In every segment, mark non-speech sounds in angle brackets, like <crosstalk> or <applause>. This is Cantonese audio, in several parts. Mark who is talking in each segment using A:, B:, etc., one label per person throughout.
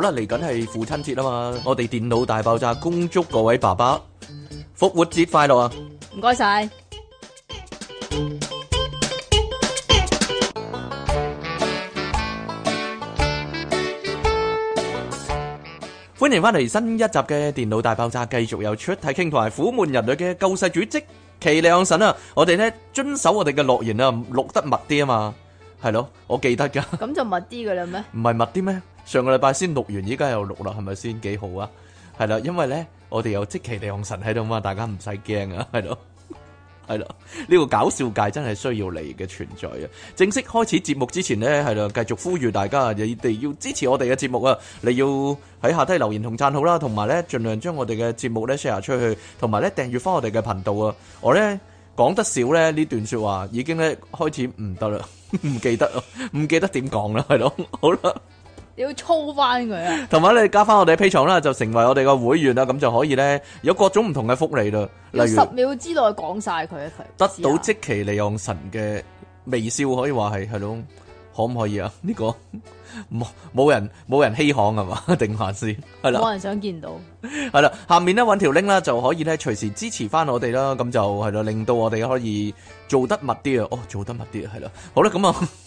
A: 啦，嚟緊係父親節啊嘛，我哋電腦大爆炸恭祝各位爸爸復活節快樂啊！
B: 唔該晒。
A: 歡迎翻嚟新一集嘅電腦大爆炸，繼續有出體傾同埋苦悶人類嘅救世主即其亮神啊！我哋咧遵守我哋嘅諾言啊，錄得密啲啊嘛，係咯，我記得噶，
B: 咁就密啲噶
A: <laughs>
B: 啦咩？
A: 唔係密啲咩？上個禮拜先錄完，依家又錄啦，係咪先幾好啊？係啦，因為咧我哋有即其亮神喺度嘛，大家唔使驚啊，係咯。係啦，呢個搞笑界真係需要你嘅存在啊！正式開始節目之前呢，係啦，繼續呼籲大家，你哋要支持我哋嘅節目啊！你要喺下低留言同讚好啦，同埋呢，盡量將我哋嘅節目呢 share 出去，同埋呢訂閱翻我哋嘅頻道啊！我呢講得少呢，呢段說話已經呢開始唔得啦，唔記得啦，唔記得點講啦，係咯， <laughs> 好啦。
B: 你要操翻佢啊！
A: 同埋咧，你加翻我哋 P 廠啦，就成為我哋個會員啦，咁就可以咧有各種唔同嘅福利啦，例
B: 要
A: 如
B: 十秒之內講晒佢一啊佢。
A: 得
B: 試
A: 到
B: 下
A: 即其利昂神嘅微笑，可以話係係咯，可唔可以啊？ <laughs> 呢、個冇冇人冇人稀罕係嘛？ <laughs> 定還是係啦
B: 冇人想見到。
A: 係啦，下面咧揾條 link 啦，就可以咧隨時支持翻我哋啦，咁就係啦，令到我哋可以做得密啲啊！哦，做得密啲啊，係啦，好啦，咁啊 <laughs>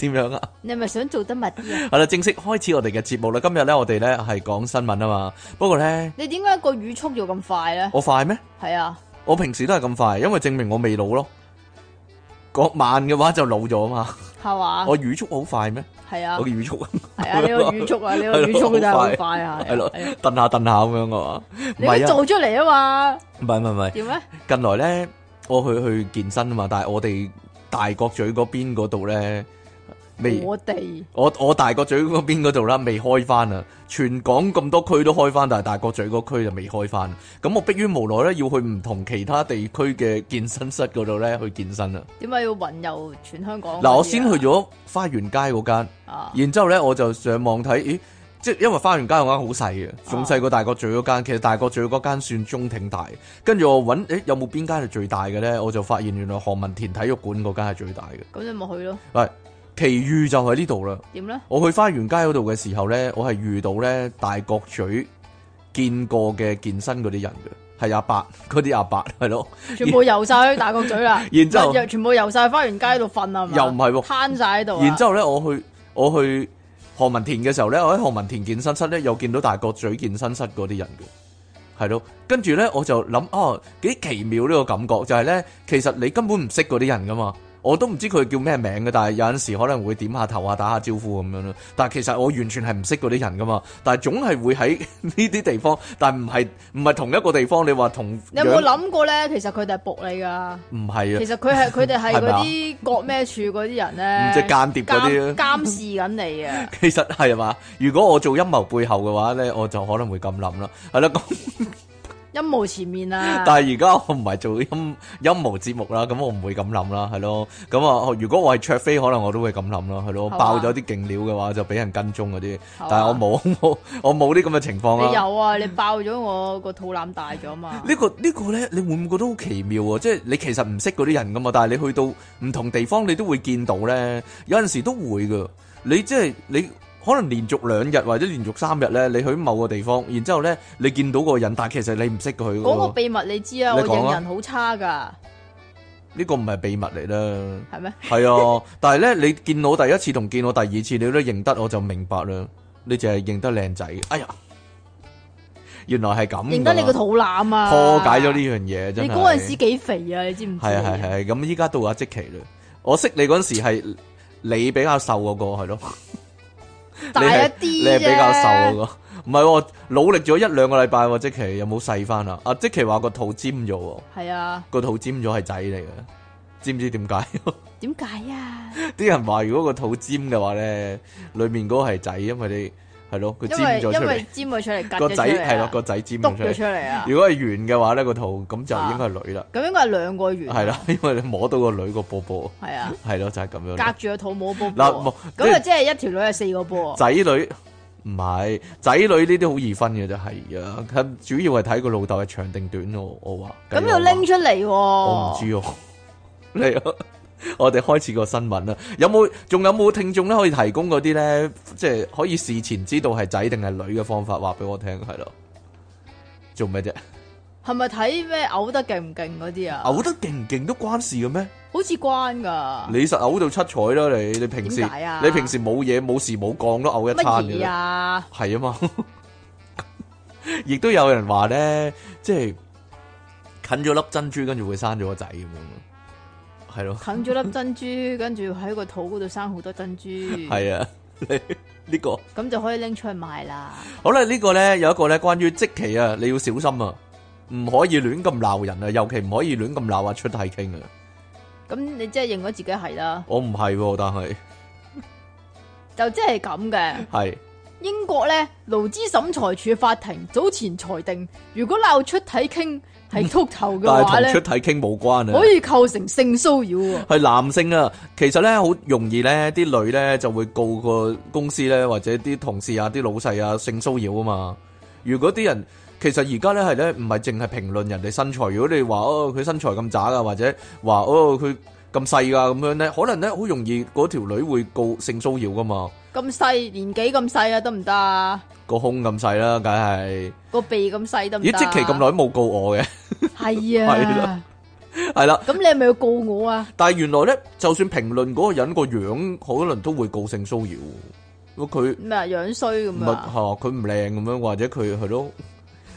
A: 點樣啊？
B: 你係咪想做得密啲啊？
A: 係啦，正式開始我哋嘅節目啦。今日咧我哋咧係講新聞啊嘛，不過咧
B: 你點解個語速要咁快咧？
A: 我快咩？
B: 係啊，
A: 我平時都係咁快，因為證明我未老咯。講慢嘅話就老咗啊嘛。
B: 係嘛？
A: 我語速好快咩？
B: 係啊
A: 我，嘅語速 <laughs>
B: 係啊，你個語速啊，你個語速真係好快啊！
A: 係咯
B: 係啊，
A: 蹬下蹬下咁樣啊嘛。唔
B: 你已經
A: 係啊，
B: 做出嚟啊嘛？
A: 唔係唔係唔係，
B: 點啊咧？
A: 近來咧我去去健身啊嘛，但係我哋大角咀嗰邊嗰度咧未。
B: 我哋
A: 我我大角咀嗰邊嗰度啦，未開翻啊！全港咁多區都開翻，但係大角咀嗰區就未開翻。咁我迫於無奈咧，要去唔同其他地區嘅健身室嗰度咧去健身啊！
B: 點解要雲遊全香港嗰啲啊？
A: 嗱，我先去咗花園街嗰間，
B: 啊，
A: 然之後咧我就上網睇，咦，即係因為花園街嗰間好細
B: 啊
A: 嘅，仲細過大角咀嗰間。其實大角咀嗰間算中挺大，跟住我揾，誒有冇邊間係最大嘅咧？我就發現原來何文田體育館嗰間係最大嘅，
B: 咁你咪去咯？
A: 其餘就喺呢度啦。
B: 點咧？
A: 我去花園街嗰度嘅時候咧，我係遇到咧大角咀見過嘅健身嗰啲人嘅，係阿伯嗰啲阿伯係咯，
B: 全部游晒去大角咀啦
A: <laughs> ，然之後
B: 又全部游晒花園街度瞓啊嘛，
A: 又唔係喎
B: 攤晒喺度啊，
A: 然之後咧，我去我去何文田嘅時候咧，我喺何文田健身室咧，又見到大角咀健身室嗰啲人嘅，係咯。跟住咧，我就諗啊，幾奇妙呢個感覺，就係咧，其實你根本唔識嗰啲人噶嘛，我都唔知佢叫咩名嘅，但係有陣時可能會點下頭啊，打下招呼咁樣咯。但係其實我完全係唔識嗰啲人噶嘛，但係總係會喺 <laughs> 呢啲地方，但係唔係唔係同一個地方。你話同
B: 你有
A: 樣
B: 冇諗過咧？其實佢哋係仆你㗎，
A: 唔係啊
B: 其？實
A: <laughs>
B: 佢係佢哋
A: 係
B: 係
A: 咪
B: 嗰
A: 啊
B: 啲國咩處嗰啲人
A: 唔
B: 咧，
A: 知間諜嗰啲啊
B: 監監視緊你
A: <laughs>
B: 啊！
A: 其實係嘛？如果我做陰謀背後嘅話咧，我就可能會咁諗啦。係啦，咁。
B: 陰謀前面
A: <laughs>
B: 啊，
A: 但係而家我唔係做音音無節目啦，咁我唔會咁諗啦，係咯。咁啊，如果我係卓飛，可能我都會咁諗啦，係咯。
B: 係嘛
A: 爆咗啲勁料嘅話，就俾人跟蹤嗰啲。
B: 係嘛
A: 但係我冇冇 <laughs> 我冇啲咁嘅情況
B: 啊你
A: 啦。
B: 有啊？你爆咗我個肚腩大咗嘛？
A: 呢個呢個咧，你會唔會覺得好奇妙啊？即係你其實唔識嗰啲人噶嘛，但係你去到唔同地方，你都會見到咧。有陣時都會噶，你即係你。可能連續兩日或者連續三日咧，你去某個地方，然之後咧，你見到嗰個人，但係其實你唔識佢嘅
B: 講個
A: 喎。
B: 秘密你知啊，
A: 你
B: 我
A: 講啊
B: 認人好差㗎，
A: 呢個唔係秘密嚟啦。
B: 係咩？
A: 系啊，但系咧，你見我第一次同見我第二次，你都認得我就明白啦。你淨係認得靚仔，哎呀，原來係咁㗎嘛。
B: 認得你個肚腩
A: 嗯
B: 啊！
A: 破解咗呢樣嘢，真係。
B: 你嗰陣時幾肥啊？你知唔知？
A: 係啊係係，咁依家到阿即奇啦。我識你嗰陣時係你比較瘦嗰個係咯，
B: 大
A: 你
B: 一
A: 係
B: 啲
A: 你係比較瘦啊嗰
B: 啫
A: 個。唔係喎，努力咗一兩個禮拜喎，即奇有冇細翻啊？阿即奇話個肚尖咗喎，
B: 係啊，
A: 個肚尖咗係仔嚟嘅，知唔知點解？
B: 點解啊？
A: 啲人話如果個肚尖嘅話咧，裏面嗰個係仔，因為你係咯，佢
B: 因
A: 尖
B: 為
A: 咗出
B: 因
A: 嚟
B: 為，尖咗出嚟，
A: 個
B: 個
A: 仔係咯個仔尖咗
B: 篤
A: 出
B: 咗出
A: 嚟。
B: 嚟啊！
A: 如果係圓嘅話咧，個肚咁就應該係女啦，
B: 咁應該係兩個月，
A: 係啦，因為你摸到個女個波波，
B: 係啊，
A: 係咯就係咁樣
B: 隔
A: 啦。
B: 住個肚冇波
A: 嗯嗱冇
B: 波，咁啊啊即係一條女係四個波，
A: 仔女唔係仔女呢啲好易分嘅就係啊，咁主要係睇個老豆係長定短咯。我話
B: 咁要拎出嚟
A: 我唔
B: 喎，
A: 知喎，你啊 <laughs> 我哋開始個新聞啦。有冇仲有冇聽眾咧可以提供嗰啲咧，即係可以事前知道係仔定係女嘅方法，話俾我聽係咯。做咩啫？
B: 系咪睇咩嘔得勁唔勁嗰啲啊？
A: 嘔得勁唔勁都關事嘅咩？
B: 好似關㗎。
A: 你實嘔到七彩啦！你你平時
B: 點解啊
A: 你平時冇嘢冇事冇講都嘔一餐
B: 乜
A: 嘅
B: 嘢
A: 啦，
B: 啊？
A: 係啊嘛。 <laughs> 亦都有人話咧，即係近咗粒珍珠，跟住會生咗個仔咁樣，係咯。
B: 啃咗粒珍珠， <laughs> 跟住喺個肚嗰度生好多珍珠，咁
A: 系啊， <laughs> 你呢、個
B: 就可以拎出去賣啦。
A: 好啦，呢、個呢，有一個呢關於即期啊，你要小心啊，唔可以亂咁鬧人啊，尤其唔可以亂咁鬧啊出太傾啊，
B: 咁你即係認咗自己係啦，
A: 我唔係喎，但係
B: 就即係咁
A: <laughs>
B: 嘅。
A: 係
B: 英國咧勞資審裁處法庭早前裁定，如果鬧出體傾
A: <laughs>
B: 係秃頭嘅
A: 但
B: 話咧
A: 係同出，體傾冇關啊
B: 可。以構成性騷擾喎。
A: 係男性啊，其實咧好容易咧，啲女咧就會告個公司咧，或者啲同事啊、啲老細啊性騷擾啊嘛。如果啲人其實而家咧係咧唔係淨係評論人哋身材，如果你話哦佢身材咁渣噶，或者話哦佢咁細噶咁樣咧，可能咧好容易嗰條女會告性騷擾噶嘛，
B: 咁細年紀咁細啊，得唔得啊？
A: 個胸咁細啦，梗係。
B: 個鼻咁細得唔得
A: 咦，
B: 啊？
A: 即期咁耐冇告我嘅，
B: 係
A: <laughs> 係
B: 啊
A: 啦，係啦。
B: 咁你係咪要告我啊？
A: 但係原來咧，就算評論嗰個人個樣，可能都會告性騷擾。如果佢
B: 咩啊樣衰
A: 唔
B: 咁
A: 係
B: 啊？
A: 嚇，佢唔靚咁樣，或者佢係咯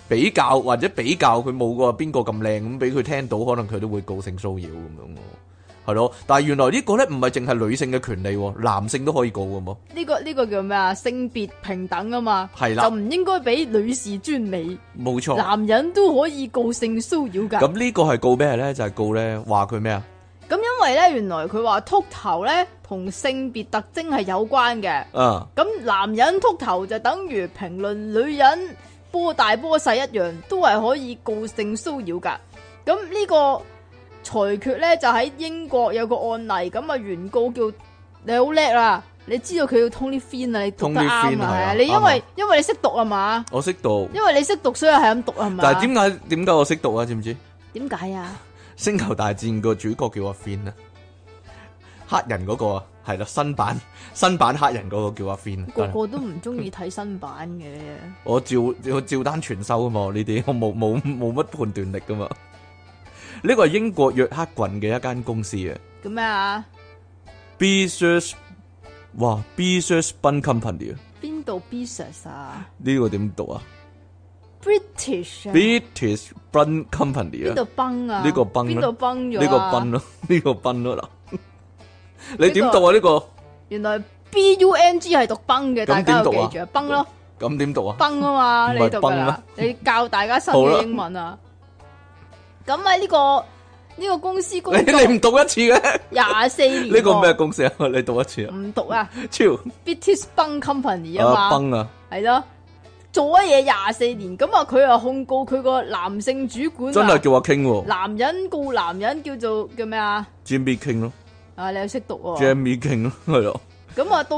A: 比較，或者比較佢冇個邊個咁靚咁，俾佢聽到，可能佢都會告性騷擾咁樣喎，係咯。但係原來呢個咧唔係淨係女性嘅權利喎，男性都可以告嘅喎。
B: 呢個呢個叫咩啊？性別平等啊嘛，
A: 係啦
B: 就唔應該俾女士專美，
A: 冇錯。
B: 男人都可以告性騷擾㗎。
A: 咁呢個係告咩咧？就係、告咧話佢咩啊？
B: 咁因為咧，原來佢話秃頭咧同性別特徵係有關嘅。
A: 啊，
B: 咁男人秃頭就等於評論女人波大波細一樣，都係可以告性騷擾㗎。咁呢個裁決咧就喺英國有個案例，咁啊原告叫你好叻啦，你知道佢叫 Tony Fin 啊，你讀得
A: Tony Finn，
B: 啱
A: 係啊
B: 啊，你因
A: 啱
B: 為因為你識讀啊嘛，
A: 我識讀，
B: 因為你識讀所以係咁讀係咪啊？
A: 但係點解點解我識讀啊？知唔知？
B: 點解啊？
A: 星球大戰個主角叫阿 Fin 啊，黑人嗰個啊，係啦，新版新版黑人嗰個叫阿 Fin 啊。
B: 個個都唔中意睇新版嘅，
A: 我照我照單全收啊嘛，呢啲 <laughs> 我冇冇冇乜判斷力噶嘛。呢個係英國約克郡嘅一間公司啊
B: 叫咩啊？
A: b e s e r s 哇 b e s e r s Bun Company 啊，
B: 邊度 business 啊
A: 呢個點讀啊
B: ？British 啊？
A: ？British Bun Company
B: 邊
A: 啊
B: 度，崩啊？
A: 呢個崩啦
B: 邊度崩咗？
A: 呢個
B: 啊
A: Bun 咯， <laughs> 呢個 Bun 咯嗱，你點讀啊？呢個
B: 原來 B U N G 係讀崩嘅，大
A: 咁
B: 家
A: 點
B: 要
A: 讀啊
B: 記住，崩咯，
A: 咁點讀啊？
B: 崩啊嘛，
A: 唔係
B: 你
A: 崩
B: 讀噶
A: 啦
B: 啦，你教大家新
A: 好啦
B: 嘅英文啊。咁喺呢個呢個公司
A: <laughs>
B: 工
A: 你 <laughs>
B: 作
A: 你唔讀一次
B: <laughs>
A: 嘅？
B: 廿四年喎，
A: 呢個咩公司啊？你讀一次啊？
B: 唔讀啊
A: 超
B: ，British Bung Company
A: 啊
B: 啊嘛，
A: 崩啊！
B: 係咯，做咗嘢廿四年，咁啊佢又控告佢個男性主管
A: 真係
B: 話，
A: 叫阿 King 喎
B: 男人告男人叫做叫咩啊？
A: ，Jimmy King 咯
B: 啊，你又識讀喎，
A: ，Jamie King 咯，係咯。
B: 咁啊到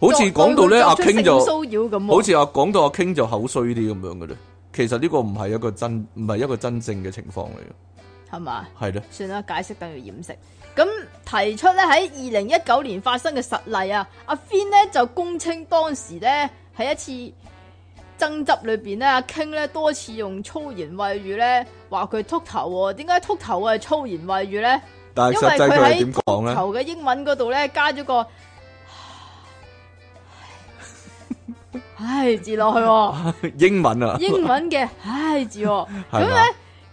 A: 好似講到咧，阿 King 就
B: 騷擾咁喎，
A: 好似阿講到阿 King 就口衰啲咁樣嘅咧。其實呢個唔係一個真唔係一個真正嘅情況嚟嘅，
B: 係嘛？
A: 係咧。
B: 算啦，解釋等於掩飾。咁提出咧喺二零一九年發生嘅實例啊，阿 Fin 咧就供稱當時咧喺一次爭執裏邊咧，阿 King 咧多次用粗言穢語咧話佢秃頭喎、點解秃頭係粗言穢語咧？
A: 但係
B: 因為
A: 實際
B: 佢
A: 佢係
B: 喺
A: 點講
B: 秃
A: 咧？
B: 頭嘅英文嗰度咧加咗個唉字落去、喎，
A: <laughs> 英文啊，
B: 英文嘅唉字、喎。
A: 係
B: 咁
A: 嘛？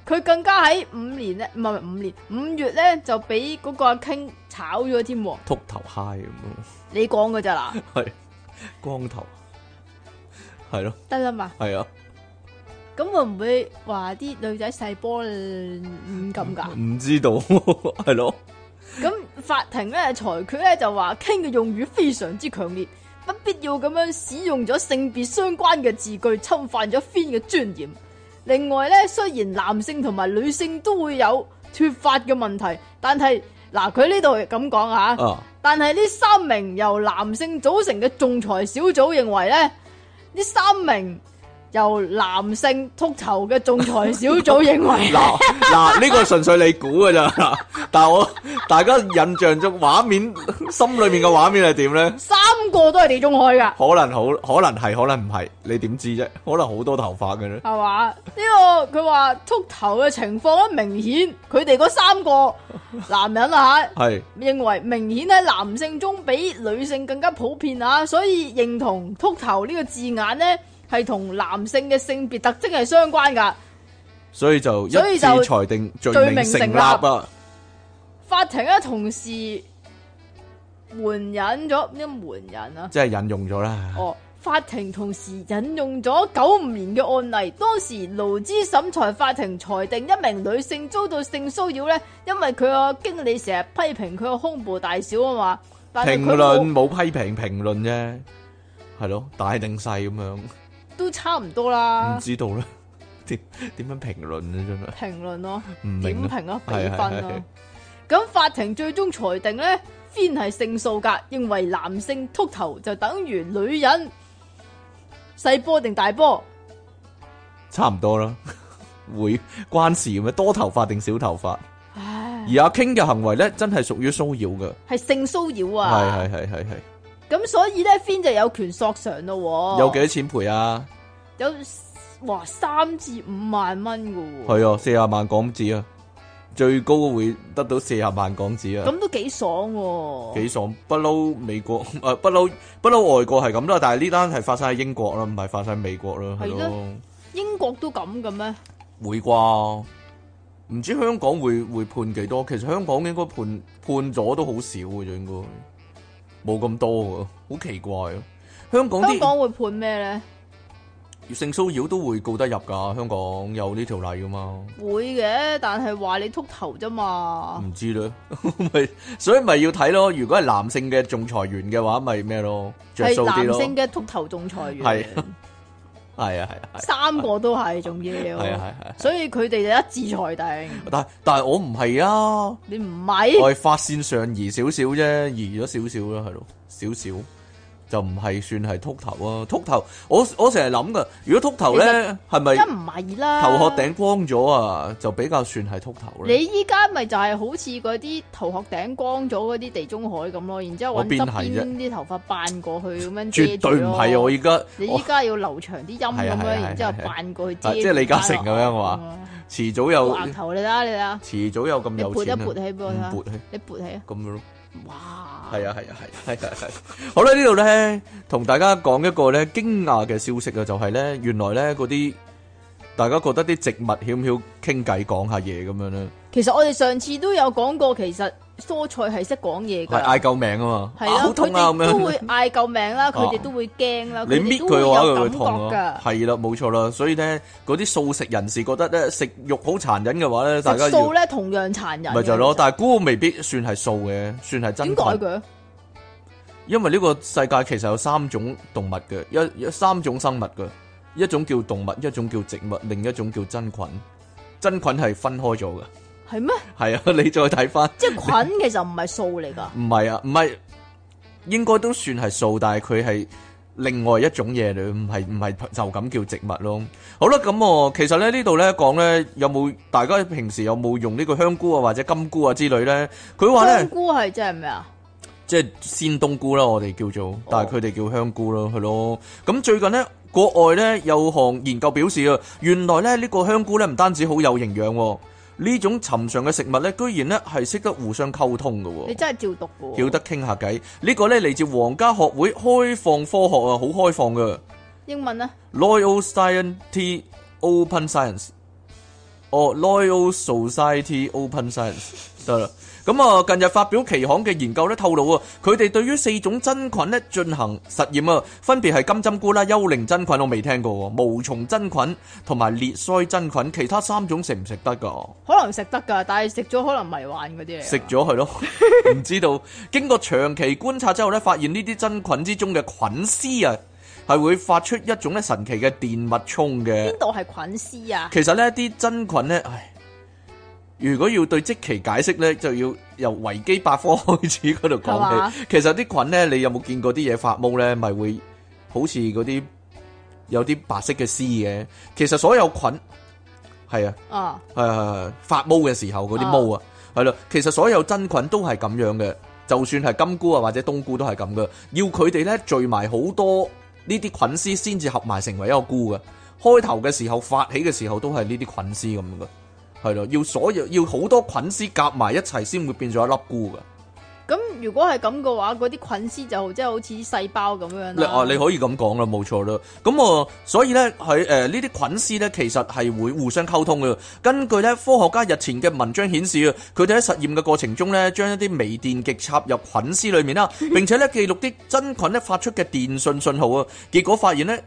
B: 佢更加喺五年咧，唔係唔係五年，五月咧就俾嗰個阿 King 炒咗添喎。
A: 秃頭嗨咁咯，
B: 你講嘅咋
A: <laughs>
B: 嗱，
A: 係光頭，係咯，
B: 得啦嘛。
A: <laughs> 係啊， <laughs>
B: 咁會唔會話啲女仔細波唔咁噶？
A: 唔知道係咯，
B: 咁法庭咧裁決咧就話 King 嘅用語非常之強烈，不必要咁樣使用咗性別相關嘅字句，侵犯咗 Fin 嘅尊嚴。另外咧，雖然男性同埋女性都會有脱髮嘅問題，但係嗱佢呢度咁講啊。
A: 啊， <laughs>
B: 但系呢三名由男性組成嘅仲裁小組認為咧，呢三名由男性秃头嘅仲裁小組認為，
A: 嗱嗱，呢個純粹你估嘅咋，但系我大家印象中畫面，心裏面嘅畫面係點咧？
B: 三個都係地中海㗎，
A: 可能好，可能係，可能唔係，你點知啫？可能好多頭髮嘅咧，
B: 係嘛？呢、個佢話秃頭嘅情況咧，明顯佢哋嗰三個男人啊吓。
A: 係
B: 認為明顯喺男性中比女性更加普遍啊，所以認同秃頭呢個字眼呢，係同男性嘅性別特徵係相關㗎。
A: 所以就一
B: 所以
A: 致
B: 就
A: 裁定罪
B: 罪
A: 名
B: 名
A: 成
B: 成
A: 立
B: 立
A: 啊！
B: 法庭咧同時援引咗咩援引啊？
A: 即係引用咗啦，
B: 哦，法庭同時引用咗九五年嘅案例，當時勞資審裁法庭裁定一名女性遭到性騷擾呢，因為佢個經理成日批評佢個胸部大小啊嘛，但係
A: 評
B: 佢冇
A: 論冇批評評論啫，係咯，大定細咁樣，唔
B: 都差唔多啦，
A: 知道咧， <laughs> 點點樣評論咧？真係
B: 評論咯。
A: 唔明
B: 點
A: 啊！
B: 評咯，比
A: 係係
B: 分
A: 係 <laughs>
B: 咯。咁法庭最終裁定咧，偏係勝訴噶，認為男性秃頭就等於女人細波定大波，
A: 差唔多啦， <laughs> 會關事咩？多頭髮定少頭髮？
B: 唉，
A: 而阿 King 嘅行為咧，真係屬於騷擾嘅，
B: 係性騷擾啊。
A: 係係係係係。
B: 咁所以咧，偏就有權索償咯喎。
A: 有幾多錢賠啊？
B: 有哇三至五萬蚊噶喎，
A: 係啊，四十萬港紙啊，最高會得到四十萬港紙啊，
B: 咁都幾爽喎。
A: 幾爽！不嬲美 <laughs> 國，啊不嬲不嬲外國係咁啦，但係呢單係發生喺英國啦，唔係發生喺美國啦，係
B: 係
A: 咯，
B: 英國都咁嘅咩？
A: 會啩？唔知香港會會判幾多？其實香港應該判判咗都好少嘅啫，應該冇咁多嘅，好奇怪啊！香港
B: 香
A: 啲
B: 港會判咩咧？
A: 性騷擾都會告得入㗎，香港有呢條例㗎嘛。
B: 會嘅，但係話你秃頭啫嘛。
A: 唔知咧， <laughs> 咪所以咪要睇咯。如果係男性嘅仲裁員嘅話，咪咩咯，嗯着
B: 係
A: 數啲
B: 男
A: 咯。
B: 性嘅秃頭仲裁員。
A: 係係啊係啊係
B: <laughs> 三個都係，仲要，
A: 啊係啊係啊。
B: 所以佢哋就一致裁定。
A: 但但係我唔係啊，
B: 你唔係
A: 我係髮線上移少少啫，移咗少少啦，係咯，少少就唔係算係秃頭啊。秃頭，我我成日諗噶，如果秃頭
B: 其
A: 咧係咪
B: 一唔係啦，
A: 頭殼頂光咗啊，就比較算係秃頭
B: 你
A: 咧。
B: 依家咪就係好似嗰啲頭殼頂光咗嗰啲地中海咁咯，然之後
A: 我
B: 揾
A: 邊
B: 側
A: 係
B: 邊啲頭髮扮過去咁樣遮
A: 絕
B: 住
A: 對唔係啊！我
B: 咯。
A: 而家
B: 你
A: 我
B: 依家要留長啲音咁
A: 係啊
B: 樣，
A: 係啊
B: 然之後
A: 係啊係啊
B: 扮過去
A: 啊
B: 遮。
A: 即係李嘉誠咁樣話
B: 嘛？
A: 遲早有
B: 額啊頭你啦，你啦，
A: 遲早有咁
B: 你
A: 有
B: 撥一
A: 錢啊
B: 撥，起俾我睇
A: 唔
B: 下
A: 撥，氣
B: 你撥起啊！
A: 咁樣咯。
B: 哇，
A: 系啊系啊系系系系，好啦呢度咧，同大家講一個咧驚訝嘅消息啊，就係咧原來咧嗰啲大家覺得啲植物曉唔曉傾偈講下嘢咁樣咧，
B: 其實我哋上次都有講過，其實蔬菜係識講嘢㗎
A: 係。嗌救命啊嘛，
B: 系
A: 啊
B: 啦，
A: 好
B: 佢
A: 痛啊咁
B: 哋都會
A: 樣，
B: 嗌救
A: <laughs>
B: 命啦，佢
A: 啊
B: 哋都會驚啦，
A: <laughs> 你
B: 佢
A: 搣
B: 哋都
A: 佢
B: 會
A: 嘅話佢會
B: 有感覺
A: 痛啊咯，
B: 噶。
A: 係啦冇錯啦，所以咧嗰啲素食人士覺得咧食肉好殘忍嘅話咧，大家
B: 食素
A: 要
B: 咧同樣殘忍嘅，
A: 咪就係咯，
B: 其實
A: 但係菇未必算係素嘅，算係真
B: 點解
A: 菌。
B: 嘅？
A: <laughs> 因為呢個世界其實有三種動物嘅，一有三種生物嘅，一種叫動物，一種叫植物，另一種叫真菌。真菌係分開咗嘅，<laughs>
B: 係咩？
A: 係啊，你再睇翻，
B: 即係菌其實唔係素嚟㗎，
A: 唔係啊，唔係應該都算係數，但係佢係另外一種嘢嚟，唔係唔係就咁叫植物咯。好啦，咁我其實咧呢度咧講咧，有冇大家平時有冇用呢個香菇啊或者金菇啊之類咧？佢 <laughs> 話咧
B: 香。菇係即係咩啊？
A: 即係鮮冬菇啦，我哋叫
B: 哦
A: 做，但係佢哋叫香菇咯，係咯。咁最近呢，國外呢有項研究表示啊，原來呢呢個香菇呢唔單止好有營養喎，呢種尋常嘅食物呢，居然呢係識得互相溝通嘅喎。
B: 你真係照讀㗎喎，
A: 曉得傾下偈，呢、個呢嚟自皇家學會開放科學啊，好開放嘅
B: 英文啊？
A: Royal Society Open Science，哦，Royal Society Open Science 得啦。咁啊，近日發表期刊嘅研究咧，透露啊，佢哋對於四種真菌咧進行實驗啊，分別係金針菇啦、幽靈真菌，我未聽過喎，毛蟲真菌同埋裂腮真菌，其他三種食唔食得㗎？
B: 可能食得㗎，但係食咗可能迷幻嗰啲嚟㗎。
A: 食咗佢咯，唔知道。經過長期觀察之後咧，發現呢啲真菌之中嘅菌絲啊，係會發出一種咧神奇嘅電脈衝嘅。
B: 邊度係菌絲啊？
A: 其實呢啲真菌呢，唉，如果要對即期解釋呢，就要由維基百科開始嗰度
B: 係
A: 講
B: 嘛
A: 起。其實啲菌呢，你有冇見過啲嘢發毛呢？咪會好似嗰啲有啲白色嘅絲嘅。其實所有菌係啊，
B: 啊，
A: 係係係發毛嘅時候嗰啲毛啊，係啦。其實所有真菌都係咁樣嘅，就算係金菇啊或者冬菇都係咁嘅。要佢哋咧聚埋好多呢啲菌絲先至合埋成為一個菇嘅。開頭嘅時候發起嘅時候都係呢啲菌絲咁嘅，係咯。要所有要好多菌絲夾埋一齊先會變咗一粒菇嘅。
B: 咁如果係咁嘅話，嗰啲菌絲就即係好似細胞咁樣
A: 你
B: 啦。
A: 啊，你可以咁講啦，冇錯啦。咁我所以咧，喺誒呢啲菌絲咧，其實係會互相溝通嘅。根據咧科學家日前嘅文章顯示啊，佢哋喺實驗嘅過程中咧，將一啲微電極插入菌絲裡
B: <laughs>
A: 面啦，啊並且咧記錄啲真菌咧發出嘅電訊信號啊。結果發現咧，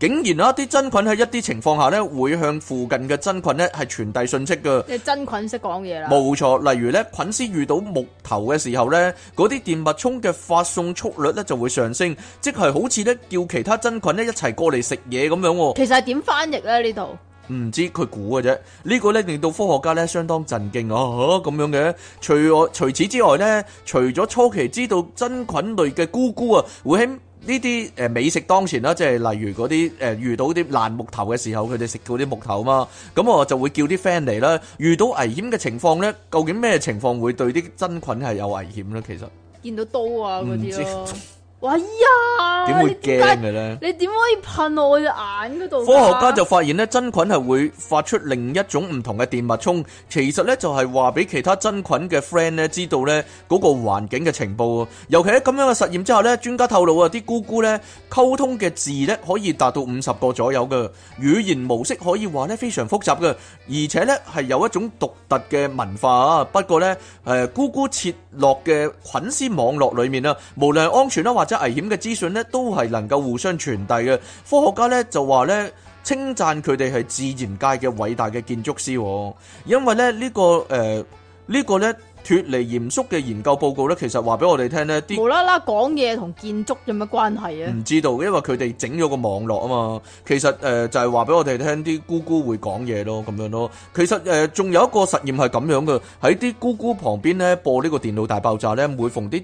A: 竟然啊啲真菌喺一啲情況下咧，會向附近嘅真菌咧係傳遞訊息嘅。
B: 即係真菌識講嘢啦。
A: 冇錯，例如咧，菌絲遇到木頭嘅時候咧，嗰啲電脈衝嘅發送速率咧就會上升，即係好似咧叫其他真菌咧一齊過嚟食嘢咁樣喎。
B: 其實係點翻譯咧？呢度
A: 唔知佢估嘅啫，呢、個咧令到科學家咧相當震驚啊！咁樣嘅，除我除此之外咧，除咗初期知道真菌類嘅菇菇啊，會喺呢啲誒美食當前啦，即係例如嗰啲誒遇到啲爛木頭嘅時候，佢哋食嗰啲木頭嘛，咁我就會叫啲 friend 嚟啦。遇到危險嘅情況咧，究竟咩情況會對啲真菌係有危險咧？其實
B: 見到刀啊嗰啲
A: 唔
B: 咯
A: 知。
B: 喂呀！
A: 點會
B: 你解
A: 驚嘅
B: <laughs>
A: 咧？
B: 你點可以噴我隻眼嗰度㗎？
A: 科學家就發現咧，真菌係會發出另一種唔同嘅電脈衝，其實咧就係話俾其他真菌嘅 friend 咧知道咧嗰個環境嘅情報。尤其喺咁樣嘅實驗之下咧，專家透露啊，啲姑姑咧溝通嘅字咧可以達到五十個左右嘅語言模式，可以話咧非常複雜嘅，而且咧係有一種獨特嘅文化啊。不過咧，誒姑姑切落嘅菌絲網絡裡面啊，無論係安全啦或者危險嘅資訊咧，都係能夠互相傳遞嘅。科學家咧就話咧。稱讚佢哋係自然界嘅偉大嘅建築師、喎，因為咧呢、呢個誒、呃呢個咧脱離嚴肅嘅研究報告咧，其實話俾我哋聽呢啲嗯
B: 無啦啦講嘢同建築有乜關係啊？
A: 唔知道，因為佢哋整咗個網絡啊嘛。其實誒、呃就係話俾我哋聽，啲姑姑會講嘢咯，咁樣咯。其實誒仲、有一個實驗係咁樣嘅，喺啲姑姑旁邊咧播呢個電腦大爆炸咧，每逢啲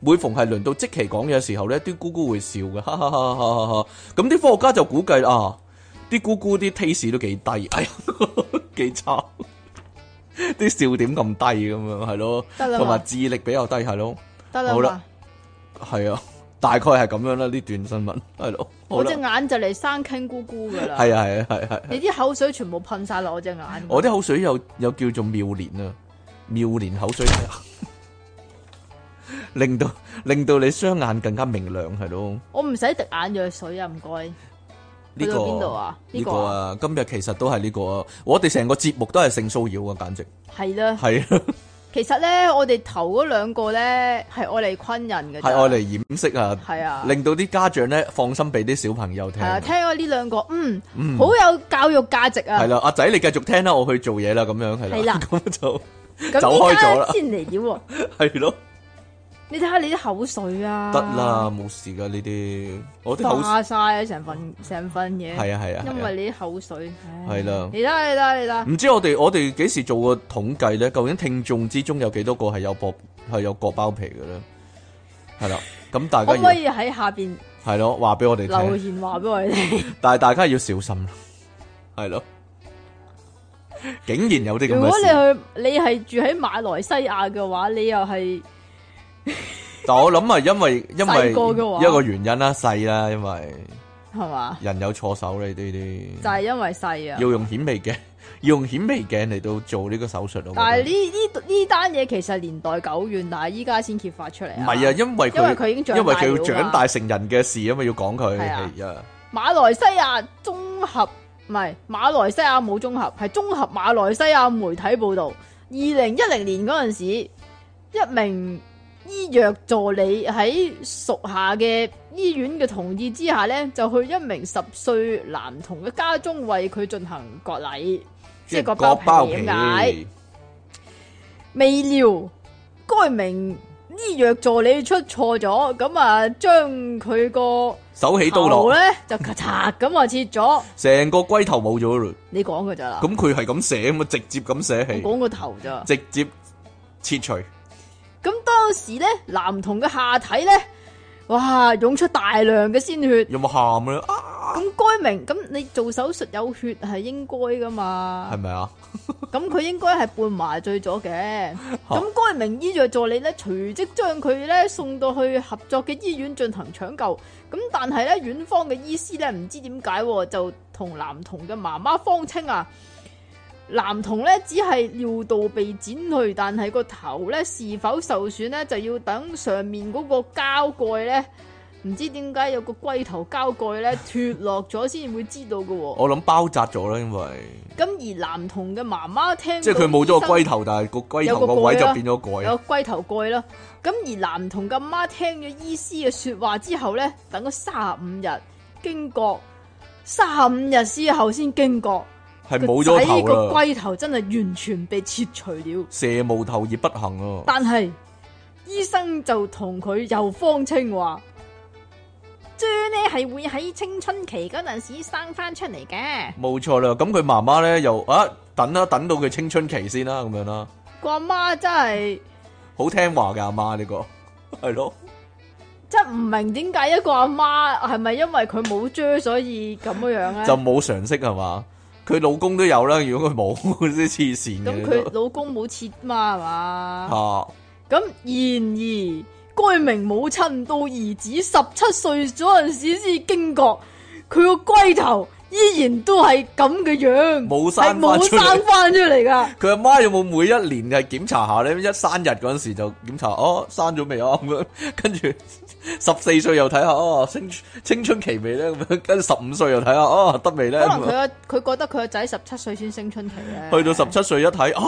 A: 每逢係輪到即期講嘢嘅時候咧，啲姑姑會笑嘅， <laughs> 哈哈哈哈哈哈。咁啲科學家就估計啊，啲姑姑啲 taste 都幾低， <laughs> 哎呀，幾差，啲笑點咁低咁樣係咯，
B: 得啦
A: 同埋
B: 嘛，
A: 智力比較低係咯。
B: 得啦
A: 好啦
B: 嘛，
A: 系啊，大概係咁樣啦。呢段新聞係咯，好
B: 我
A: 啦，
B: 隻
A: 係
B: 眼就嚟生傾咕咕噶啦。
A: 啊，係啊，係啊係啊。
B: 你啲口水全部噴晒落我隻眼。
A: 我啲口水有有叫做妙蓮啊，妙蓮口水， <laughs> 令到令到你雙眼更加明亮係咯。
B: 我唔使滴眼藥水啊，唔該。
A: 呢、
B: 去
A: 個
B: 到邊度啊
A: 呢
B: 呢
A: 個
B: 個
A: 啊，今日其實都係呢、個啊。我哋成個節目都係性騷擾啊，簡
B: <laughs>
A: 直
B: 係啦，
A: 係啊
B: 其實咧，我哋頭嗰兩個咧係愛嚟昆人嘅。
A: 係愛嚟。掩飾啊，
B: 係啊。
A: 令到啲家長咧放心俾啲小朋友聽
B: 係。啊，聽咗呢兩個，嗯，
A: 嗯
B: 好有教育價值啊
A: 係。啦，阿仔你繼續聽啦，我去做嘢啦，咁樣係
B: 係
A: 啦
B: 啦，
A: <laughs> 咁就
B: 咁
A: 走開咗啦
B: 依家先嚟料喎，
A: 係咯。
B: 你睇下你啲口水啊。
A: <laughs> 得啦，，冇事噶呢啲，我啲口
B: 化晒啊，成份成份嘢。
A: 係啊係啊，
B: 因
A: 係
B: 為你啲口水。唉
A: 係啦
B: 你睇下，你睇下，你睇
A: 啊
B: 下。
A: 唔知我哋我哋幾時做過統計咧？究竟聽眾之中有幾多個係有薄係有割包皮嘅咧？係啦，咁大
B: 可
A: 家
B: 唔可
A: 要
B: 以喺下邊
A: 係咯，話俾我哋
B: 留
A: 聽，
B: 言話俾我哋聽？
A: 但係大家要小心啦，係咯，竟然有啲咁
B: 如果
A: 嘅
B: 你
A: 事，
B: 去，你係住喺馬來西亞嘅話，你又係
A: 但我諗啊係因為因為
B: 細個嘅話
A: 一個原因啦，細啦，因為
B: 係嘛？
A: 人有錯手呢啲
B: 就係因為細啊
A: 要。用顯微鏡，要用顯微鏡嚟到做呢個手術咯。
B: 但係
A: 我覺得
B: 呢呢呢單嘢其實年代久遠，但係依家先揭發出嚟。
A: 唔係啊，，因為
B: 因為
A: 佢
B: 佢已經
A: 因
B: 長
A: 為
B: 大
A: 佢要
B: 了
A: 長
B: 嘛
A: 大成人嘅事啊嘛，要講佢
B: 係啊
A: 係啊，
B: 馬來西亞綜合唔係馬來西亞冇綜合，係綜合馬來西亞媒體報導，二零一零年嗰陣時，一名醫藥助理喺屬下嘅醫院嘅同意之下呢，就去一名十歲男童嘅家中為佢進行割禮，即係割包皮點解？未料該名醫藥助理出錯咗，咁啊將佢個
A: 手起刀
B: 頭
A: 落，
B: 咧就咔嚓咁啊切咗。
A: 成個龜頭冇咗嘞。
B: 你講噶咋啦？
A: 咁嗯佢係咁寫咁啊，直接咁寫
B: 我
A: 起，
B: 講個頭咋？
A: 直接切除。
B: 咁當時咧，男童嘅下體咧，哇，湧出大量嘅鮮血，
A: 有冇喊咧？啊啊，
B: 咁該明，咁你做手術有血係應該噶嘛
A: 係？咪啊？
B: 咁佢應該係半麻醉咗嘅。咁該名醫藥助理咧，隨即將佢咧送到去合作嘅醫院進行搶救。咁但係咧，院方嘅醫師咧，唔知點解喎就同男童嘅媽媽方清啊，男童咧只係尿道被剪去，但係個頭咧是否受損咧，就要等上面嗰個膠蓋咧，唔知點解有個龜頭膠蓋咧脱落咗先會知道嘅喎、
A: 我諗包紮咗啦，因為
B: 咁而男童嘅媽媽聽
A: 即係佢冇咗個龜頭，但係個龜頭個位就變咗
B: 有
A: 蓋，
B: 龜頭蓋啦。咁而男童嘅媽聽咗醫師嘅说話之後咧，等咗三五日驚覺，三五日之後先驚覺，
A: 係冇咗
B: 個仔個
A: 頭啦，啊
B: 龜頭真係完全被切除了。
A: 蛇無頭而不行啊！
B: 但係醫生就同佢又方清話，豬呢係會喺青春期嗰陣時生翻出嚟嘅。
A: 冇錯啦，咁佢媽媽咧又啊等啦，等到佢青春期先啦，咁樣啦，
B: 個阿媽真係
A: 好聽話嘅阿媽呢
B: <laughs>
A: 個係咯，
B: 真唔明點解一個阿媽係咪因為佢冇追所以咁樣樣咧？
A: 就冇常識係嘛？佢老公都有啦，如果佢冇 <laughs> 啲黐線嘅
B: 咁佢
A: 都
B: 老公冇切嘛係嘛？
A: 啊
B: 咁然而，該名母親到兒子十七歲嗰陣時先驚覺，佢個龜頭依然都係咁嘅樣，
A: 冇生
B: 係
A: 返
B: 冇
A: 出嚟
B: 生翻出嚟噶。
A: 佢阿媽有冇每一年係檢查下咧？一生日嗰陣時就檢查，哦，生咗未啊？咁樣， <laughs> 跟住十四歲又睇下，哦，青青春期未咧？咁樣，跟住十五歲又睇下，哦，得未咧？
B: 可能
A: 咁樣
B: 佢啊個佢覺得佢個仔十七歲先升春期咧，
A: 去到十七歲一睇，啊，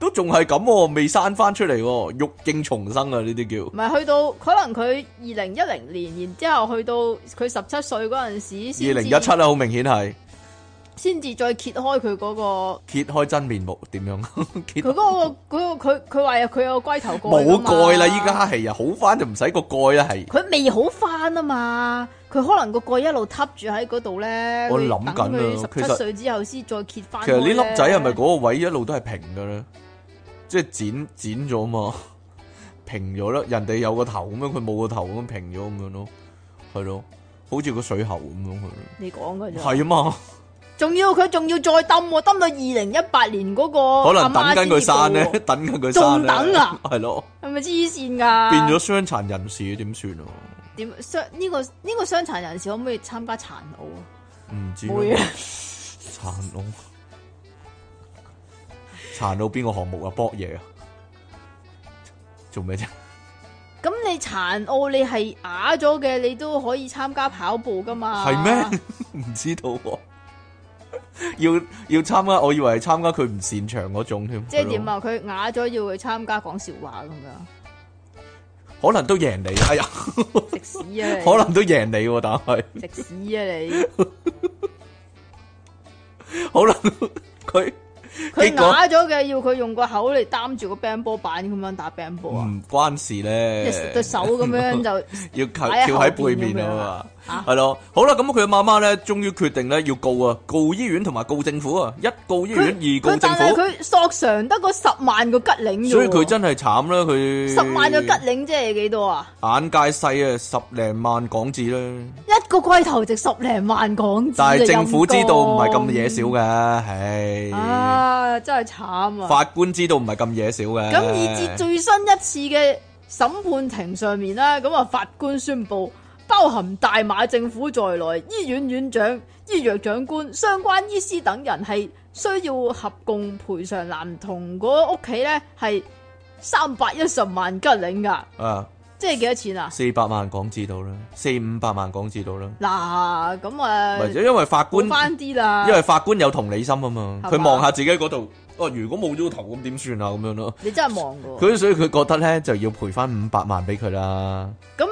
A: 都仲係咁喎，未生翻出嚟喎，欲境重生啊！呢啲叫
B: 唔係去到可能佢二零一零年，然之後去到佢十七歲嗰陣
A: 二
B: 時先至
A: 零一七啊啦，好明顯係
B: 先至再揭開佢嗰、個。
A: 揭開真面目點樣？ <laughs> 揭
B: 佢嗰、個嗰、個佢佢話佢有個龜頭蓋
A: 冇
B: 㗎嘛
A: 蓋啦，依家係啊，好翻就唔使個蓋啦，係。
B: 佢未好翻啊嘛，佢可能個蓋一路揷住喺嗰度咧。
A: 我諗緊啊其
B: 佢
A: 實
B: 十七歲之後先再揭翻。
A: 其實呢粒仔係咪嗰個位一路都係平嘅咧？即係剪剪咗嘛， <laughs> 平咗啦。人哋有個頭咁樣，佢冇個頭咁平咗咁樣咯，係咯，好似個水喉咁樣佢。
B: 你講嘅啫？
A: 係啊嘛，
B: 仲要佢仲要再抌喎，抌到二零一八年嗰個
A: 可能等
B: 阿媽
A: 緊佢生咧
B: 先知，
A: <laughs> 等啊緊佢生咧，
B: 仲等啊
A: 係咯，
B: 道喎，係咪黐線㗎？
A: 變咗傷殘人士點算啊？
B: 點傷呢個呢個傷殘人士可唔可以參加殘奧啊？
A: 唔知
B: 會啊
A: 啊，殘奧，殘奧邊個項目啊？搏嘢啊？做咩啫？
B: 咁你殘奧你係啞咗嘅，你都可以參加跑步㗎嘛？
A: 系咩？ <laughs> 唔知道喎、要要参加，我以為係參加佢唔擅長嗰種添。
B: 即係點啊？佢啞咗要佢參加講笑話咁樣，
A: 係咯？可能都贏你，哎呀，
B: 食屎啊你！
A: 可能都贏你喎，但係
B: 食屎啊你！
A: 可能佢
B: 佢
A: 結果
B: 啞咗嘅，要佢用個口嚟擔住個 band 波板咁樣打 band 波啊，
A: 唔關事
B: 即
A: 咧
B: 係，對手咁
A: <laughs>
B: 樣就
A: 要靠
B: 擺喺
A: 跳喺
B: 後
A: 背
B: 邊
A: 面啊
B: 咁樣啊
A: 嘛，係咯。好啦，咁佢媽媽咧，終於決定咧要告啊，告醫院同埋告政府啊，一告醫院，
B: 佢
A: 二告政
B: 佢但
A: 府，
B: 係佢索償得個十萬個吉領啫喎
A: 所以佢真係慘啦，佢
B: 十萬個吉領即係幾多啊？
A: 眼界細啊，十零萬港紙啦。
B: 一個龜頭值十零萬港紙啊，
A: 但係政府知道唔係咁
B: 嘢
A: 嘢少嘅，唉，
B: 啊，真係慘啊！
A: 法官知道唔係咁嘢少嘅。
B: 咁以至最新一次嘅審判庭上面啦，咁啊法官宣布。包含大馬政府在內，醫院院長、醫藥長官、相關醫師等人係需要合共賠償男童嗰屋企咧係三百一十萬吉領噶，
A: 啊，
B: 即係幾多錢啊？
A: 四百萬港紙到啦，四五百萬港紙到啦。
B: 嗱，咁啊
A: 或，者因為法官
B: 換，翻啲啦，
A: 因為法官有同理心啊嘛，
B: 係嘛
A: 佢望下自己嗰度，哦，如果冇咗個頭咁點算啊？咁樣咯，
B: 你真係忙噶。
A: 佢所以佢覺得咧就要賠翻五百萬俾佢啦。
B: 咁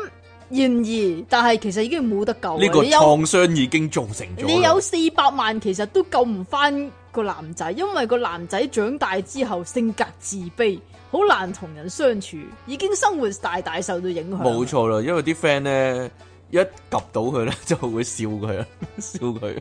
B: 然而，但係其實已經冇得救啦。
A: 呢個
B: 哦你有
A: 創傷已經造成咗啦。
B: 你有四百萬，其實都救唔翻個男仔，因為個男仔長大之後性格自卑，好難同人相處，已經生活大大受到影響。
A: 冇錯 <laughs> 啦，因為啲 friend 咧一及到佢咧 <laughs> 就會笑佢啊，笑佢。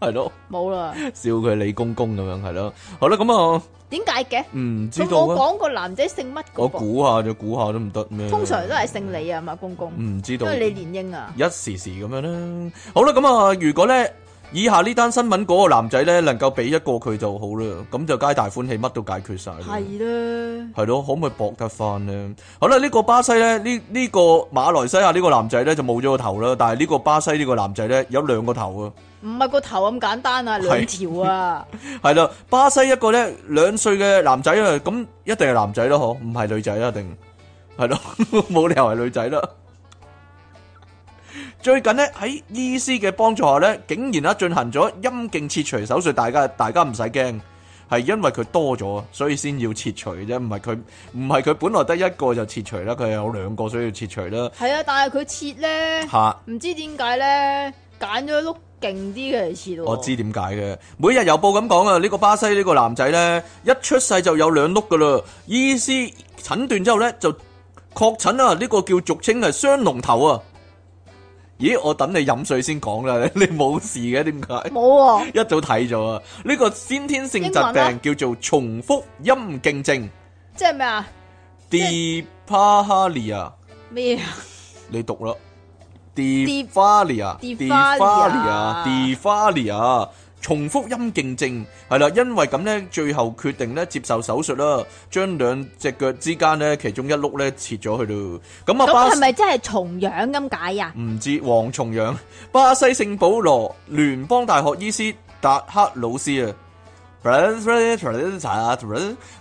A: 系咯，
B: 冇啦。
A: 笑佢李公公咁樣係咯。好啦，咁啊，
B: 點解嘅？
A: 唔知
B: 佢
A: 道
B: 冇
A: 啊，
B: 講個男仔姓乜
A: 我
B: 嗰個，
A: 估下就估下都唔得咩。嗯
B: 通常都係姓李啊嘛，公公，
A: 唔知
B: 因
A: 道。
B: 為你連英啊。
A: 一時時咁樣啦。好啦，咁啊，如果咧以下呢單新聞嗰個男仔咧能夠俾一個佢就好啦，咁就皆大歡喜，乜都解決晒啦。
B: 係啦，
A: 係咯，可唔可以搏得翻呢？好啦，呢、個巴西咧，呢呢、個馬來西亞呢個男仔咧就冇咗個頭啦，但係呢個巴西呢個男仔咧有兩個頭啊。
B: 唔係個頭咁簡單啊，兩條啊，
A: 係啦，巴西一個咧兩歲嘅男仔啊，咁一定係男仔咯，嗬，唔係女仔啊啦，一定係咯， <laughs> 冇理由係女仔啦。最近呢，喺醫師嘅幫助下咧，竟然啦進行咗陰莖切除手術，大家大家唔使驚，係因為佢多咗，所以先要切除啫，唔係佢唔係佢本來得一個就切除啦，佢有兩個所以要切除啦。
B: 係啊，但係佢切咧，
A: 吓、
B: 唔知點解咧，揀咗碌勁啲嘅嚟切喎。
A: 我知點解嘅。每日郵報咁講啊，呢、個巴西呢個男仔呢，一出世就有兩碌噶啦。醫師診斷之後呢，就確診啊，呢、個叫俗稱係雙龍頭啊。咦，我等你飲水先講啦， <laughs> 你冇事嘅點解？
B: 冇喎，
A: 一早睇咗啊！呢、個先天性疾
B: 英文啊
A: 病叫做重複陰莖症
B: 即係咩啊？
A: （Diphtheria），
B: 咩啊？
A: 你讀啦
B: Dip-
A: Diphtheria，Diphtheria，Diphtheria
B: Diphtheria。
A: Diphtheria，重複陰莖症係啦，因為咁咧，最後決定咧接受手術啦，將兩隻腳之間咧其中一碌咧切咗去咯。咁啊，巴
B: 咁係
A: 西
B: 咪真係重樣咁解啊？
A: 唔知蝗蟲樣，巴西聖保羅聯邦大學醫師達克老師啊，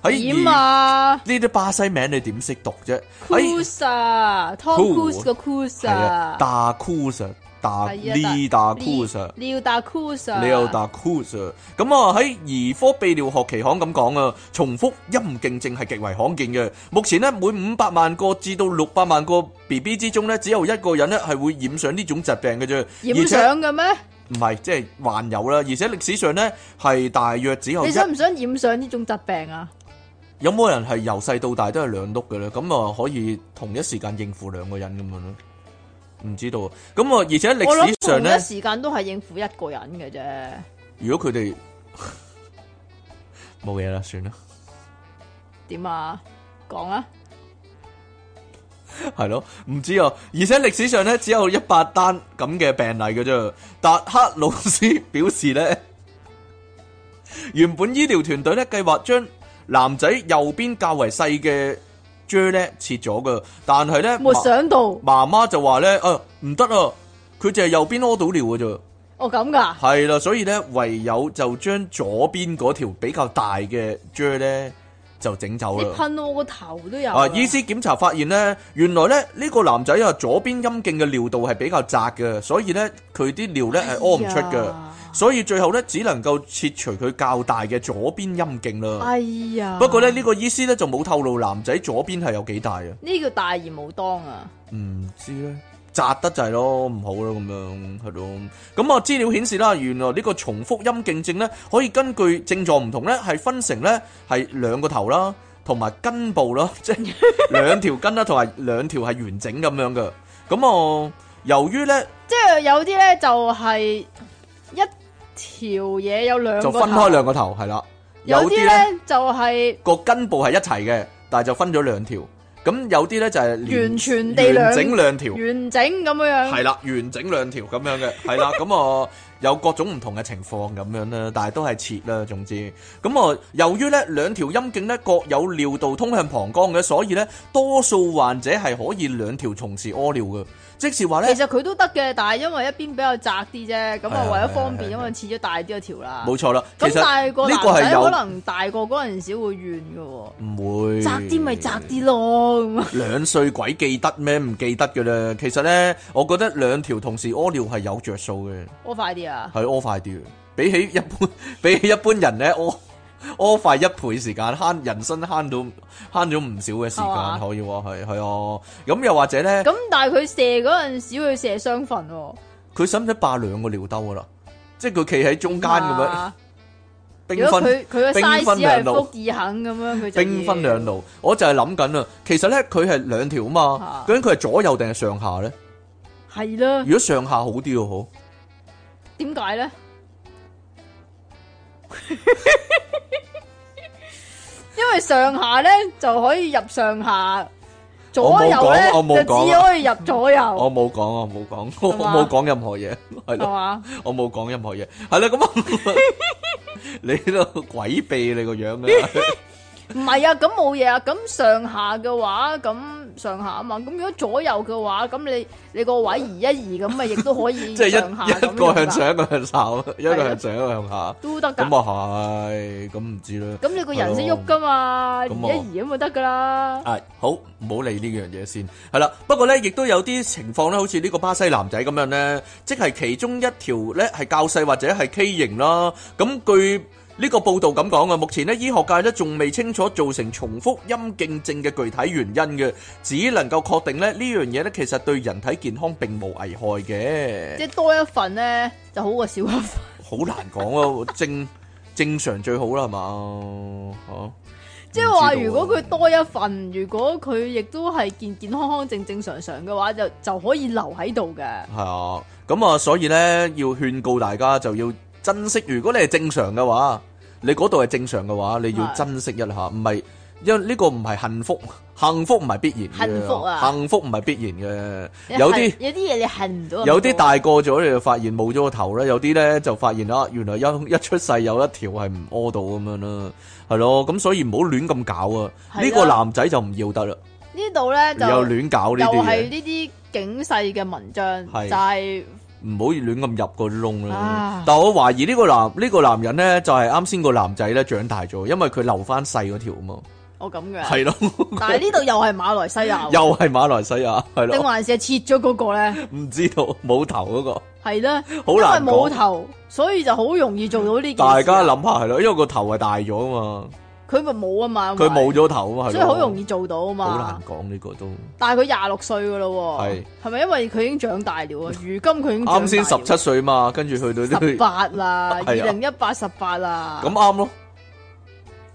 A: 喺
B: 點
A: 呢
B: 啊
A: 啲巴西名你點識讀啫？哎喺
B: ？Cruise 啊，Tom Cruise 個 Cruise
A: 係啊，
B: 啊，
A: 大 Cruz 啊，大
B: 係啊
A: Lee 大 Cruz 啊。
B: 你要打 Cruise 啊，
A: 你又達 Cruz 啊咁啊喺兒科泌尿學期刊咁講啊，重複陰莖症係極為罕見嘅。目前呢，每五百萬個至到六百萬個 B B 之中呢，只有一個人呢係會染上呢種疾病嘅啫。而且
B: 染上嘅咩？
A: 唔係即係患有啦，而且歷史上呢，係大約只有
B: 你
A: 一。
B: 想唔想染上呢種疾病啊？
A: 有冇人係由細到大都係兩碌嘅咧？咁啊可以同一時間應付兩個人咁樣咯？唔知道啊。咁啊，而且
B: 我
A: 歷
B: 諗
A: 史
B: 同
A: 上呢
B: 一。時間都係應付一個人嘅啫。
A: 如果佢哋 <laughs> 冇嘢啦，算啦，
B: 點啊？講啊！
A: 係咯，唔知啊。而且歷史上咧只有一百單咁嘅病例嘅啫。達克老師表示咧， <laughs> 原本醫療團隊咧計劃將男仔右邊較為細嘅啫咧切咗嘅，但係咧
B: 沒想到
A: 媽媽就話咧，啊唔得啊，佢就係右邊屙到尿嘅啫。
B: 哦咁噶，
A: 系啦，所以咧唯有就將左邊嗰條比較大嘅啫咧就整走
B: 你
A: 啦。
B: 噴到我個頭都有
A: 啊，醫師檢查發現咧，原來咧呢、個男仔啊左邊陰莖嘅尿道係比較窄嘅，所以咧佢啲尿
B: 哎
A: 咧係呃屙唔出嘅，所以最後咧只能夠切除佢較大嘅左邊陰莖啦。
B: 哎呀，
A: 不過咧呢、個醫師咧就冇透露男仔左邊係有幾大啊，
B: 呢叫大而無當啊！
A: 唔知咧。窄得滯咯，唔好咯，咁樣係咯。咁啊，資料顯示啦，原來呢個重複陰莖症咧，可以根據症狀唔同咧，係分成咧係兩個頭啦，同埋根部啦， <laughs> 即
B: <laughs>
A: 係兩條根啦，同埋兩條係完整咁樣嘅。咁啊，由於咧
B: 即係有啲咧就係一條嘢有兩
A: 就
B: 個
A: 分
B: 頭
A: 開，兩個頭，係啦。有
B: 有
A: 啲
B: 啲
A: 咧
B: 咧就係
A: 個根部係一齊嘅，但係就分咗兩條。咁有啲咧就係連
B: 完全地兩
A: 完整兩條。
B: 完整咁樣樣。
A: 系啦，完整兩條咁
B: <laughs>
A: 樣嘅，係啦，咁我有各種唔同嘅情況咁樣啦，但係都係切啦，總之，咁我由於咧兩條陰莖咧各有尿道通向膀胱嘅，所以咧多數患者係可以兩條同時屙尿嘅，即是話咧
B: 其實佢都得嘅，但係因為一邊比較窄啲啫，咁啊
A: 係啊
B: 為咗
A: 係啊
B: 方便，
A: 係啊
B: 因為切咗大啲一條啦。
A: 冇錯啦，其
B: 咁
A: 實
B: 但係個
A: 呢
B: 男
A: 個係
B: 仔可
A: 有嗯
B: 能大個嗰陣時會怨嘅喎，
A: 唔會
B: 窄啲咪窄啲咯咁
A: <laughs>
B: 啊！
A: 兩歲鬼記得咩？唔記得嘅啦。其實咧，我覺得兩條同時屙尿係有着數嘅。
B: 屙快啲啊！
A: 係屙快啲嘅，比起一般 <laughs> 比起一般人咧 <laughs> 屙屙快一倍時間，慳人生慳到慳咗唔少嘅時
B: 係嘛
A: 間，可以話係係啊。咁又或者咧，
B: 咁但係佢射嗰陣時，佢射雙份喎，
A: 佢使唔使霸兩個尿兜噶啦？即係佢企喺中間咁樣，
B: 啊如
A: 兵
B: 果
A: 分
B: 佢佢個
A: 兵
B: size
A: 分
B: 係
A: 兩路
B: 福爾肯咁樣，佢就
A: 兵分兩路。我就係諗緊啊，其實咧佢係兩條啊嘛
B: 啊，
A: 究竟佢係左右定係上下咧？
B: 要。係啦
A: 如，果上下好啲喎，好
B: <laughs> 點解咧？因为上下咧就可以入上下，
A: 我
B: 左
A: 冇
B: 右咧
A: 講我冇
B: 就
A: 講
B: 只
A: 啊
B: 可以入左右，
A: 我冇講，我冇講， <laughs> 我
B: 係嘛
A: 冇講任何嘢，係
B: 系
A: 咯。
B: 嘛？
A: 我冇講任何嘢，係啦，咁
B: <laughs>
A: 啊，你呢度鬼秘你個樣啊！
B: 唔系啊，咁冇嘢啊。咁上下嘅话，咁上下啊嘛。咁如果左右嘅话，咁你你个位移一移咁咪亦都可以
A: 即係一
B: 上下咁啊
A: 一個向
B: 樣㗎
A: 上，一個向下，一個向上，一個向下，
B: 都得噶。
A: 咁啊係，咁唔知啦。
B: 咁你个人先喐噶嘛，移
A: 咁我
B: 一移咁就得噶啦。
A: 啊，好，唔好理呢樣嘢先，係啦。不過咧，亦都有啲情況咧，好似呢個巴西男仔咁樣咧，即係其中一條咧係較細或者係畸形啦。咁據呢個報道咁講啊，目前咧醫學界咧仲未清楚造成重複陰莖症嘅具體原因嘅，只能夠確定咧呢樣嘢咧其實對人體健康並冇危害嘅
B: 即。系多一份咧就好過少一份。
A: 好難講啊，正正常最好啦，係嘛嚇？
B: 即係話
A: 唔知道啊
B: 如果佢多一份，如果佢亦都係健健康康、正正常常嘅話，就就可以留喺度嘅。
A: 系啊，咁啊，所以咧要勸告大家就要珍惜。如果你係正常嘅話，你嗰度係正常嘅話，你要
B: 係
A: 珍惜一下，唔係因為呢個唔係幸福， <laughs> 幸福唔係必然嘅，
B: 幸福啊
A: 幸福唔係必然嘅。
B: 你
A: 有
B: 恨
A: 啲
B: 有啲嘢你恨唔到，啊
A: 有啲大個咗，你就發現冇咗個頭啦；有啲咧就發現啊，原來一一出世有一條係唔屙到咁樣啦，係咯。咁所以唔好亂咁搞啊！
B: 係啊
A: 呢個男仔就唔要得啦，
B: 呢度咧就
A: 又亂搞呢
B: 又
A: 啲
B: 係
A: 嘢，
B: 呢啲警世嘅文章，就
A: 係
B: 係
A: 唔好亂咁入個窿啦。
B: 啊，
A: 但我懷疑呢個男呢、個男人咧，就係啱先個男仔咧長大咗，因為佢留翻細嗰條啊嘛，
B: 我咁嘅。
A: 係
B: <laughs>
A: 咯，
B: 但係呢度又係馬來西亞
A: <laughs>
B: 喎，
A: 又係馬來西亞，係
B: 哦定
A: 咯，
B: 還是係切咗嗰個咧？
A: 唔知道冇頭嗰、個，
B: 係啦，
A: 好
B: 因為
A: 難講。
B: 冇頭，所以就好容易做到呢件事啊。
A: 大家諗下係咯，因為個頭係大咗啊
B: 佢咪冇啊嘛，
A: 嘛，佢冇咗頭啊嘛，係咯
B: 所以好容易，做到啊嘛。
A: 好難講呢個都。
B: 但系佢廿六歲噶咯喎，
A: 係
B: 係咪因為佢已經長
A: <laughs>
B: 大了啊？如今佢已經
A: 啱先十
B: 長大
A: 七歲嘛，跟住去到
B: 了
A: 呢
B: 十八啦，
A: <laughs>
B: 二
A: 係啊
B: 零一八十八啦，
A: 咁啱咯，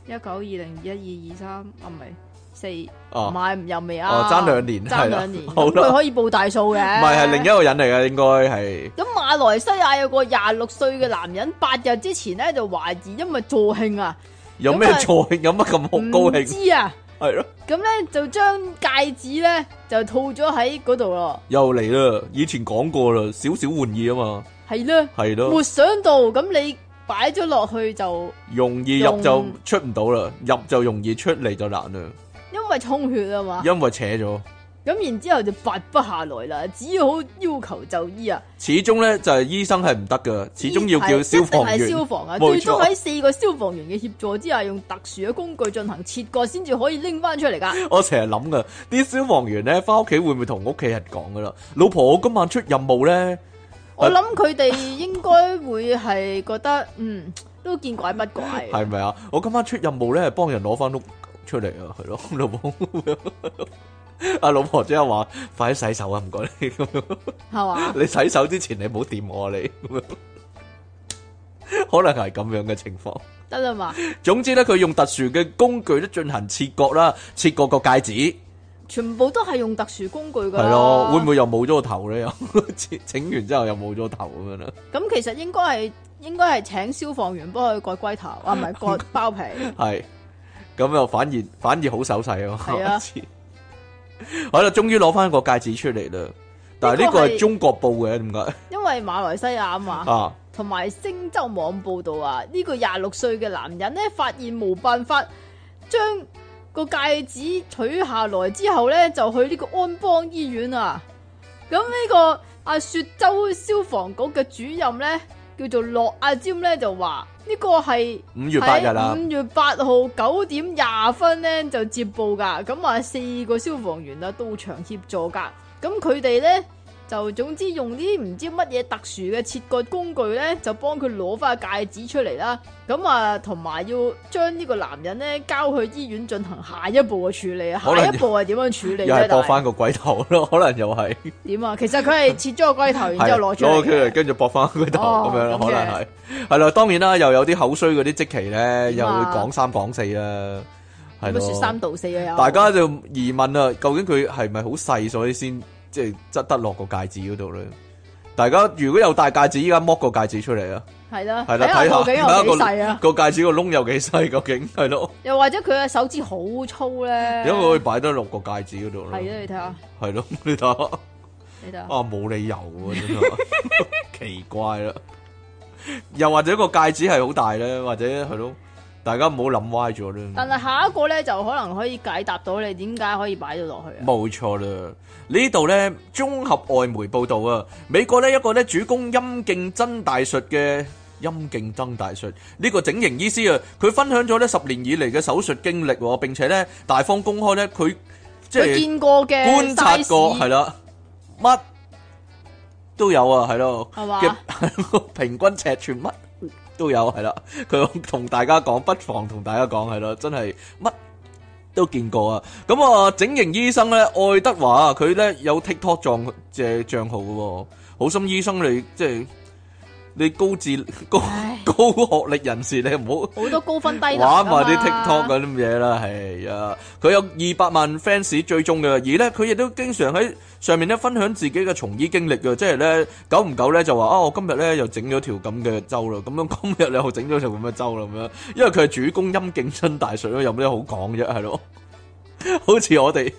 B: 一九二零二一二二三啊唔係四，唔
A: 啊
B: 係又未
A: 啊
B: 啊，
A: 爭兩年
B: 爭
A: 係啦
B: 兩年，，
A: 好
B: 咁佢
A: 啦，
B: 可以報大數嘅，
A: 唔係係另一個人嚟嘅應該係。
B: 咁馬來西亞有個廿六歲嘅男人，八日之前咧就懷疑因為助興啊，
A: 有咩錯？ <laughs> 有乜咁好
B: 唔
A: 高興？
B: 知啊，
A: 係咯。
B: 咁咧就將戒指咧就套咗喺嗰度咯，
A: 又嚟啦！以前講過啦，少少玩意啊嘛，
B: 係啦，
A: 係
B: 沒
A: 咯，
B: 想到咁你擺咗落去就。
A: 容易入就
B: 用
A: 出唔到啦，入就容易，出嚟就難啦，
B: 因為充血啊嘛，
A: 因為扯咗。
B: 咁然之后就拔不下來啦，只好要求就醫啊，
A: 始終咧就係醫生係唔得噶，始終要
B: 醫
A: 叫
B: 係
A: 消防
B: 一定係
A: 員
B: 消防啊，
A: 冇
B: 最
A: 錯
B: 終喺四個消防員嘅協助之下，用特殊嘅工具進行切割，先至可以拎翻出
A: <laughs>
B: 嚟噶。
A: <laughs> 我成日諗噶，啲消防員咧翻屋企會唔會同屋企人講噶啦？老婆，我今晚出任務咧，
B: 我諗佢哋應該會係覺得，嗯，都見怪不怪。
A: 係咪啊？我今晚出任務咧，幫人攞翻屋出嚟啊，係咯，老婆。 <laughs> 阿老婆即刻話：快啲洗手啊！唔該你咁樣。
B: 係
A: <laughs>
B: 嘛？
A: 你洗手之前你唔好掂我啊你咁樣，可能係咁樣嘅情況。
B: 得啦嘛，
A: 總之咧，佢用特殊嘅工具咧進行切割啦，切割個戒指
B: 全部都係用特殊工具噶。
A: 係咯，會唔？會又冇咗個頭咧？又 <laughs> 整整完之後又冇咗個頭咁樣啊啦，
B: 咁其實應該係應該係請消防員幫佢割龜頭，啊唔
A: <laughs>
B: 係割包皮，
A: 係咁又反而反而好手勢啊！
B: 係啊
A: 切好啦，終於攞翻個戒指出嚟啦，但係呢
B: 呢個
A: 個
B: 係
A: 係中國報嘅，點解
B: 因為馬來西亞啊嘛。
A: 啊？
B: 同埋星洲網報道啊，呢、個廿六歲嘅男人呢，發現冇辦法將個戒指取下來之後呢，就去呢個安邦醫院啊。咁呢、個阿雪州消防局嘅主任呢，叫做洛阿尖呢，就話呢個係
A: 五月八日啊
B: 喺，哎五月八號九點廿分呢就接報噶，咁啊四個消防員啊到場協助噶，咁佢哋呢，就總之用啲唔知乜嘢特殊嘅切割工具呢，就幫佢攞翻戒指出嚟啦，咁啊同埋要將呢個男人呢交去醫院進行下一步嘅處理，啊
A: 可能
B: 下一步係點樣處理
A: 又
B: 啫？
A: 係
B: 但
A: 播
B: 係
A: 翻個鬼頭咯， <laughs> 可能又係。
B: 點啊？其實佢係切咗個龜頭，然
A: 係啊
B: 之後攞出
A: 攞
B: 嚟
A: 出嚟，
B: 嘅，
A: 跟住駁翻佢頭
B: 哦
A: 咁樣咯，
B: 咁
A: 可
B: 嘅
A: 能係係啦。當然啦，又有啲口衰嗰啲即期咧，又會
B: 啊
A: 講三講四啦，係
B: 咁啊説三
A: 咯。
B: 道四啊！又
A: 大家就疑問啦，究竟佢係咪好細所以先即係執得落個戒指嗰度咧？大家如果有戴戒指，依家剝個戒指出嚟啊，
B: 系啦，
A: 係啦，
B: 睇下
A: 睇下
B: 究竟有幾細啊？
A: 個戒指個窿有幾細，究竟係咯，
B: 又或者佢嘅手指好粗咧？
A: 因為可以擺得落個戒指嗰度咯，
B: 係啊，你睇下，
A: 係咯，你睇下。
B: 你睇下，
A: 啊，冇理由喎，真係 <laughs> 奇怪啦。又或者個戒指係好大咧，或者係咯，大家唔好諗歪咗
B: 但
A: 啦。
B: 係下一個咧就可能可以解答到你點解可以擺到落去啊？
A: 冇錯啦，呢度呢，綜合外媒報導啊，美國呢一個呢主攻陰莖增大術嘅陰莖增大術呢、個整形醫師啊，佢分享咗呢十年以嚟嘅手術經歷喎，並且呢大方公開呢，佢即係
B: 佢。見過嘅
A: 觀察過
B: size
A: 係啦，乜都有啊，係咯，
B: 係嘛
A: 嘅 <laughs> 平均尺寸乜都有係啦。佢同大家講，不妨同大家講係咯，真係乜。都見過啊！咁啊，整形醫生咧，愛德華啊佢咧有 TikTok 帳嘅帳號嘅喎，好心醫生你即係你高智高
B: 唉
A: 高學歷人士，你唔好。
B: 好多高分低能
A: 玩埋啲
B: 㗎
A: TikTok 嗰啲嘢啦，係啊，佢有二百萬 fans 追蹤嘅，而咧佢亦都經常喺上面咧分享自己嘅從醫經歷嘅，即係咧久唔久咧就話啊，我今日咧又整咗條咁嘅周啦，咁樣今日又整咗條咁嘅周啦，咁樣，因為佢係主攻陰莖春大水咯，有咩好講啫，係咯， <laughs> 好似我哋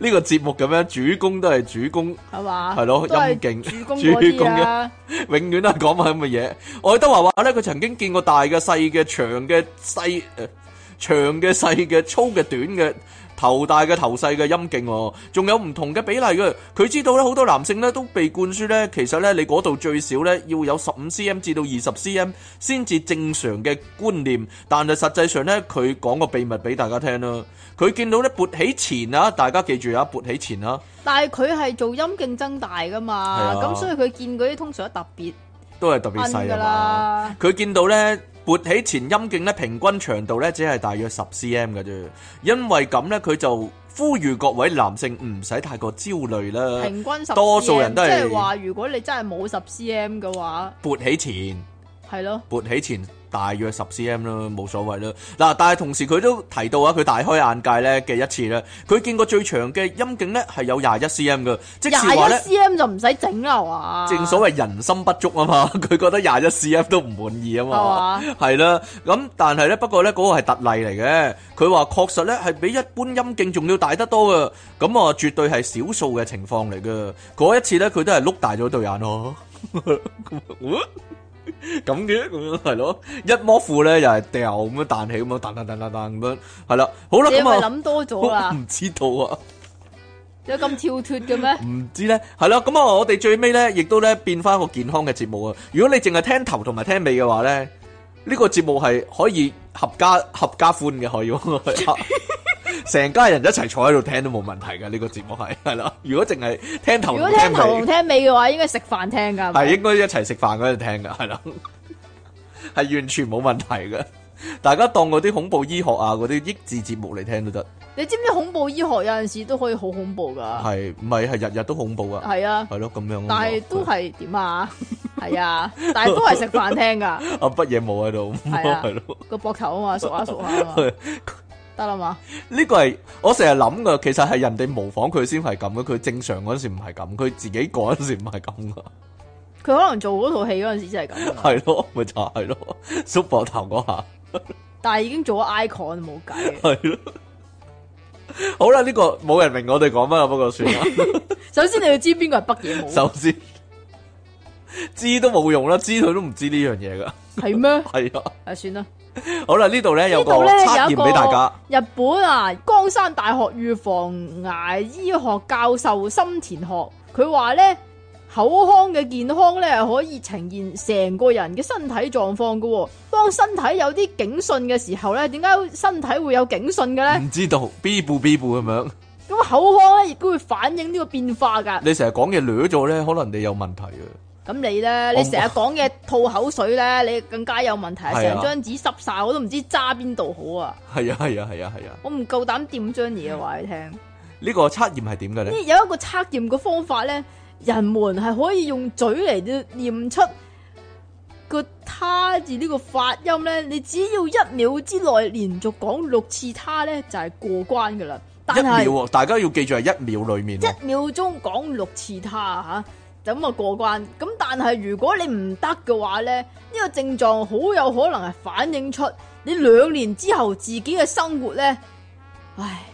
A: 呢個節目咁樣，主攻都係主攻。
B: 係嘛？
A: 係咯
B: 啊都係
A: 陰莖
B: 主
A: <laughs>
B: 攻嗰
A: 主攻
B: 啲啊，
A: 永遠都係講埋咁嘅嘢。愛德華話咧，佢曾經見過大嘅、細嘅、長嘅、細誒、呃、長嘅、細嘅、粗嘅、短嘅。頭大嘅頭細嘅陰莖喎，仲有唔同嘅比例嘅。佢知道咧，好多男性咧都被灌輸咧，其實咧你嗰度最少咧要有十五 cm 至到二十 cm 先至正常嘅觀念，但係實際上咧，佢講個秘密俾大家聽啦。佢見到咧勃起前啊，大家記住啊，勃起前啊，
B: 但係佢係做陰競爭大㗎嘛，
A: 係啊
B: 咁所以佢見嗰啲通常都特別
A: 都係特別
B: 奀
A: 細
B: 㗎
A: 啊嘛。
B: 啦。
A: 佢見到咧勃起前陰莖咧平均長度咧只係大約十 cm 嘅啫，因為咁咧佢就呼籲各位男性唔使太過焦慮啦。
B: 平均十
A: 多數人都係
B: 即係話，如果你真係冇十 cm 嘅話，
A: 勃起前，
B: 係咯，
A: 勃起前大約十 cm 啦，冇所謂啦。嗱，但係同時佢都提到啊，佢大開眼界咧嘅一次咧，佢見過最長嘅陰莖咧係有廿一 cm 嘅，即
B: 廿
A: 是
B: 一
A: 話咧。
B: cm 就唔使整啦，係嘛？
A: 正所謂人心不足啊嘛， <laughs> 佢覺得廿一 cm 都唔滿意啊嘛。
B: 係嘛？
A: <laughs> 係啦，咁但係咧，不過咧嗰個係特例嚟嘅。佢話確實咧係比一般陰莖仲要大得多嘅，咁啊絕對係少數嘅情況嚟嘅。嗰一次咧，佢都係碌大咗對眼咯， <laughs> 咁嘅咁樣係咯，一摸褲咧又係掉咁樣彈起咁樣彈彈彈彈彈咁樣，係啦，好啦
B: 你係咪
A: 咁啊，
B: 諗多
A: <laughs>
B: 咗啦？
A: 唔知道啊。
B: <laughs> 有咁跳脱
A: <laughs>
B: 嘅咩？
A: 唔知咧，係啦，咁啊，我哋最尾咧，亦都咧變翻個健康嘅節目啊！如果你淨係聽頭同埋聽尾嘅話咧，呢、個節目係可以合家合家歡嘅，可以喎 <laughs> 成家人一齊坐喺度聽都冇問題嘅。呢、個節目係係啦，如果淨係聽頭
B: 如
A: 同
B: 果聽
A: 聽
B: 頭同
A: 尾，
B: 聽尾嘅話，應該食飯聽㗎。係咪
A: 係應該一齊食飯嗰陣聽嘅，係啦，係完全冇問題嘅。大家當嗰啲恐怖醫學啊，嗰啲益智節目嚟聽都得，
B: 你知唔知恐怖醫學有陣時都可以好恐怖㗎？
A: 係唔係係日日都恐怖啊？
B: 係啊，
A: 係咯，咁樣啊嘛。
B: 但係都係點啊？ <laughs> 係啊，但係都係食飯聽㗎，
A: 啊，乜嘢冇喺度，
B: 係啊
A: 係咯。
B: 個膊頭啊嘛，熟下熟下啊
A: <laughs>
B: 嘛，得啦嘛。
A: 呢個係我成日諗噶，其實係人哋模仿佢先係咁嘅，佢正常嗰陣時唔係咁，佢自己嗰陣時唔係咁噶，
B: 佢可能做嗰套戲嗰陣時真係啊咁㗎，
A: 係咯，咪就係咯，縮膊頭嗰下，
B: 但係已經做咗 icon 冇計。
A: 係咯。好啦，呢、個冇人明我哋講乜啊，不過算啦。
B: <laughs> 首先你要知邊個係北野武，
A: 首先知都冇用啦，知佢都唔知呢樣嘢噶，
B: 係咩？
A: 係啊。
B: 啊，算啦。
A: 好啦，呢度咧有
B: 呢
A: 個
B: 度咧
A: 測
B: 有一
A: 驗俾大家，
B: 個日本啊，江山大學預防牙醫學教授森田學，佢話咧口腔嘅健康咧係可以呈現成個人嘅身體狀況噶、喎。當身體有啲警訊嘅時候咧，點解身體會有警訊嘅咧？
A: 唔知道 B 步 B 步咁樣，
B: 咁口腔咧亦都會反映呢個變化噶。
A: 你成日講嘢捋咗咧，可能你有問題啊。
B: 咁你咧，你成日講嘅吐口水咧，你更加有問題，成
A: 係啊
B: 張紙濕晒，我都唔知揸邊度好啊！
A: 係啊係啊係啊係啊，
B: 我唔夠膽掂張嘢啊話你聽。
A: 呢、個測驗係點嘅咧？
B: 呢有一個測驗嘅方法咧，人們係可以用嘴嚟到念出個他字呢個發音咧，你只要一秒之內連續講六次他咧，就係、過關噶啦。但
A: 一秒啊
B: 係啊
A: 喎，大家要記住係一秒裏面喎。
B: 一秒鐘講六次他吓，就咁啊過關。咁但係如果你唔得嘅話咧，呢、呢個症狀好有可能係反映出你兩年之後自己嘅生活咧，唉，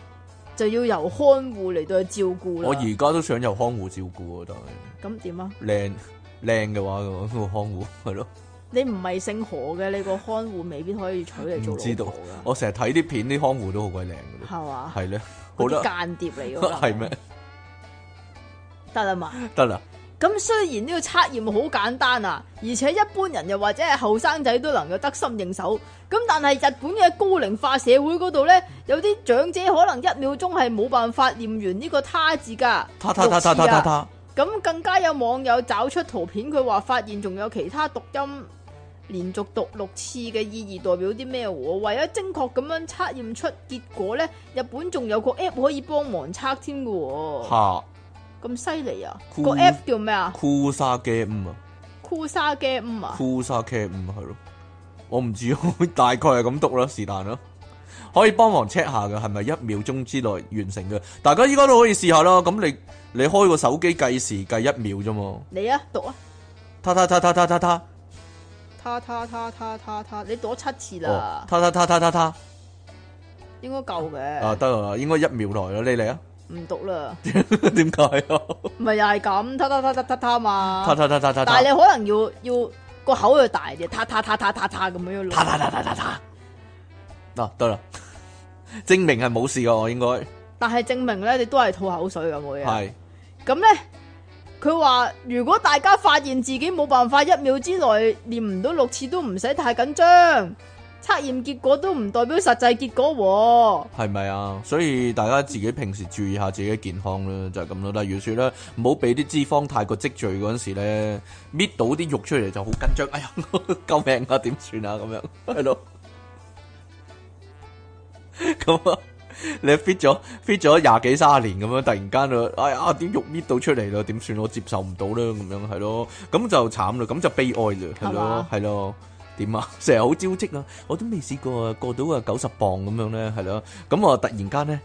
B: 就要由看護嚟到去照顧啦。
A: 我而家都想有看護照顧啊，但
B: 咁點啊？
A: 係靚靚嘅話，咁個看護 <laughs> 係咯。
B: 你唔係姓何嘅，你個看護未必可以娶嚟做
A: 唔知
B: 老
A: 道
B: 婆
A: 我成日睇啲片，啲看護都好鬼靚嘅
B: 㗎，係嘛？
A: 係咧。好
B: 嗰
A: 啦，
B: 啲間諜嚟㗎，
A: <laughs> 係咩？
B: 得啦嘛。
A: 得
B: <laughs>
A: 啦，
B: 咁雖然呢個測驗好簡單啊，而且一般人又或者係後生仔都能夠得心應手。咁但係日本嘅高齡化社會嗰度呢，有啲長者可能一秒鐘係冇辦法念完呢個他字噶，
A: 他他他他他
B: 六
A: 他
B: 次啊
A: 他，
B: 咁更加有網友找出圖片，佢話發現仲有其他讀音連續讀六次嘅意義代表啲咩喎？為咗精確咁樣測驗出結果呢，日本仲有個 app 可以幫忙測添嘅喎，
A: 下
B: 咁犀利啊！
A: 酷
B: 個 app 叫咩啊？
A: 酷沙嘅五啊。
B: 酷沙嘅五啊！
A: 酷沙 K 五係咯，我唔知，大概係咁讀啦，是但啦。可以幫忙 check 下嘅係咪一秒鐘之內完成嘅？大家依家都可以試下啦。咁你你開個手機計時計一秒啫嘛。
B: 你啊，讀啊，
A: 他他他他他他他，
B: 他他他他他他，你讀咗七次
A: 哦
B: 啦，，
A: 他他他他他他，
B: 應該夠
A: 啊
B: 嘅，
A: 得啦，應該一秒內啦。你嚟啊？
B: 唔讀啦，
A: <laughs> 點解啊？
B: 唔係又係咁，他他他他他他嘛
A: 他，他他他他他
B: 但係
A: 他
B: 你可能要要個口要大啲，他他他他他他咁樣要
A: 他
B: 錄，
A: 他他他他，嗱得啦，證明係冇事嘅，我應該
B: 但係證明咧你都係吐口水嘅冇嘢。
A: 係
B: 咁咧，佢話如果大家發現自己冇辦法一秒之內念唔到六次，都唔使太緊張。測驗結果都唔代表實際結果
A: 係咪啊？所以大家自己平時注意下自己健康啦，就係咁咯。例如説咧，唔好俾啲脂肪太過積聚嗰陣時咧，搣到啲肉出嚟就好緊張。哎呀， <laughs> 救命啊！點算啊？咁樣係咯。咁啊，你 fit 咗 fit 咗廿幾三十年咁樣，突然間就哎呀啲肉搣到出嚟啦，點算？我接受唔到啦，咁樣係咯，咁就慘啦，咁就悲哀啦，係咯
B: 係嘛，
A: 係咯。點啊？成日好招積啊！我都未試過啊，過到啊九十磅咁樣咧，係咯。咁啊，突然間咧，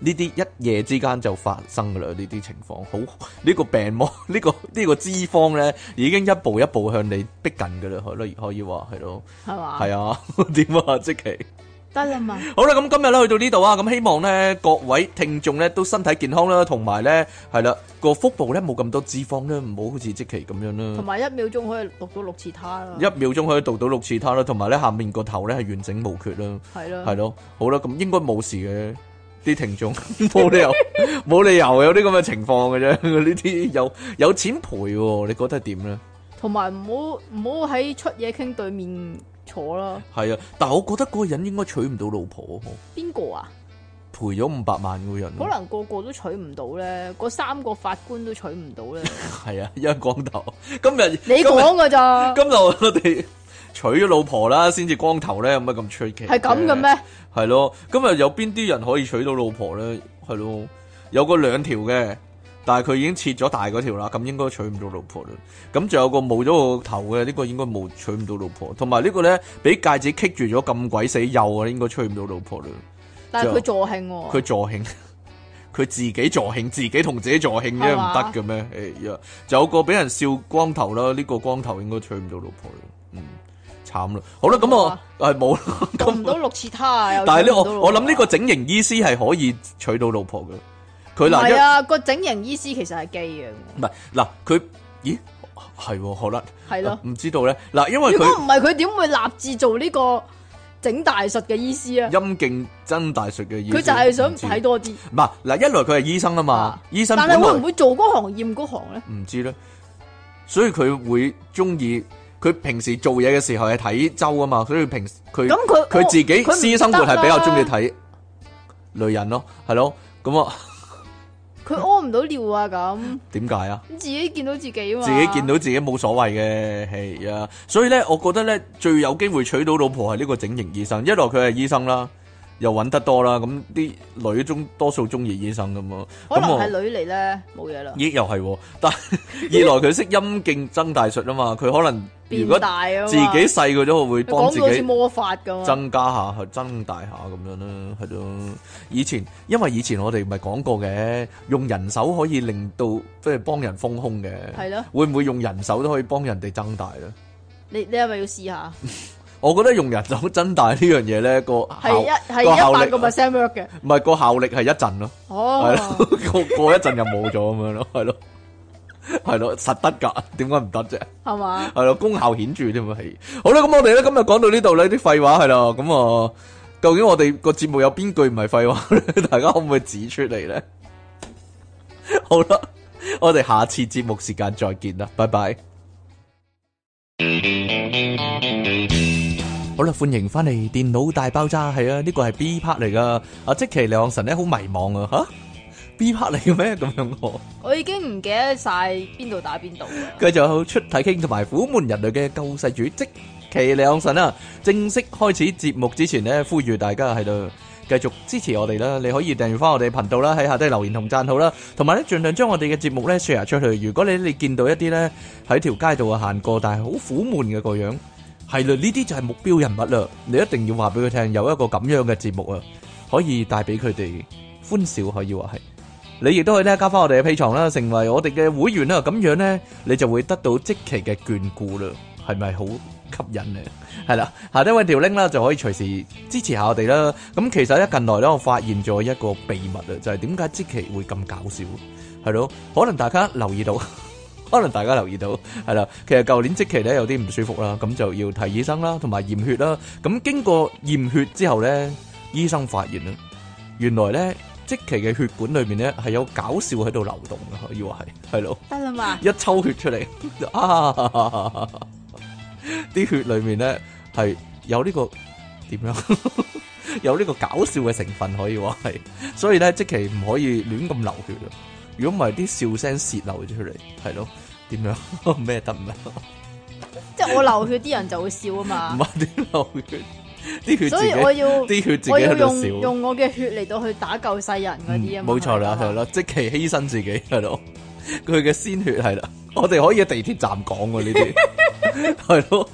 A: 呢啲一夜之間就發生噶啦，呢啲情況好呢個病魔， <laughs> 呢個呢個脂肪咧，已經一步一步向你逼近噶啦，可以可以話係咯，
B: 喎，係嘛？
A: 係啊， <laughs> 點啊，即奇。
B: 得啦嘛。
A: 好啦，咁今日咧去到呢度啊，咁希望咧各位聽眾咧都身體健康啦，同埋咧係啦個腹部咧冇咁多脂肪啦，唔好好似即期咁樣
B: 同
A: 啦，
B: 埋一秒鐘可以讀到六次他啦，
A: 一秒鐘可以度到六次他啦，同埋咧下面個頭咧係完整無缺啦，
B: 係
A: 係
B: 啦，
A: 咯，好啦，咁應該冇事嘅。啲聽眾 <laughs> 冇理由冇理由有啲咁嘅情況嘅啫， <laughs> 呢啲有有錢賠喎，你覺得點咧？
B: 同埋唔好唔好喺出嘢傾對面坐啦。
A: 係啊，但係我覺得嗰個人應該娶唔到老婆，
B: 邊個啊？
A: 賠咗五百萬嗰個人，
B: 可能個個都娶唔到咧，嗰三個法官都娶唔到
A: <laughs>
B: 咧。
A: 係啊，一光頭。今日
B: 你
A: 今日
B: 講噶咋？
A: 今日我哋 <laughs> 娶咗老婆啦，先至光頭咧，有乜咁出奇？
B: 係咁嘅？咩？
A: 係啊咯，今日有邊啲人可以娶到老婆咧？係咯，有個兩條嘅，但係佢已經切咗大嗰條啦，咁應該娶唔到老婆啦。咁仲有個冇咗個頭嘅，呢、個應該冇娶唔到老婆。同埋呢個咧，俾戒指棘住咗咁鬼死幼啊，應該娶唔到老婆啦。
B: 但係佢助興喎，
A: 佢助興， <laughs> 佢自己助興，自己同自己助興啫，
B: 係
A: 唔
B: 嘛
A: 得嘅咩？哎呀，就有個俾人笑光頭啦，呢、個光頭應該娶唔到老婆啦，嗯，慘啦。好啦，咁
B: 啊
A: 我係冇啦。
B: 讀唔到六次他啊！又
A: 但係呢，
B: 娶唔
A: 我
B: 到老婆
A: 我諗呢個整形醫師係可以娶到老婆嘅。佢
B: 唔
A: 嗱
B: 係
A: 一
B: 啊，個整形醫師其實係基嘅，
A: 唔係嗱佢，咦係喎可能
B: 係咯。
A: 唔知道咧嗱，啊因為
B: 如果
A: 佢
B: 唔係佢點會立志做呢個整大術嘅醫師啊？
A: 陰莖增大術嘅醫師，
B: 佢就係想
A: 唔知
B: 睇多啲，
A: 唔係嗱，一來佢係醫生啊嘛
B: 啊，
A: 醫生
B: 但
A: 本
B: 係
A: 來
B: 會唔。會做嗰行厭嗰行咧？
A: 唔知咧，所以佢會中意佢平時做嘢嘅時候係睇周啊嘛，所以平時佢
B: 咁佢
A: 佢自
B: 佢唔
A: 己私生活係比較中意
B: 得啦
A: 睇女人咯，係咯，咁啊
B: 佢屙唔到尿啊咁，
A: 點解啊？
B: 自己見到自己啊嘛，
A: 自己見到自己冇所謂嘅，係啊，所以咧，我覺得咧最有機會娶到老婆係呢個整形醫生，一來佢係醫生啦，又揾得多啦，咁啲女中多數中意醫生咁咯，
B: 可能
A: 咁我
B: 係女嚟咧，冇嘢啦。
A: <laughs> 咦，又係喎，但二來佢識陰莖增大術啊嘛，佢可能如
B: <laughs> 變
A: 果
B: 大啊嘛，
A: 自己細個咗，我會
B: 你
A: 幫
B: 講
A: 自
B: 到好似
A: 己
B: 魔法咁啊，
A: 增加下，係增大下咁樣啦，係咯。以前因為以前我哋咪講過嘅，用人手可以令到即係幫人豐胸嘅，
B: 係咯，
A: 會唔會用人手都可以幫人哋增大咧？
B: 你你係咪要試下？
A: 我覺得用人手 <laughs> 增大呢樣嘢咧，個效
B: 係一係
A: 個效
B: 一
A: 力
B: 百個 percent work 嘅，
A: 唔係個效力係一陣咯。
B: 哦
A: 系，咯， <laughs> 过过一陣又冇咗咁樣咯，係咯，係咯，實得㗎，點解唔得啫？
B: 係嘛？
A: 係咯，功效顯著添啊，係。好啦，咁我哋咧今日講到呢度呢啲廢話係啦，咁啊，究竟我哋個節目有邊句唔係廢話咧？ <laughs> 大家可唔可以指出嚟咧？ <laughs> 好啦，我哋下次節目時間再見啦，拜拜。好啦，歡迎翻嚟《電腦大爆炸》，係啊，呢個係 B part 嚟噶。阿即其兩神咧好迷茫啊，吓 B part 嚟嘅咩？咁樣我。
B: 我已經唔記得晒邊度打邊度啦。
A: 佢就有出體傾同埋虎門人類嘅救世主即其兩神啦。正式開始節目之前呢，呼籲大家喺度繼續支持我哋啦。你可以訂閱翻我哋頻道啦，喺下低留言同讚好啦，同埋咧盡量將我哋嘅節目咧 share 出去。如果你你見到一啲咧喺條街度啊行過，但係好苦悶嘅個樣，係啦，呢啲就係目標人物啦。你一定要話俾佢聽，有一個咁樣嘅節目啊，可以帶俾佢哋歡笑，可以話係。你亦都可以咧加翻我哋嘅 P 床啦，成為我哋嘅會員啦，咁樣咧你就會得到即期嘅眷顧啦，係咪好吸引呢？係啦，下低揾條 link 啦，就可以隨時支持下我哋啦。咁其實咧近來咧，我發現咗一個秘密啊，就係點解即期會咁搞笑？係咯，可能大家留意到， <laughs> 可能大家留意到係啦。其實舊年即期咧有啲唔舒服啦，咁就要睇醫生啦，同埋驗血啦。咁經過驗血之後咧，醫生發現啦，原來咧。即期嘅血管裏面咧係有搞笑喺度流動嘅，可以話係係咯。
B: 得啦嘛，
A: 一抽血出嚟， <laughs> 啊！啲血裏面咧係有呢、個點樣？ <laughs> 有呢個搞笑嘅成分可以話係，所以咧即期唔可以亂咁流血啊！如果唔係啲笑聲泄漏咗出嚟，係咯？點樣 <laughs> 咩得唔得？
B: 即係我流血啲人就會笑啊
A: 唔
B: 嘛，
A: 係啲流血，啲血自
B: 所以我
A: 己
B: 要
A: 啲血自己
B: 我要
A: 喺
B: 用
A: 度笑。
B: 用我嘅血嚟到去打救世人嗰啲
A: 嗯
B: 啊嘛，
A: 冇錯啦，係
B: 係嘛，
A: 啦，即期犧牲自己係咯， <laughs> 佢嘅鮮血係啦，我哋可以喺地鐵站講喎呢啲，
B: <laughs>
A: 係咯，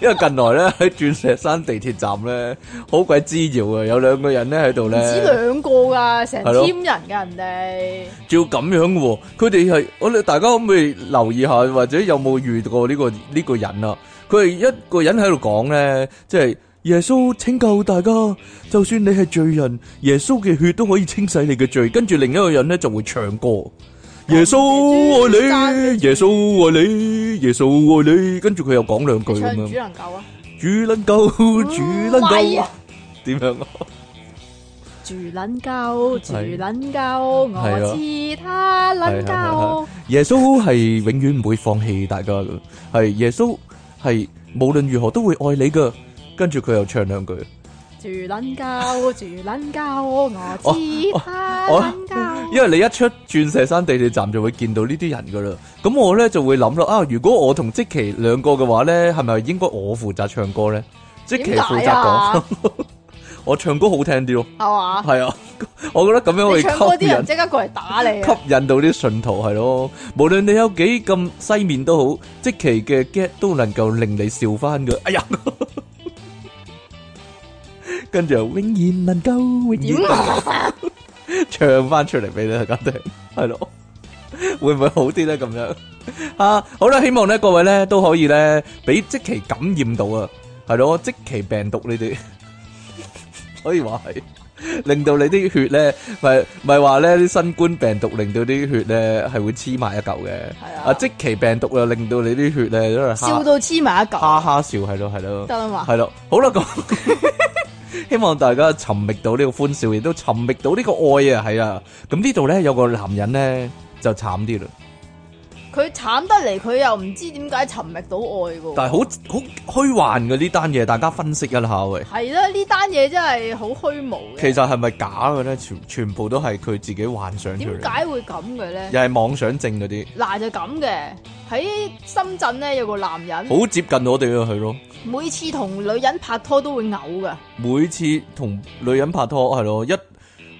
A: 因為近來咧喺鑽石山地鐵站咧好鬼滋擾啊，有兩個人咧喺度
B: 唔止
A: 咧，
B: 兩個㗎，成
A: 係咯
B: team 人㗎人哋。
A: 照咁樣喎，佢哋係我哋大家可唔可以留意下，或者有冇遇過呢、個呢、個人啊？佢係一個人喺度講咧，即係。耶穌拯救大家，就算你係罪人，耶穌嘅血都可以清洗你嘅罪。跟住另一個人咧就會唱歌。耶穌愛你，耶穌愛你，耶穌愛你，跟住佢又講兩句咁
B: 唱主
A: 樣，
B: 能夠啊，
A: 主能救，主能
B: 喂
A: 救
B: 啊，
A: 點樣啊？
B: 住撚鳩，住
A: 係啊
B: 撚鳩，我知他撚鳩，
A: 耶穌係永遠唔會放棄大家嘅，係耶穌係無論如何都會愛你嘅。跟住佢又唱兩句，
B: 住撚鳩，住撚鳩，我知他
A: 我
B: 撚鳩。
A: 哦因為你一出鑽石山地鐵站就會見到呢啲人噶啦。咁我咧就會諗啦，啊，如果我同即奇兩個嘅話咧，係咪應該我負責唱歌咧？即奇
B: 點
A: 負責
B: 解
A: 講 <laughs>
B: 啊，？
A: 我唱歌好聽啲咯。
B: 係嘛？
A: 系啊， <laughs> 我覺得咁樣
B: 你唱歌
A: 會吸
B: 啲
A: 引
B: 人即刻過嚟打你啊！
A: 吸引到啲信徒係咯。無論你有幾咁西面都好，即其嘅 get 都能夠令你笑翻嘅。哎呀， <laughs> 跟住又永遠能夠永遠能夠 <laughs> 唱翻出嚟俾你大家聽，係咯。會唔會好啲咧？咁樣 <laughs> 啊，好啦，希望咧各位咧都可以咧俾即期感染到啊，係咯，即期病毒呢啲， <laughs> 可以話係令到你啲血咧，咪咪話咧啲新冠病毒令到啲血咧係會黐埋一嚿
B: 係
A: 嘅，
B: 啊
A: 啊即期病毒啊令到你啲血咧都係
B: 笑
A: 哈
B: 到黐埋一
A: 哈
B: 嚿，
A: 哈笑，係咯係咯。
B: 得啦嘛
A: 系。咯，好啦，咁 <laughs> 希望大家尋觅到呢個歡笑，亦都尋觅到呢個愛啊，係啊。咁呢度咧有個男人咧就慘啲啦，
B: 佢慘得嚟，佢又唔知點解尋覓到愛
A: 但係好好虛幻嘅呢單嘢，大家分析一下喂。
B: 嘅喎。係啦，呢單嘢真係好虛無
A: 其實
B: 嘅。
A: 係咪假嘅咧？全全部都係佢自己幻想出
B: 點
A: 嚟，
B: 解會咁嘅咧？
A: 又係妄想症嗰啲，
B: 嗱就咁嘅，喺深圳咧有個男人，
A: 好接近我哋啊，係咯。
B: 每次同女人拍拖都會嘔噶，
A: 每次同女人拍拖係咯，一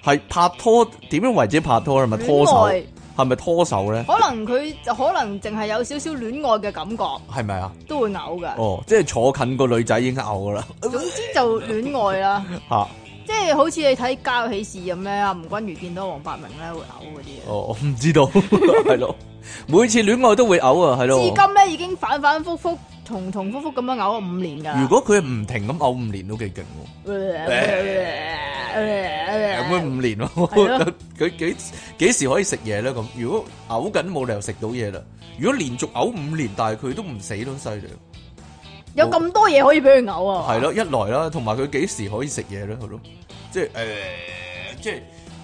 A: 係拍拖點樣為之拍拖係咪拖手？
B: 戀愛
A: 係咪拖手咧？
B: 可能佢就可能淨係有少少戀愛嘅感覺，
A: 係咪啊？
B: 都會嘔噶。
A: 哦，即係坐近個女仔已經咬噶
B: <laughs>
A: 啦，
B: 總之就戀愛啦，
A: 吓、
B: 即係好似你睇《家有喜事》咁咧，阿吳君如見到黃百鳴咧會嘔嗰啲啊。
A: 哦，我唔知道， <laughs> 係咯，每次戀愛都會嘔啊，係咯。
B: 至今咧已經反反覆覆、重重複複咁樣嘔咗五年噶啦。
A: 如果佢唔停咁嘔五年都幾勁喎。咁五年
B: 咁啊係
A: 咯
B: 咯，
A: <laughs> 佢幾幾時可以食嘢咧？咁如果嘔緊冇理由食到嘢啦。如果連續嘔五年，但係佢都唔死都犀利。
B: 有咁多嘢可以俾佢嘔啊！
A: 係，咯，一來啦，同埋佢幾時可以食嘢咧？係咯，即係誒、即係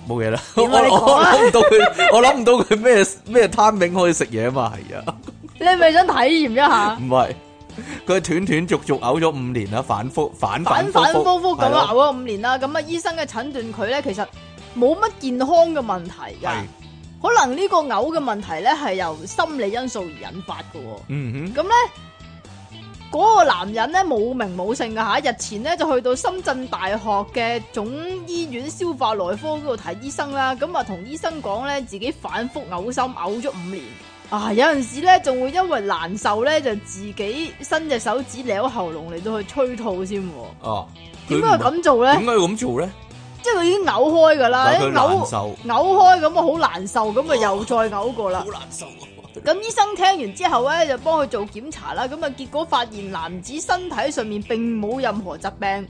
A: 冇嘢啦。我
B: 點啊你
A: 我
B: 講
A: 我
B: 啊
A: 諗唔到佢， <laughs> 我諗唔到佢咩咩 timing 可以食嘢啊嘛，係啊，
B: 你係咪想體驗一下
A: 唔係佢斷斷續續嘔咗五年啦，反覆反
B: 反
A: 反
B: 反
A: 覆
B: 覆覆咁
A: 係
B: 樣嘔
A: 咯
B: 咗五年啦？咁啊，醫生嘅診斷佢咧其實冇乜健康嘅問題㗎
A: 係，
B: 可能呢個嘔嘅問題咧係由心理因素而引發嘅喎。
A: 嗯
B: 咁咧，嗰、個男人咧冇名冇姓嘅嚇，日前咧就去到深圳大學嘅總醫院消化內科嗰度睇醫生啦。咁啊，同醫生講咧自己反覆嘔心嘔咗五年。啊，有陣時咧仲會因為難受咧，就自己伸隻手指撩喉嚨嚟到去催吐先喎。
A: 哼，哦、
B: 點
A: 佢
B: 解會
A: 唔
B: 咁做咧
A: 點？解要咁做咧？
B: 即係佢已經嘔開㗎啦，
A: 但係佢
B: 一
A: 難
B: 嘔
A: 受，
B: 嘔開咁啊，好難受，咁啊又再嘔過啦
A: 好。難受啊。
B: 咁醫生聽完之後咧，就幫佢做檢查啦。咁啊，結果發現男子身體上面並冇任何疾病，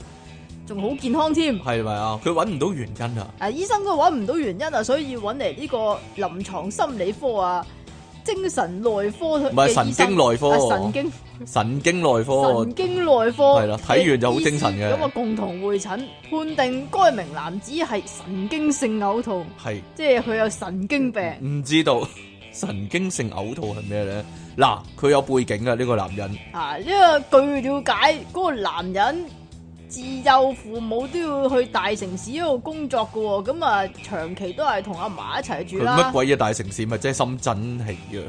B: 仲好健康添。
A: 係咪啊？佢揾唔到原因啊！
B: 啊，醫生都揾唔到原因啊，所以要揾嚟呢個臨床心理科啊、精神內科
A: 唔係
B: 嘅
A: 神
B: 醫
A: 經
B: 生。
A: 內
B: 啊
A: 科，
B: 神經
A: 神經內科
B: 神經內科
A: 係啦睇完就好精神嘅
B: 嘅醫師咁啊，共同會診判定該名男子係神經性嘔吐，
A: 係
B: 即係佢有神經病。
A: 唔知道 <laughs> 神經性嘔吐係咩咧？嗱，佢有背景啊，呢個男人
B: 啊，因為據了解，嗰、個男人自幼父母都要去大城市嗰度工作噶喎、咁啊長期都係同阿嫲一齊住
A: 佢乜
B: 啦。
A: 鬼嘢大城市咪即係深圳係啊？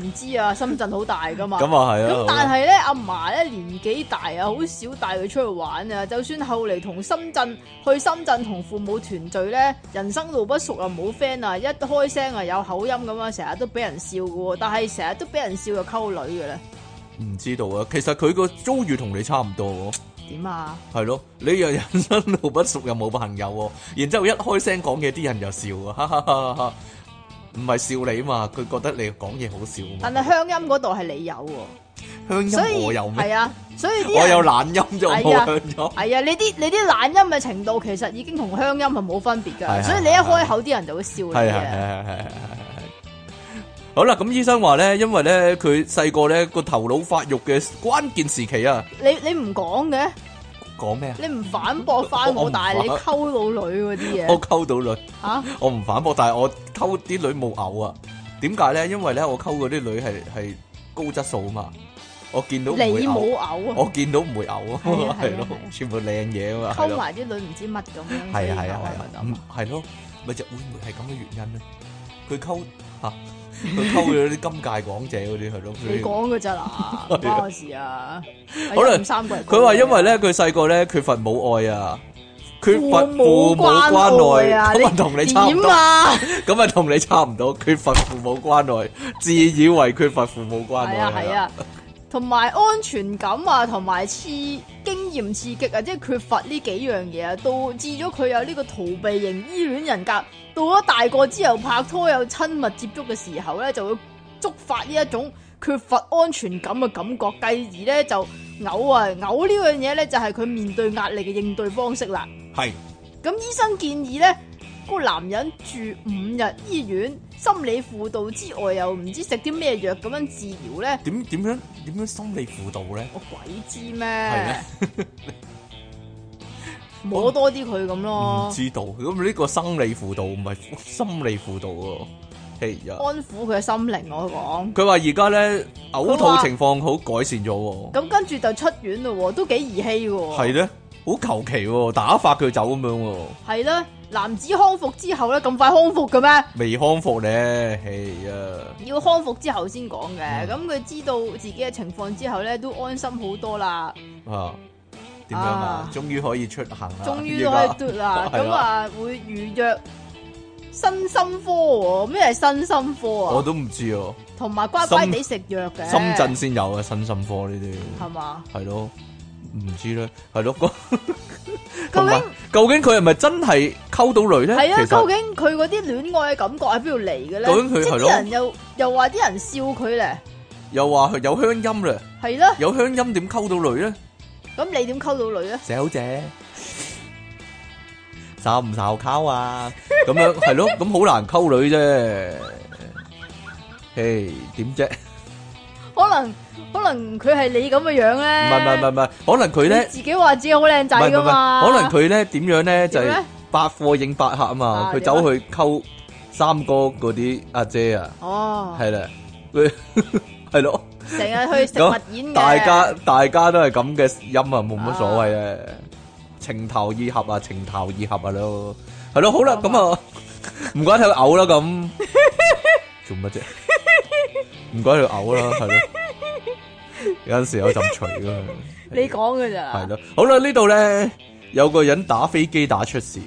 B: 唔知啊，深圳好大噶嘛。
A: 咁啊係
B: 咁
A: 啊，
B: 但係咧，阿嫲咧年紀大啊，好少帶佢出去玩啊。就算後嚟同深圳去深圳同父母團聚咧，人生路不熟啊，冇 friend 啊，一開聲啊有口音咁啊，成日都俾人笑噶喎。但係成日都俾人笑就溝女嘅咧，
A: 唔知道啊。其實佢個遭遇同你差唔多喎，
B: 點啊？
A: 係咯。你又人生路不熟又冇朋友喎，然之後一開聲講嘢啲人又笑啊，哈哈哈哈！唔係笑你嘛，佢覺得你講嘢好笑
B: 但
A: 嘛。
B: 係鄉音嗰度係你有喎、
A: 鄉
B: 所
A: 音
B: 以
A: 我有咩？
B: 係啊，嗯所以
A: <laughs>
B: 啲
A: 我有
B: 人
A: 懶音就冇
B: 係啊
A: 鄉音。
B: 係啊，你啲你啲懶音嘅程度其實已經同鄉音係冇分別
A: 係係
B: 㗎，所以你一開口啲人就會笑你
A: 係係
B: 嘅。
A: 係係係係好啦，咁醫生話咧，因為咧佢細個咧個頭腦發育嘅關鍵時期啊，
B: 你你唔講嘅，
A: 講咩啊？
B: 你唔反駁翻
A: 我唔
B: 我，但係你
A: 反
B: 溝到女嗰啲嘢
A: 我溝到女，
B: 嚇，
A: 我唔反駁，但係我溝啲女冇嘔啊。點解咧？因為咧我溝嗰啲女係係高質素啊嘛，我見到唔會
B: 你
A: 嘔，
B: 冇嘔啊，
A: 我見到唔會嘔啊， <laughs>
B: 係啊係啊
A: 係咯
B: 係啊，
A: 全部靚嘢啊嘛，係
B: 溝
A: 咯，
B: 埋啲女唔知乜咁樣。
A: 係啊係啊
B: 所以
A: 係啊
B: 咪咁，
A: 唔係咯，咪就會唔會係咁嘅原因咧？佢溝 <laughs> 嚇，佢溝咗啲金界港姐嗰 <laughs> 啲係咯，
B: 你講嘅咋嗱，唔關我事啊。
A: 好啦
B: 係一五三個人講嘅
A: 佢話因為咧，佢細個咧缺乏母愛啊，缺乏
B: 父
A: 父
B: 母
A: 母關愛
B: 關愛啊
A: 咁啊同你差唔
B: 點
A: 多，
B: 啊？
A: 咁啊同你差唔多，缺乏父母關愛，自以為缺乏父母關
B: 係
A: 愛
B: 啊係，啊，同埋安全感啊，同埋刺經驗刺激啊，即係缺乏呢幾樣嘢啊，導致咗佢有呢個逃避型依戀人格。到咗大個之後拍拖有親密接觸嘅時候咧，就會觸發呢一種缺乏安全感嘅感覺，繼而咧就嘔啊嘔呢樣嘢咧，就係佢面對壓力嘅應對方式啦。
A: 係啊
B: 咁醫生建議呢個男人住五日醫院，心理輔導之外，又唔知食啲咩藥咁樣治療呢？
A: 點點樣點樣心理輔導咧？
B: 我鬼知
A: 係
B: 咩
A: 咩？
B: <laughs> 摸多啲佢咁
A: 唔
B: 咯，
A: 知道，咁呢個生理輔導唔係 <laughs> 心理輔導喎，係啊。
B: 安撫佢嘅心靈。我講
A: 佢話而家咧嘔
B: 佢
A: 吐
B: 話
A: 情況好改善咗喎，
B: 咁跟住就出院咯喎，都幾兒戲喎。
A: 係咧，好求其喎，打發佢走咁樣喎。
B: 係啦，男子康復之後呢，咁快康復嘅咩？
A: 未康復咧，係啊，
B: 要康復之後先講嘅。
A: 嗯
B: 咁佢知道自己嘅情況之後呢，都安心好多啦。
A: 啊，點樣啊
B: 啊？
A: 終於可以出行啦，啊
B: 終於
A: <laughs> 依家，
B: 都可以嘟啦咁
A: 係
B: 啊啊會預約身心科喎，咩係身心科
A: 我
B: 啊？
A: 都唔知啊。
B: 同埋乖乖地食藥嘅，
A: 深圳先有啊，身心科呢
B: 係嘛？
A: 啲係咯，唔知咧，係咯。 <laughs> 嗰
B: 究
A: 同埋
B: 竟
A: 究竟佢係咪真係溝到 <laughs> 女咧？
B: 係啊？
A: 其實
B: 究竟佢嗰啲戀愛嘅感覺喺邊度嚟嘅咧？
A: 究竟佢
B: 即係
A: 係咯
B: 啲人又又話啲人笑佢咧，
A: 又話佢有鄉音咧，
B: 係啦。
A: 有鄉音點溝到女咧？
B: 咁你點溝到女咧？啊
A: 小姐，受唔受溝啊？咁
B: <laughs>
A: 樣係咯，咁好難溝女啫。誒點啫？
B: 可能可能佢係你咁嘅樣
A: 唔
B: 咧，
A: 係唔係唔係唔係，可能佢
B: 你
A: 咧。
B: 自己話自己好靚仔
A: Vâng,
B: 噶嘛？
A: 唔係唔係可能佢咧點樣咧就
B: 點
A: 係
B: 咧
A: 百貨應百客啊嘛
B: 啊，
A: 佢走去溝三哥嗰啲阿姐啊，
B: 哦，
A: 係啦，佢 <laughs> 係咯，
B: 成日去食
A: 咁
B: 物宴嘅，
A: 大家大家都係咁嘅音啊，冇乜所謂啊，情投意合啊，情投意合啊咯，係咯，好啦，
B: 啱
A: 咁啊， <laughs> 唔怪得佢嘔啦 <laughs> 咁，做乜啫？唔怪得佢嘔啦，係咯，有陣時有陣除 <laughs> 㗎。
B: 你講嘅咋？
A: 系咯，好啦，呢度咧有個人打飛機打出事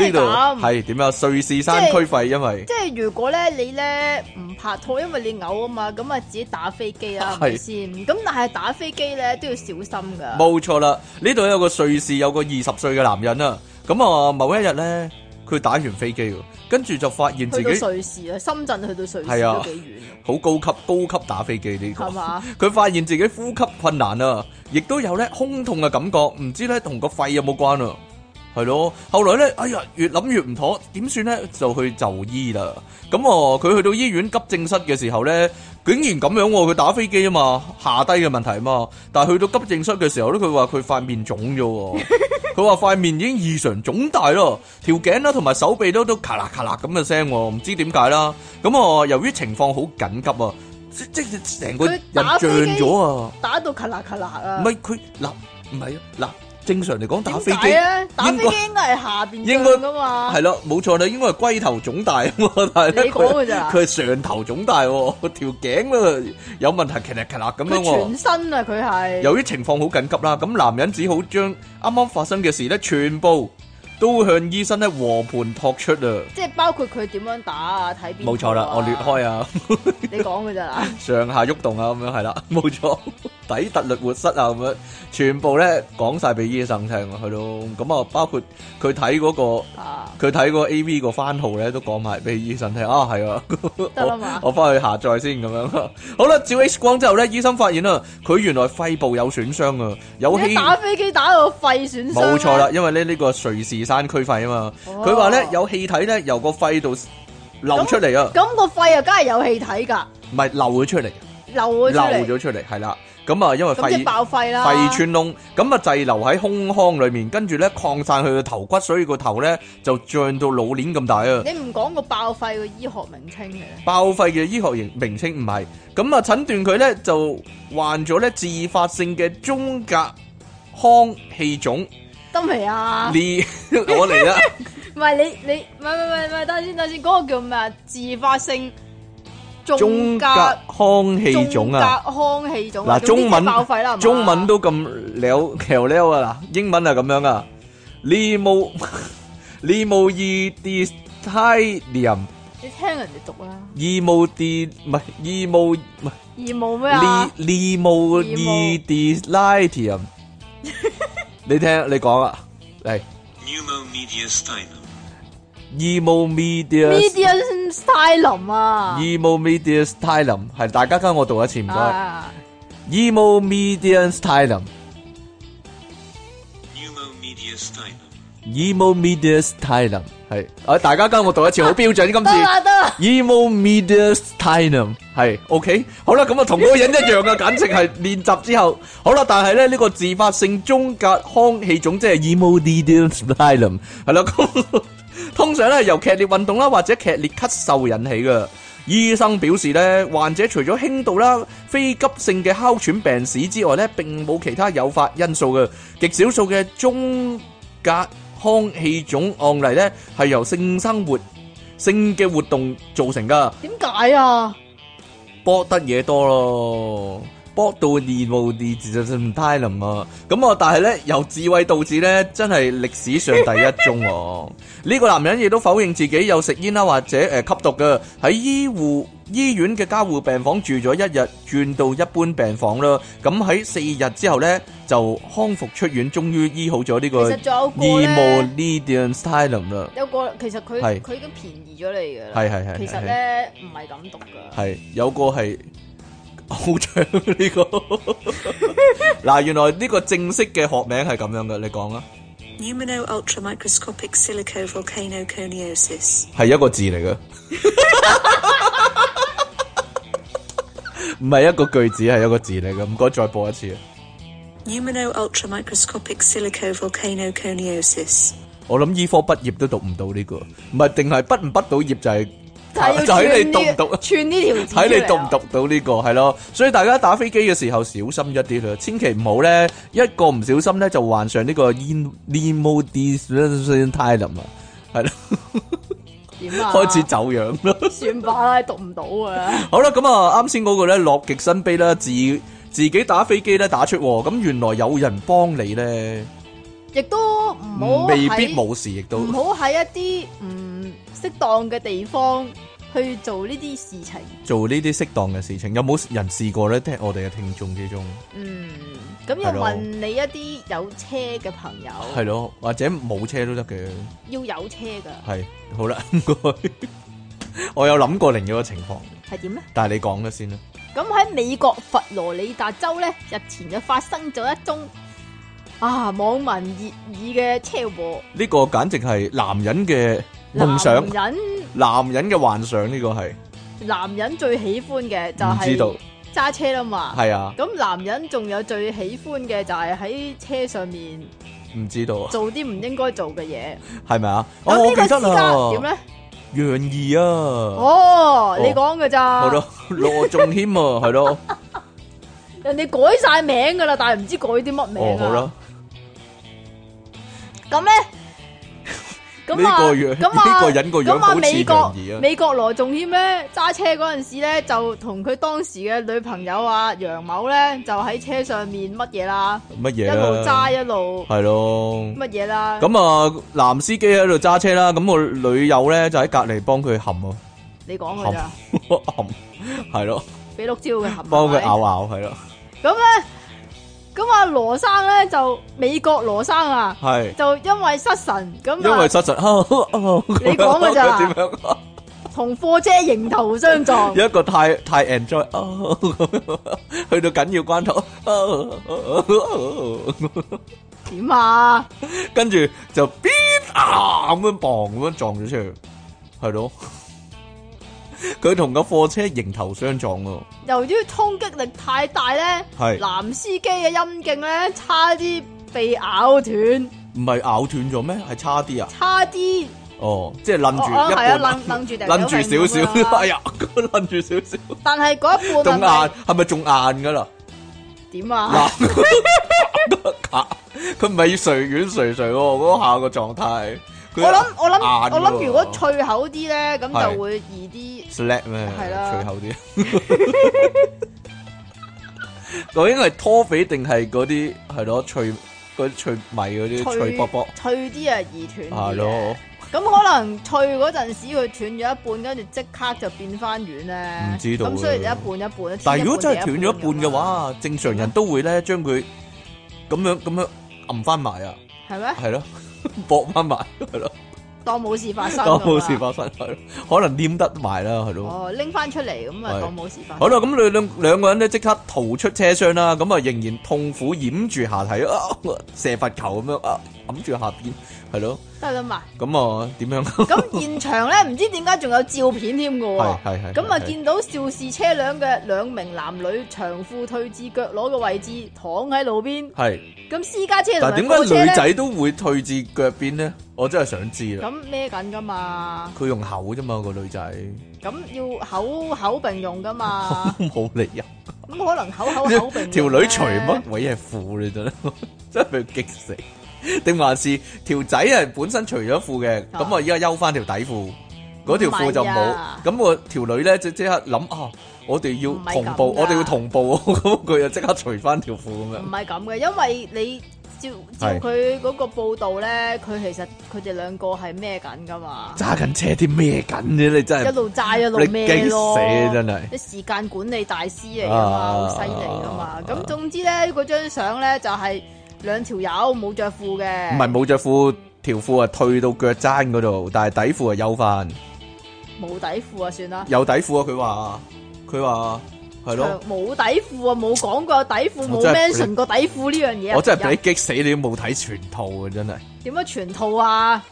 A: 嘅，
B: 係
A: 呢度
B: 咁
A: 係點啊？瑞士山
B: 即係
A: 區肺因為
B: 即係如果咧你咧唔拍拖，因為你嘔啊嘛，咁啊自己打飛機啦，係咪
A: 係
B: 先？咁但係打飛機咧都要小心噶。
A: 冇錯啦，呢度有個瑞士有個二十歲嘅男人啊，咁啊某一日咧佢打完飛機喎，跟住就發現自
B: 去到
A: 己
B: 瑞士啊，深圳去到瑞士
A: 係啊
B: 都幾
A: 好高級高級打飛機呢
B: 遠，係
A: 個，
B: 嘛？
A: <laughs> 佢發現自己呼吸困難啊，亦都有咧胸痛嘅感覺，唔知咧同個肺有冇關啊？係咯，後來咧，哎呀，越諗越唔妥，點算咧？就去就醫啦。咁啊，佢去到醫院急症室嘅時候咧，竟然咁樣喎，佢打飛機啊嘛，下低嘅問題啊嘛。但係去到急症室嘅時候咧，佢話佢塊面腫咗喎，佢話塊面已經異常腫大咯，條頸啦同埋手臂都都咔啦咔啦咁嘅聲喎，唔知點解啦。咁啊，由於情況好緊急啊，即即係成個人
B: 佢打飛
A: 脹
B: 機
A: 咗啊！
B: 打到咔啦咔啦啊！
A: 唔係佢嗱，唔係啊嗱，正常嚟講打飛
B: 點
A: 機
B: 解啊？打飛
A: 應
B: 機應該係下邊
A: 應
B: 應
A: 該
B: 該噶嘛
A: 係？咯，冇錯啦，應該係龜頭腫大啊嘛，但係
B: 你
A: 咧
B: 講
A: 佢
B: 嘅咋？
A: 佢係上頭腫大喎，條頸咧有問題，咔啦咔啦咁樣
B: 佢
A: 喎。
B: 全身啊，佢係
A: 由於情況好緊急啦，咁男人只好將啱啱發生嘅事咧，全部都向醫生咧和盤托出啊！
B: 即係包括佢點樣打啊，睇邊個啊
A: 冇錯啦，我裂，開啊， <laughs>
B: 你講嘅咋啦？
A: 上下喐動啊，咁樣係啦， <laughs> 冇錯，底特律活塞啊，咁樣全部咧講晒俾醫生聽啊，係咯，咁啊，包括佢睇嗰個。
B: 啊，
A: 佢睇個 A.V. 個番號咧，都講埋俾醫生聽啊，係啊， <laughs>
B: 得啦嘛
A: 我我翻去下載先咁樣。 <laughs> 好啦，照 X 光之後咧，醫生發現啦，佢原來肺部有損傷啊，有
B: 你
A: 氣
B: 一打飛機打到肺損傷，
A: 冇錯啦，，因為咧呢個瑞士山區肺啊嘛，
B: 哦
A: 佢話咧有氣體咧由個肺度流出嚟啊，
B: 咁個肺啊，梗係有氣體㗎，
A: 唔係漏咗出嚟，
B: 漏咗出嚟，
A: 漏咗出嚟，係啦，咁啊因為
B: 咁即係
A: 肺。
B: 爆肺啦，
A: 肺穿窿，咁啊滯留喺胸腔裏面，跟住咧擴散去個頭骨，所以個頭咧就脹到老鏈咁大啊！
B: 你唔講個爆肺個醫學名稱嘅咧，
A: 爆肺嘅醫學型名稱唔係，咁啊診斷佢咧就患咗咧自發性嘅中隔腔氣腫，
B: 得未啊？
A: 呢 <laughs> 我嚟啦，
B: 唔係你你唔係唔係唔係，等陣先等陣先，嗰個叫咩啊？自發性
A: 中
B: 中
A: 隔腔氣腫啊，，
B: 中隔腔氣腫啊
A: 嗱中文
B: 爆肺啦，係嘛
A: 中文都咁撩撩撩啊嗱，英文係咁樣啊 l e <laughs> m o l e m o e d i s t i n
B: 你聽人哋讀啦，
A: e m o d 唔係 e m o 唔係。
B: 義務咩啊
A: l？e m o e d i s l i t i u m 你聽你講啊，嚟。
C: Pneumomediastinum.
A: Emomedia
B: median stylum 啊，
A: Emomedia stylum 係大家跟我讀一次唔該。
B: 啊
A: Emomedia stylum
C: Pneumomediastinum.
A: Emomedia stylum 係啊，大家跟我讀一次好標準今次
B: 得。啦得啦，
A: Emomedia stylum 係 OK 好啦，咁啊同嗰個人一樣啊，簡直係練習之後好啦，但係咧呢個自發性中隔腔氣腫即係 Emomedia stylum 係啦， <laughs> 咁通常咧由劇烈運動啦或者劇烈咳嗽引起嘅。醫生表示咧，患者除咗輕度啦、非急性嘅哮喘病史之外咧，並冇其他誘發因素嘅。極少數嘅中隔腔氣腫案例咧，係由性生活性嘅活動造成噶，
B: 點解啊？
A: 搏得嘢多咯，博到二無二字就唔太林啊！咁啊，但係咧由智慧導致咧，真係歷史上第一宗喎、
B: <laughs>
A: 呢個男人亦都否認自己有食煙啦，或者誒、呃吸毒嘅，喺醫護醫院嘅加護病房住咗一日，轉到一般病房啦。咁喺四日之後咧就康復出院，終於醫好咗呢
B: 其
A: 個 E 二
B: 實仲有個
A: 無
B: 咧，
A: 呢 d 斯 n 林啦。
B: 有個其實佢
A: 係
B: 佢已經便宜咗你㗎啦。
A: 係係係，
B: 其實
A: 係
B: 咧唔係咁讀㗎，
A: 系有個係好長呢個 <laughs> 嗱，原來呢個正式嘅學名係咁樣嘅，你啊講啦，
D: Pneumono ultramicroscopic silicovolcanoconiosis.
A: 係一個字嚟 <laughs> 嘅，唔係一個句子，係一個字嚟嘅。唔該，再播一次。
D: Pneumono ultramicroscopic silicovolcanoconiosis.
A: 我諗醫科畢業都讀唔到呢、個，唔係定係畢唔畢到業就係、
B: 但
A: <laughs>
B: 係
A: 就
B: 要
A: 喺你讀
B: 串
A: 唔
B: 呢
A: 讀啊
B: 串呢條字
A: 睇你
B: 出嚟啊
A: 讀唔讀到呢、個係咯，所以大家打飛機嘅時候小心一啲啦，千祈唔好咧一個唔小心咧就患上呢個 n e m o d i s t i l u m 啊，係咯，
B: 點啊？
A: 開始走樣咯。
B: 算吧啦，讀唔到啊！
A: <laughs> 好啦，咁啊啱先嗰個咧樂極生悲啦，自自己打飛機咧打出喎，咁原來有人幫你咧，
B: 亦都唔好
A: 未必
B: 喺
A: 冇事，亦都
B: 唔好喺一啲唔適當嘅地方去做呢啲事情。
A: 做呢啲適當嘅事情。有冇人試過咧？聽我哋嘅聽眾之中，
B: 嗯，咁要
A: 係咯
B: 問你一啲有車嘅朋友，
A: 係咯，或者冇車都得嘅。
B: 要有車㗎，
A: 系好啦，唔該。 <laughs> 我有諗過另一個情況，
B: 係點呢？
A: 但係你講咗先啦。
B: 咁喺美國佛羅里達州呢，日前就發生咗一宗啊網民熱議嘅車禍，
A: 呢、個簡直係男人嘅夢想，
B: 男人
A: 男人嘅幻想呢個係
B: 男人最喜歡嘅就
A: 唔知道
B: 係揸車啦嘛。
A: 係啊，
B: 咁男人仲有最喜歡嘅就係喺車上面
A: 唔知道
B: 做啲唔應該做嘅嘢。
A: 係咪啊？
B: 咁
A: 哦，我記得
B: 呢個私家點
A: 啦，
B: 咧？
A: 楊怡啊，
B: 哦，你講嘅咋
A: 係？ <laughs> 咯，羅仲謙啊，係咯，
B: 人哋改晒名噶啦，但係唔知改啲乜
A: 哦
B: 名
A: 好啦
B: 啊？，
A: <laughs>
B: 咁咧，咁啊，
A: 呢個樣
B: 咁啊
A: 呢個人個樣
B: 咁啊
A: 好似
B: 美國
A: 楊怡啊
B: 美國羅仲謙咧揸車嗰陣時咧，就同佢當時嘅女朋友啊楊某咧，就喺車上面乜嘢啦，
A: 乜
B: 一
A: 嘢
B: 路
A: 啦
B: 揸？一
A: <laughs>
B: 路
A: 係咯。
B: 乜嘢啦。
A: 咁啊，男司機喺度揸車啦，咁個女友咧就喺隔離幫佢含啊，
B: 你講嘅咋？
A: <laughs> 含係咯，
B: 俾碌蕉嘅含。
A: 幫佢
B: 係咪
A: 咬咬係咯，
B: 咁咧，咁啊羅生咧就美國羅
A: <laughs>
B: 生啊，
A: 係。
B: 就因為失神，咁
A: 因為
B: 啊
A: 失實，你
B: 你講㗎咋
A: 點樣啊？
B: 同貨車迎頭相
A: <laughs>
B: 撞，
A: 一個太太 enjoy，啊去到緊要關頭，啊
B: 點啊？
A: 跟住就 b 啊咁樣砰咁樣撞咗出去，係咯。 <laughs> 佢同個貨車迎頭相撞喎，
B: 由於衝擊力太大咧，
A: 係
B: 男司機嘅陰莖咧差啲被咬斷，
A: 唔係咬斷咗咩？係差啲啊！
B: 差啲
A: 哦，即係冧住
B: 哦
A: 一
B: 係啊，
A: 半，
B: 楞楞
A: <laughs>
B: 住定
A: 冧住少少，
B: 啊
A: <laughs> 哎呀，冧住少少，
B: 但係嗰一
A: 仲硬
B: 半係咪
A: 係咪仲硬㗎
B: <laughs>
A: 啦？
B: 點啊？
A: 嗱， <laughs> 佢唔係垂軟垂垂喎，嗰下個狀態。
B: 我諗我諗
A: 硬
B: 我諗，
A: 喎
B: 如果脆口啲咧，咁
A: 係
B: 就會易啲。
A: slap 咩？
B: 係啦
A: 隨
B: <laughs>
A: 後啲。究竟係拖肥定係嗰啲係咯脆嗰啲脆米嗰啲脆卜卜
B: 脆啲啊，易
A: 係
B: 斷啲
A: 咯
B: 嘅。？咁可能脆嗰陣時佢斷咗一半，跟住即刻就變翻軟咧。
A: 唔知道
B: 咁所以就一
A: 啊
B: 半一半。
A: 但係如果真係
B: 係
A: 斷咗一半嘅，話，正常人都會咧將佢咁樣咁樣撳翻埋啊，
B: <laughs> 係咩？
A: 係咯，搏翻埋係咯，
B: 當冇事發
A: <laughs>
B: 生。
A: 當冇事。發生係咯，可能黏得埋啦係咯。
B: 哦，拎翻出嚟咁
A: 係
B: 啊，當冇事發
A: 好
B: 生。
A: 啦，咁兩兩兩個人咧即刻逃出車廂啦，咁啊仍然痛苦掩住下體啊， <laughs> 射罰球咁樣啊，揞住下邊，係咯，
B: 得啦嘛。
A: 咁啊 <laughs> 點樣？
B: <laughs> 咁現場咧，唔知點解仲有照片添嘅
A: 係
B: 喎。
A: 係係。
B: 咁啊，
A: 係
B: 見到肇事車輛嘅兩名男女長褲退至腳踝嘅位置，躺喺路邊。
A: 係，
B: 咁私家車同
A: 但係
B: 埋
A: 點
B: 貨
A: 解
B: 車
A: 女
B: 咧，
A: 仔都會退至腳邊咧？我真係想知啦。
B: 咁孭緊㗎嘛？
A: 佢用口啫嘛，個女仔 <laughs>
B: 咁要口口並用㗎嘛？
A: <laughs> 冇理由。
B: 咁可能口口口並用
A: 條
B: 咧
A: 女除乜鬼嘢褲你真係， <laughs> 真係俾佢激死。定還是條仔係本身除咗褲嘅，
B: 啊
A: 咁我依家休翻條底褲，嗰條褲就
B: 唔係
A: 冇
B: 啊。
A: 咁我條女咧就即刻諗啊，我哋要
B: 唔係咁
A: 同步，
B: 㗎
A: 我哋要同步， <laughs> 咁佢就即刻除翻條褲咁
B: 唔
A: 樣。
B: 係咁嘅，因為你照照
A: 係
B: 佢嗰個報道咧，佢其實佢哋兩個係咩緊噶嘛，
A: 揸緊車啲咩緊啫？你真
B: 一
A: 係
B: 路揸一路
A: 哎你
B: 咩
A: 驚
B: 咯，
A: 死啊真係
B: 你時間管理大師嚟噶嘛，
A: 啊
B: 好犀利噶嘛。咁總之咧，嗰張相咧就係兩條友冇着褲嘅，
A: 唔係冇着褲，條褲啊退到腳踭嗰度，但係底褲啊有翻，
B: 冇底褲啊，算啦。
A: 有底褲啊！佢話佢話係
B: 長
A: 咯，
B: 冇底褲啊，冇講過有底褲，
A: 我
B: 冇
A: 真係
B: mention 過底褲呢樣嘢啊。
A: 我真係
B: 朋
A: 俾
B: 友
A: 你激死，你都冇睇全套啊！真係，
B: 點樣全套啊？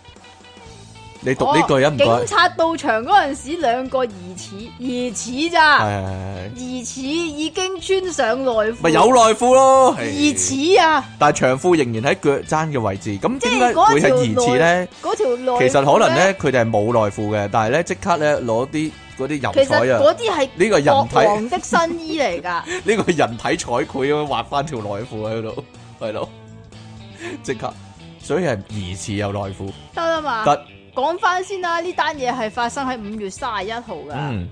A: 你讀呢句啊，唔該，
B: 哦警察到場嗰陣時，兩個疑似疑似咋？
A: 係係係係
B: 疑似已經穿上內褲，
A: 咪有內褲咯？係
B: 疑似啊！
A: 但係長褲仍然喺腳踭嘅位置，咁
B: 即
A: 點
B: 係
A: 解
B: 嗰
A: 會
B: 條
A: 係疑似咧
B: 內？嗰條內褲
A: 其實可能咧，，佢哋係冇內褲嘅，但係咧即刻咧攞啲嗰啲
B: 其
A: 油彩
B: 實
A: 啊，
B: 嗰啲係
A: 呢個人體
B: 國王的新衣嚟噶，
A: <laughs> 呢個人體彩繪咁樣畫翻條內褲喺度，係咯， <laughs> 即刻，所以係疑似有內褲，
B: 得啦嘛。
A: 得，
B: 講翻先啦，呢單嘢係發生喺五月三十一號噶，
A: 嗯，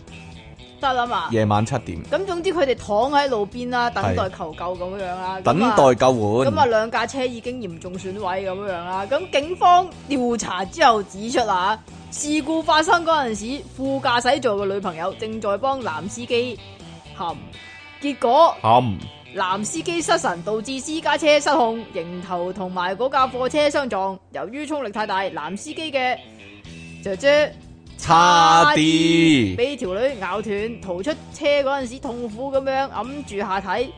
B: 得啦嘛。
A: 夜晚七點，
B: 咁總之佢哋躺喺路邊啦，等待求救咁樣啦。
A: 等
B: 咁啊
A: 待救援
B: 咁，啊，兩架車已經嚴重損毀咁樣啦。咁警方調查之後指出啦，事故發生嗰陣時，副駕駛座嘅女朋友正在幫男司機含，結果
A: 冚
B: 男司機失神，導致私家車失控，迎頭同埋嗰架貨車相撞。由於衝力太大，男司機嘅姐姐
A: 差啲，
B: 俾條女咬斷，逃出車嗰陣時痛苦咁樣揞住下體。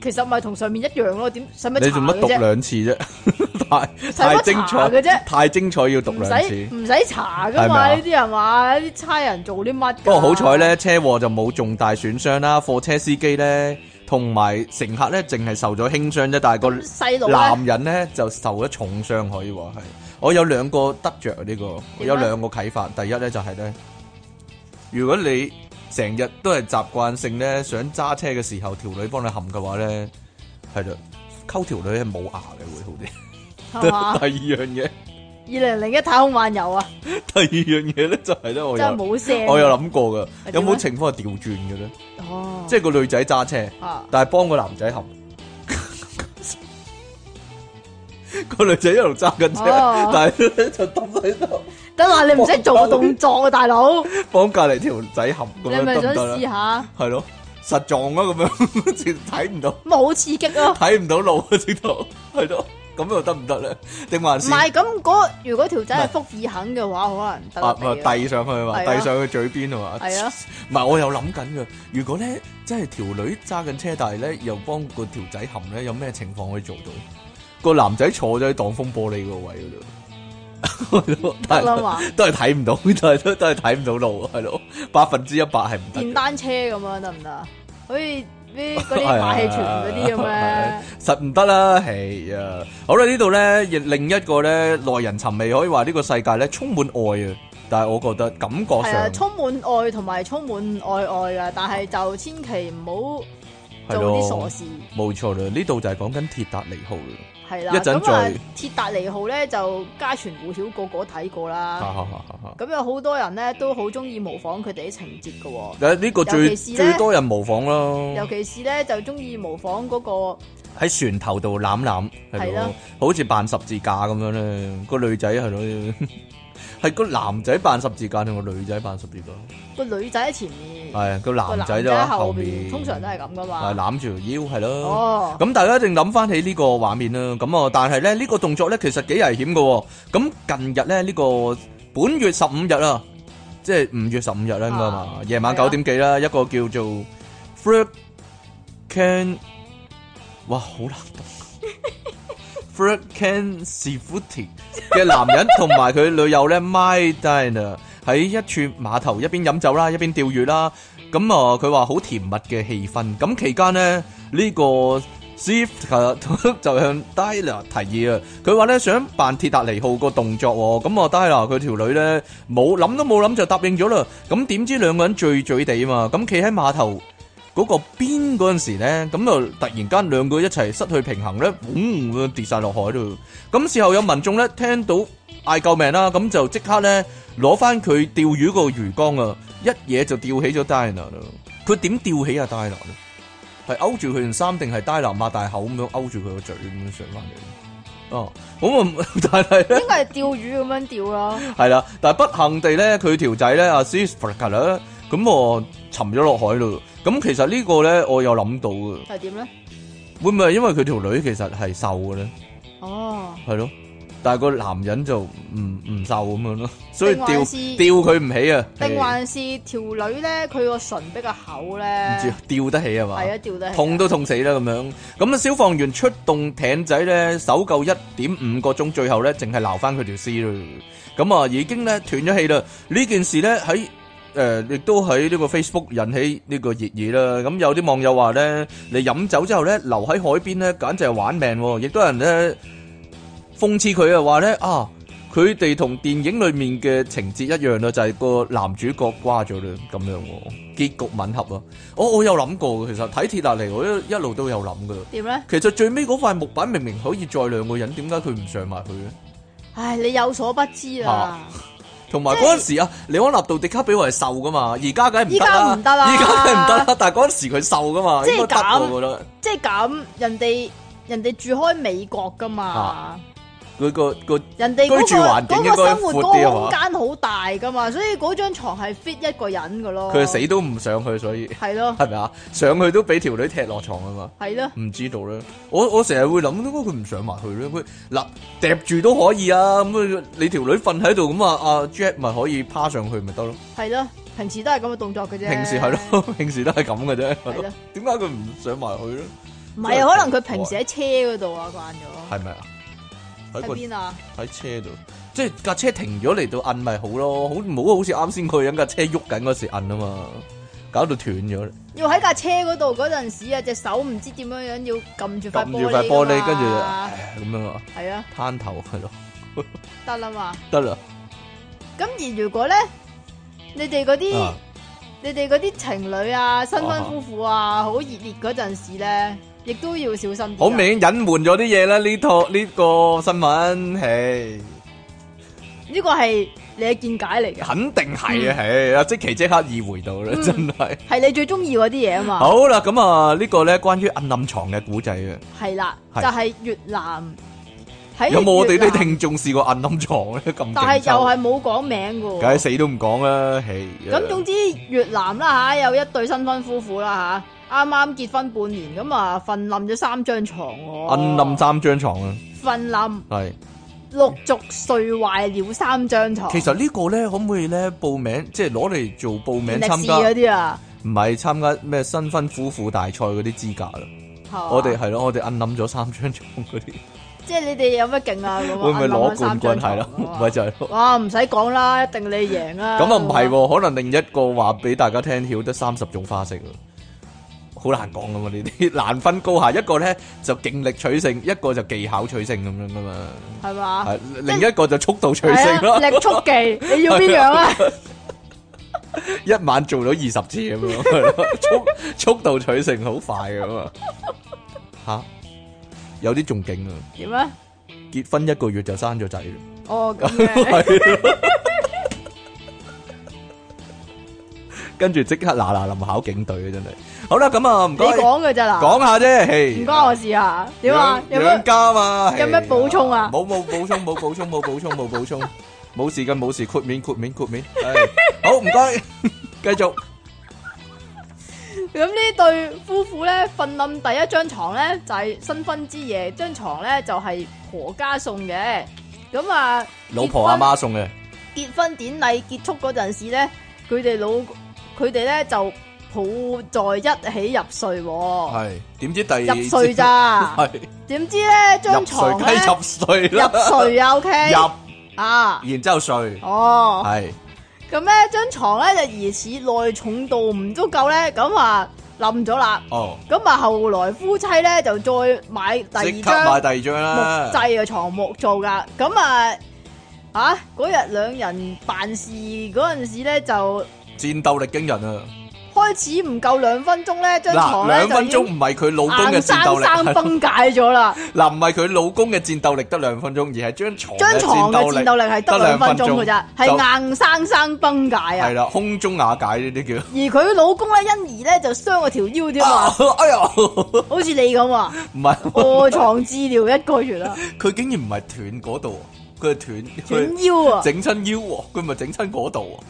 B: 其實咪同上面一樣咯，點使乜
A: 你做乜
B: 查嘅
A: 讀
B: 啫？
A: 兩次啫？ <laughs> 太太
B: 使乜
A: 精
B: 查
A: 彩
B: 嘅啫？
A: 太精彩要讀
B: 唔
A: 兩
B: 使
A: 次。
B: 唔使查噶
A: 係咪
B: 嘛？
A: 啊
B: 呢啲係嘛？啲差人做啲乜㗎？
A: 不過好彩
B: 啊
A: 咧，車禍就冇重大損傷啦，貨車司機咧同埋乘客咧淨係受咗輕傷啫，但係個。
B: 細路啊
A: 男
B: 咧，
A: 人咧就受咗重傷，可以話係。我有兩個得着啊呢、個，
B: 啊
A: 我有兩個啟發。第一咧就係、咧，如果你成日都係習慣性咧想揸車嘅時候，條女幫你冚嘅話咧，係啦，溝條女係冇牙嘅
B: 係
A: 會好
B: 嘛
A: 啲。？ <laughs> 第二樣嘢，
B: 二零零一太空漫遊啊，
A: 第二樣嘢咧就係、咧，我
B: 真係
A: 有
B: 冇聲。
A: 我有諗過噶，
B: 係
A: 有冇
B: 點咧
A: 情況係調轉嘅咧？
B: 哦，
A: 即係個女仔揸車。 <laughs>
B: 啊，
A: 但系帮个男仔含。个女仔一路揸紧车，
B: 哦
A: 但系咧就抌喺度，
B: 得啦，你唔使做動作啊，大佬，你
A: 帮隔篱条仔含咁样
B: 咪
A: 得
B: 想
A: 唔得
B: 試
A: 咧？
B: 下？
A: 系咯，实撞啊咁样，直睇唔到，
B: 咪好刺激咯。
A: <laughs> 睇唔到路啊，直头系咯，咁又得唔得咧？定还
B: 唔
A: 是
B: 係咁嗰，如果條仔係福爾肯嘅話，可能得
A: 啊
B: 啦。
A: 咪遞上去嘛，
B: 係啊
A: 遞上去嘴邊啊嘛。
B: 係啊，
A: 唔係我有諗緊嘅。如果咧，真係條女揸緊車，但係咧又幫個條仔含咧，有咩情況可以做
B: <laughs>
A: 到？個男仔坐咗喺擋風玻璃個位嗰度，
B: 得啦
A: <laughs>
B: 嘛
A: 都係睇唔到，都係都係睇唔到路，係咯，百分之一百係唔得
B: 電
A: 嘅。
B: 單車咁樣得唔得啊？好似啲嗰啲馬戲團嗰啲咁
A: 啊係啊
B: 咧，
A: 實唔得啦，係啊。好啦，呢度咧，亦另一個咧，耐人尋味，可以話呢個世界咧充滿愛啊。但係我覺得感覺
B: 係啊，
A: 上
B: 充滿愛同埋充滿愛愛噶，啊但係就千祈唔好
A: 係
B: 做
A: 咯
B: 啲傻事，
A: 冇錯啦，呢度就係講緊鐵達尼號啦。
B: 係啦。
A: 一陣
B: 咁啊
A: 再，
B: 鐵達尼號咧就家傳戶曉，個個睇過
A: 哈
B: 啦。
A: 哈哈哈哈
B: 咁有好多人咧都好中意模仿佢哋啲情節噶喎。
A: 誒呢個
B: 尤
A: 最
B: 其是呢
A: 最多人模仿
B: 尤
A: 咯，
B: 其是咧就中意模仿嗰、個
A: 喺船頭度攬攬，係
B: 係
A: 咯
B: 啦，
A: 好似扮十字架咁樣咧。個女仔係咯， <laughs> 係個男仔扮十字架定個女仔扮十字架？
B: 個女仔喺前面，
A: 係個
B: 個
A: 男
B: 男
A: 仔
B: 仔
A: 就喺
B: 喺
A: 後
B: 後
A: 面，
B: 邊，通常都係咁噶
A: 係
B: 嘛。
A: 攬住條腰係咯。 <laughs>
B: 哦，
A: 咁大家一定諗翻起呢個畫面啦。咁啊，但係咧呢、呢個動作咧其實幾危險嘅喎。咁近日咧呢、呢個本月十五日啊，即係五月十五日啦，應該嘛
B: 啊，
A: 夜晚
B: 係
A: 九
B: 啊
A: 點幾啦，一個叫做 f r i c a n 哇好難讀
B: <laughs>
A: f r i c a n s i f u t i 嘅男人同埋佢女友
B: <laughs>
A: 咧 My Dina 喺一處碼頭一邊飲酒啦，一邊釣魚啦。咁啊，佢話好甜蜜嘅氣氛。咁期間呢，呢、個 Swift <laughs> 啊就向 Dina 提議啊，佢話咧想扮鐵達尼號個動作喎。咁啊，Dina 佢條女咧冇諗都冇諗就答應咗啦。咁點知兩個人醉醉地啊嘛，咁企喺碼頭。嗰個邊嗰陣時咧，咁就突然間兩個一齊失去平衡咧，嗡咁樣跌晒落海度。咁事後有民眾咧聽到嗌救命啦，咁就即刻咧攞翻佢釣魚個魚缸啊，一嘢就吊起咗 Diana 啦。佢點吊起阿戴拿咧？係勾住佢件衫定係戴拿擘大口咁樣勾住佢個嘴咁樣上翻嚟？哦，咁啊， <laughs> 但係咧
B: 應該係釣魚咁樣釣咯。
A: 係啦，但係不幸地咧，佢條仔咧阿 s i s f r a 咧，咁我沉咗落海咯。咁其實呢個咧，我有諗到啊嘅，
B: 係點咧？
A: 會唔會係因為佢條女其實係瘦嘅咧？
B: 哦，
A: 係咯，但係個男人就唔唔瘦咁樣咯，所以
B: 定
A: 吊吊
B: 還是
A: 佢唔起啊，
B: 定
A: 唉
B: 還是條女咧，佢個唇比較厚
A: 唔
B: 咧，
A: 知吊得起啊嘛？
B: 係啊，釣得起
A: 痛
B: 啊
A: 都痛死啦咁樣。咁啊，消防員出動艇仔咧，搜救一點五個鐘，最後咧淨係撈翻佢條屍咯。咁啊，已經咧斷咗氣啦。呢件事咧喺誒，亦都喺呢個 Facebook 引起呢個熱議啦。咁有啲網友話咧，你飲酒之後咧，留喺海邊咧，簡直係玩命喎。亦都有人咧諷刺佢啊，話咧啊，佢哋同電影裡面嘅情節一樣啦，就係、個男主角瓜咗啦，咁樣喎，結局吻合啊。我我有諗過嘅，其實睇鐵達尼我一一路都有諗嘅。
B: 點咧？
A: 其實最尾嗰塊木板明明可以載兩個人，點解佢唔上埋去咧？
B: 唉，你有所不知
A: 啊
B: 啦，
A: 同埋嗰陣時啊，李安納道迪卡比我係瘦噶嘛，而家梗係唔得啦，
B: 依家唔得啦
A: 而家梗係唔得啦。但係嗰陣時佢瘦噶嘛，
B: 即係
A: 應該得
B: 咁
A: 我覺得
B: 即係咁，人哋人哋住開美國噶嘛，
A: 佢個個
B: 人哋嗰
A: 啊居住環
B: 個
A: 境
B: 嗰
A: 應該
B: 個生活
A: 闊
B: 嗰
A: 啲啊嘛
B: 個空間好大噶嘛，所以嗰張床係 fit 一個人噶咯。
A: 佢係死都唔上去，所以
B: 係咯，
A: 係咪啊？上去都俾條女踢落床啊嘛。
B: 係咯，
A: 唔知道咧，我我成日會諗，點解佢唔上埋去咧？佢嗱揼住都可以啊，咁你條女瞓喺度咁啊，阿 Jack 咪可以趴上去咪得咯。
B: 係咯，平時都係咁嘅動作嘅啫。
A: 平時係咯， <laughs> 平時都係咁嘅啫。係咯
B: 係咯，
A: 點解佢唔上埋去咧？
B: 唔係啊，可能佢平時喺車嗰度啊慣咗。
A: 係咪啊？喺
B: 喺
A: 個
B: 邊啊？
A: 喺車度，即係架車停咗嚟到摁咪好咯，好唔好好似啱先佢喺架車喐緊嗰時摁啊嘛，搞到斷咗，
B: 要喺架車嗰度嗰陣時啊，隻手唔知點樣樣要撳住塊
A: 撳
B: 玻
A: 住
B: 璃
A: 塊
B: 㗎
A: 玻璃，跟住
B: 嘛
A: 唉咁樣啊，
B: 係啊，
A: 攤頭係咯，
B: 得啦嘛。
A: 得啦，
B: 咁而如果咧，你哋嗰啲
A: 啊
B: 你哋嗰啲情侶啊、新婚夫婦啊，好熱烈嗰陣時咧，亦都要小心啲啊。
A: 好明顯隱瞞咗啲嘢啦，呢套呢個新聞，唉。
B: 呢個係你嘅見解嚟嘅，
A: 肯定係
B: 嗯
A: 啊，係啊，即期即刻意回到啦，真係。
B: 係你最中意嗰啲嗯嘢啊嘛。
A: 好啦，咁啊，呢個咧關於暗暗床嘅古仔啊，
B: 係啦，
A: 係
B: 就係越南喺
A: 有冇我哋
B: 越南
A: 啲聽眾試過暗暗床咧？咁
B: 哎但
A: 勁
B: 係
A: 抽
B: 又係冇講名嘅
A: 梗係
B: 喎。
A: 死都唔講啦，係。
B: 咁總之越南啦嚇，有一對新婚夫婦啦嚇，啱啱結婚半年咁啊，瞓冧咗三張床喎。
A: 暗冧三張床啊，
B: 瞓冧，
A: 係。
B: 陸續碎壞了三張床。
A: 其實呢個咧，可唔可以咧報名，即係攞嚟做報名
B: 歷
A: 參
B: 史嗰
A: 加，
B: 啲啊，
A: 唔係參加咩新婚夫婦大賽嗰啲資格啦。
B: 係嘛
A: 我哋係咯，我哋暗冧咗三張床嗰啲，
B: 即係你哋有乜勁啊？
A: <laughs>
B: 咁
A: 會唔會攞冠軍係
B: 係
A: 啦？ <laughs> 咪就係咯。
B: 哇，唔使講啦，一定你
A: <laughs>
B: 贏啊！
A: 咁啊唔係喎，可能另一個話俾大家聽，曉得三十種花式喎，好難講噶嘛呢啲，難分高下。一個咧就勁力取勝，一個就技巧取勝咁樣噶嘛，
B: 係嘛？
A: 係另一個就速度取
B: 係
A: 勝
B: 啊，力速
A: <laughs> 咯，
B: 技，你要邊
A: <laughs>
B: 樣啊？
A: 一晚做到二十次咁樣，係咯速速度取勝好快噶嘛，吓有啲仲勁啊！
B: 點啊？
A: 結婚一個月就生咗仔啦，
B: 哦，咁嘅
A: 係咯 <laughs> 跟住即刻嗱嗱臨考警隊啊！真係好啦，咁 <laughs> 啊唔
B: 你
A: 該。
B: 講嘅咋嗱？
A: 講下啫，嘿
B: 唔關我事啊？點啊？有
A: 養
B: 冇
A: 養家嘛？嘿
B: 有咩補充啊
A: 冇冇補充，冇補充，冇補充，冇補充，冇事嘅，冇事，豁免，豁免，豁免。
B: <laughs>
A: 唉好，唔該，繼續。
B: 咁呢對夫婦咧瞓冧第一張床咧就係新婚之夜，張床咧就係婆家送嘅。咁啊，
A: 老婆阿
B: 結婚
A: 媽送嘅，
B: 結婚典禮結束嗰陣時咧，佢哋老佢哋咧就抱在一起入睡喎，
A: 係點知第
B: 入睡咋？
A: <laughs> 係
B: 點知咧張
A: 入睡
B: 床咧
A: 梗係入睡
B: 入
A: 啦，
B: 睡啊，OK
A: 入，
B: 啊，
A: 然之後睡，
B: 哦，
A: 係
B: 咁咧張床咧就疑似內重度唔足夠咧，咁啊冧咗啦。
A: 哦，
B: 咁啊，後來夫妻咧就再買第
A: 即
B: 二
A: 刻
B: 張
A: 買第二張
B: 木
A: 啦，
B: 製嘅床木做噶。咁啊，啊嗰日兩人辦事嗰陣時咧，就
A: 戰鬥力驚人啊！
B: 開開始唔夠兩分鐘咧，張
A: 嗱，
B: 床咧
A: 兩
B: 就
A: 分
B: 已
A: 鐘
B: 經
A: 唔係佢老公嘅
B: 硬
A: 戰
B: 生
A: 鬥力，
B: 生
A: 係咯
B: 崩解咗啦。
A: <laughs> 嗱，唔係佢老公嘅戰鬥力得兩分鐘，而係張床
B: 張
A: 嘅
B: 床嘅
A: 戰
B: 戰鬥力係得兩分鐘嘅咋，
A: 就
B: 係硬生生崩解
A: 係
B: 啊！
A: 啦，空中瓦解呢啲叫。
B: 而佢老公咧，因而咧就傷咗條
A: <laughs>
B: 腰添啊，
A: 哎呀，
B: 好似你
A: <laughs>
B: 咁啊，
A: 唔係，
B: 卧床治療一個月啊，
A: 佢竟然唔係斷嗰度，佢係斷
B: 斷腰啊
A: 佢，整親腰喎，佢咪整親嗰度啊！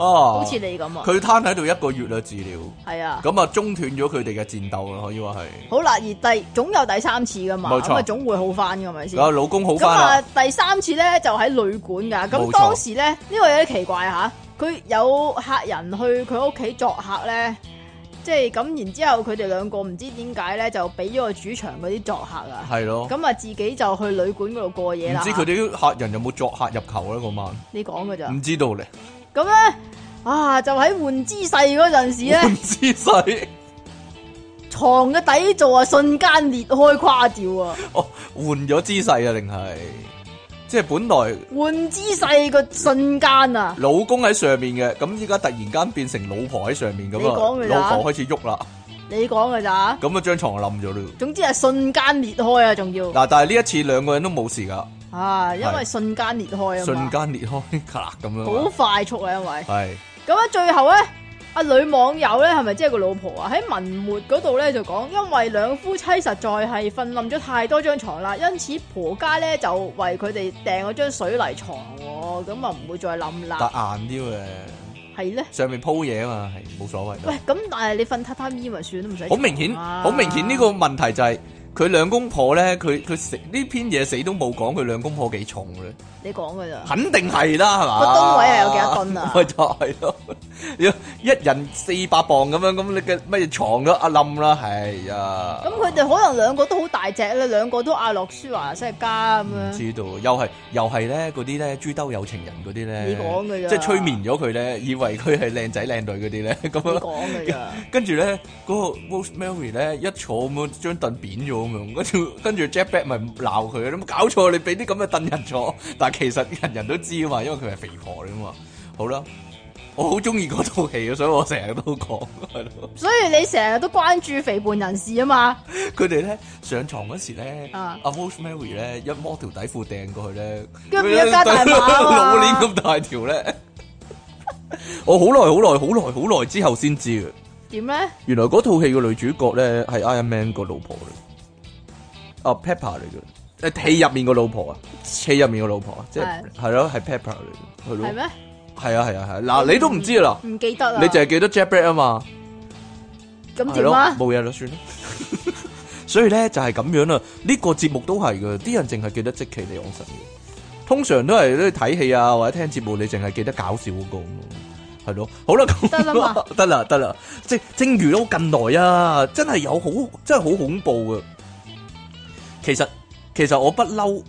B: 好
A: 啊，
B: 似你咁啊，
A: 佢攤喺度一個月啦治療，
B: 係啊。
A: 咁啊中斷咗佢哋嘅戰鬥啦，可以話係。
B: 好啦，而第總有第三次噶嘛，
A: 冇錯
B: 咁啊總會好翻噶，係咪先？
A: 啊，老公好
B: 咁
A: 翻
B: 啊
A: 啦，，
B: 第三次咧就喺旅館噶。
A: 冇錯
B: 咁當時咧呢、個有啲奇怪吓，佢有客人去佢屋企作客咧，即係咁，然之後佢哋兩個唔知點解咧就俾咗個主場嗰啲作客啊。
A: 係咯。
B: 咁啊，自己就去旅館嗰度過夜
A: 唔
B: 啦。
A: 知佢哋啲嗯客人有冇作客入球啊咧？嗰晚
B: 你講噶咋？
A: 唔知道咧，
B: 咁咧啊，就喺換姿勢嗰陣時咧
A: <laughs> 唔，知勢。
B: 床嘅底座啊瞬間裂開垮掉啊！
A: 哦，換咗姿勢啊，定係即係本來
B: 換姿勢個瞬間啊！
A: 老公喺上面嘅，咁依家突然間變成老婆喺上面咁
B: 你講
A: 啊，
B: 㗎咋
A: 老婆開始喐啦，
B: 你講嘅咋？
A: 咁啊張床冧咗咯。
B: 總之係瞬間裂開啊，仲要
A: 嗱，但係呢一次兩個人都冇事噶，
B: 啊，因為
A: 係
B: 瞬間裂開啊
A: 瞬
B: 嘛，
A: 間裂開，咔啦咁樣
B: 好
A: 啊。
B: 快速啊，因為
A: 係
B: 咁啊，最後咧，阿女網友咧係咪即係個老婆啊？喺文末嗰度咧就講，因為兩夫妻實在係瞓冧咗太多張床啦，因此婆家咧就為佢哋訂咗張水泥床喎，咁啊唔會再冧啦，
A: 但硬啲嘅，
B: 係咧。
A: 上面鋪嘢啊嘛，係冇所謂㗎
B: 喂，咁但係你瞓榻榻米咪算都唔使
A: 好明顯，
B: 床啊
A: 好明顯呢個問題就係佢兩公婆咧，佢佢死呢篇嘢死都冇講佢兩公婆幾重咧，
B: 你講㗎咋？
A: 肯定係啦，係嘛？
B: 個噸位係有幾多噸
A: <laughs>
B: 啊
A: 咪就係咯，要一人四百磅咁樣，咁你嘅乜嘢床都啊冧啦，係啊。
B: 咁佢哋可能兩個都好大隻咧，兩個都阿諾舒華西加咁
A: 唔
B: 樣。
A: 知道，又係又係咧，嗰啲咧豬兜有情人嗰啲咧，
B: 你講㗎咋
A: 即係催眠咗佢咧，以為佢係靚仔靚女嗰啲咧，咁
B: 你
A: 樣。
B: 講嘅咋？
A: 跟住咧，嗰、個 Rosemary 咧一坐咁樣張凳扁咗咁樣，跟住跟住 Jack Black 咪鬧佢，咁搞錯你俾啲咁嘅凳人坐， <laughs> 但係其實人人都知啊嘛，因為佢係肥婆嚟啊嘛。好啦，我好中意嗰套戲啊，所以我成日都講係咯。 <laughs>
B: 所以你成日都關注肥胖人士啊嘛？
A: 佢哋咧上床嗰時咧，阿、
B: 啊
A: Rosemary 咧一摸條底褲掟過去咧，
B: 跟住變咗
A: <laughs>
B: 加大碼啊嘛
A: 老年咁大條咧。 <laughs> 我好耐好耐好耐好耐之後先知啊嘅。
B: 點咧？
A: 原來嗰套戲嘅女主角咧係 Iron Man 個老婆嚟，啊 Pepper 嚟嘅，誒戲入面個老婆啊，戲入面個老婆啊，即係
B: 係
A: 係咯，係 Pepper 嚟嘅，係咯
B: 係，咩？
A: 係啊係啊係，嗱你都唔知啦，
B: 唔記得啦。
A: 你淨係記得 Jack Black 啊嘛，
B: 咁
A: 係
B: 點
A: 咯
B: 啊，？
A: 冇嘢啦，算啦。 <laughs> 所以咧就係咁樣啦，呢個節目都係嘅，啲人淨係記得即其利昂神嘅，通常都係咧睇戲啊或者聽節目，你淨係記得搞笑嗰個咁咯，係咯，好啦，咁
B: 得啦嘛。
A: <laughs> 得啦得啦，即正如咯，近來啊，真係有好真係好恐怖嘅。其實其實我不嬲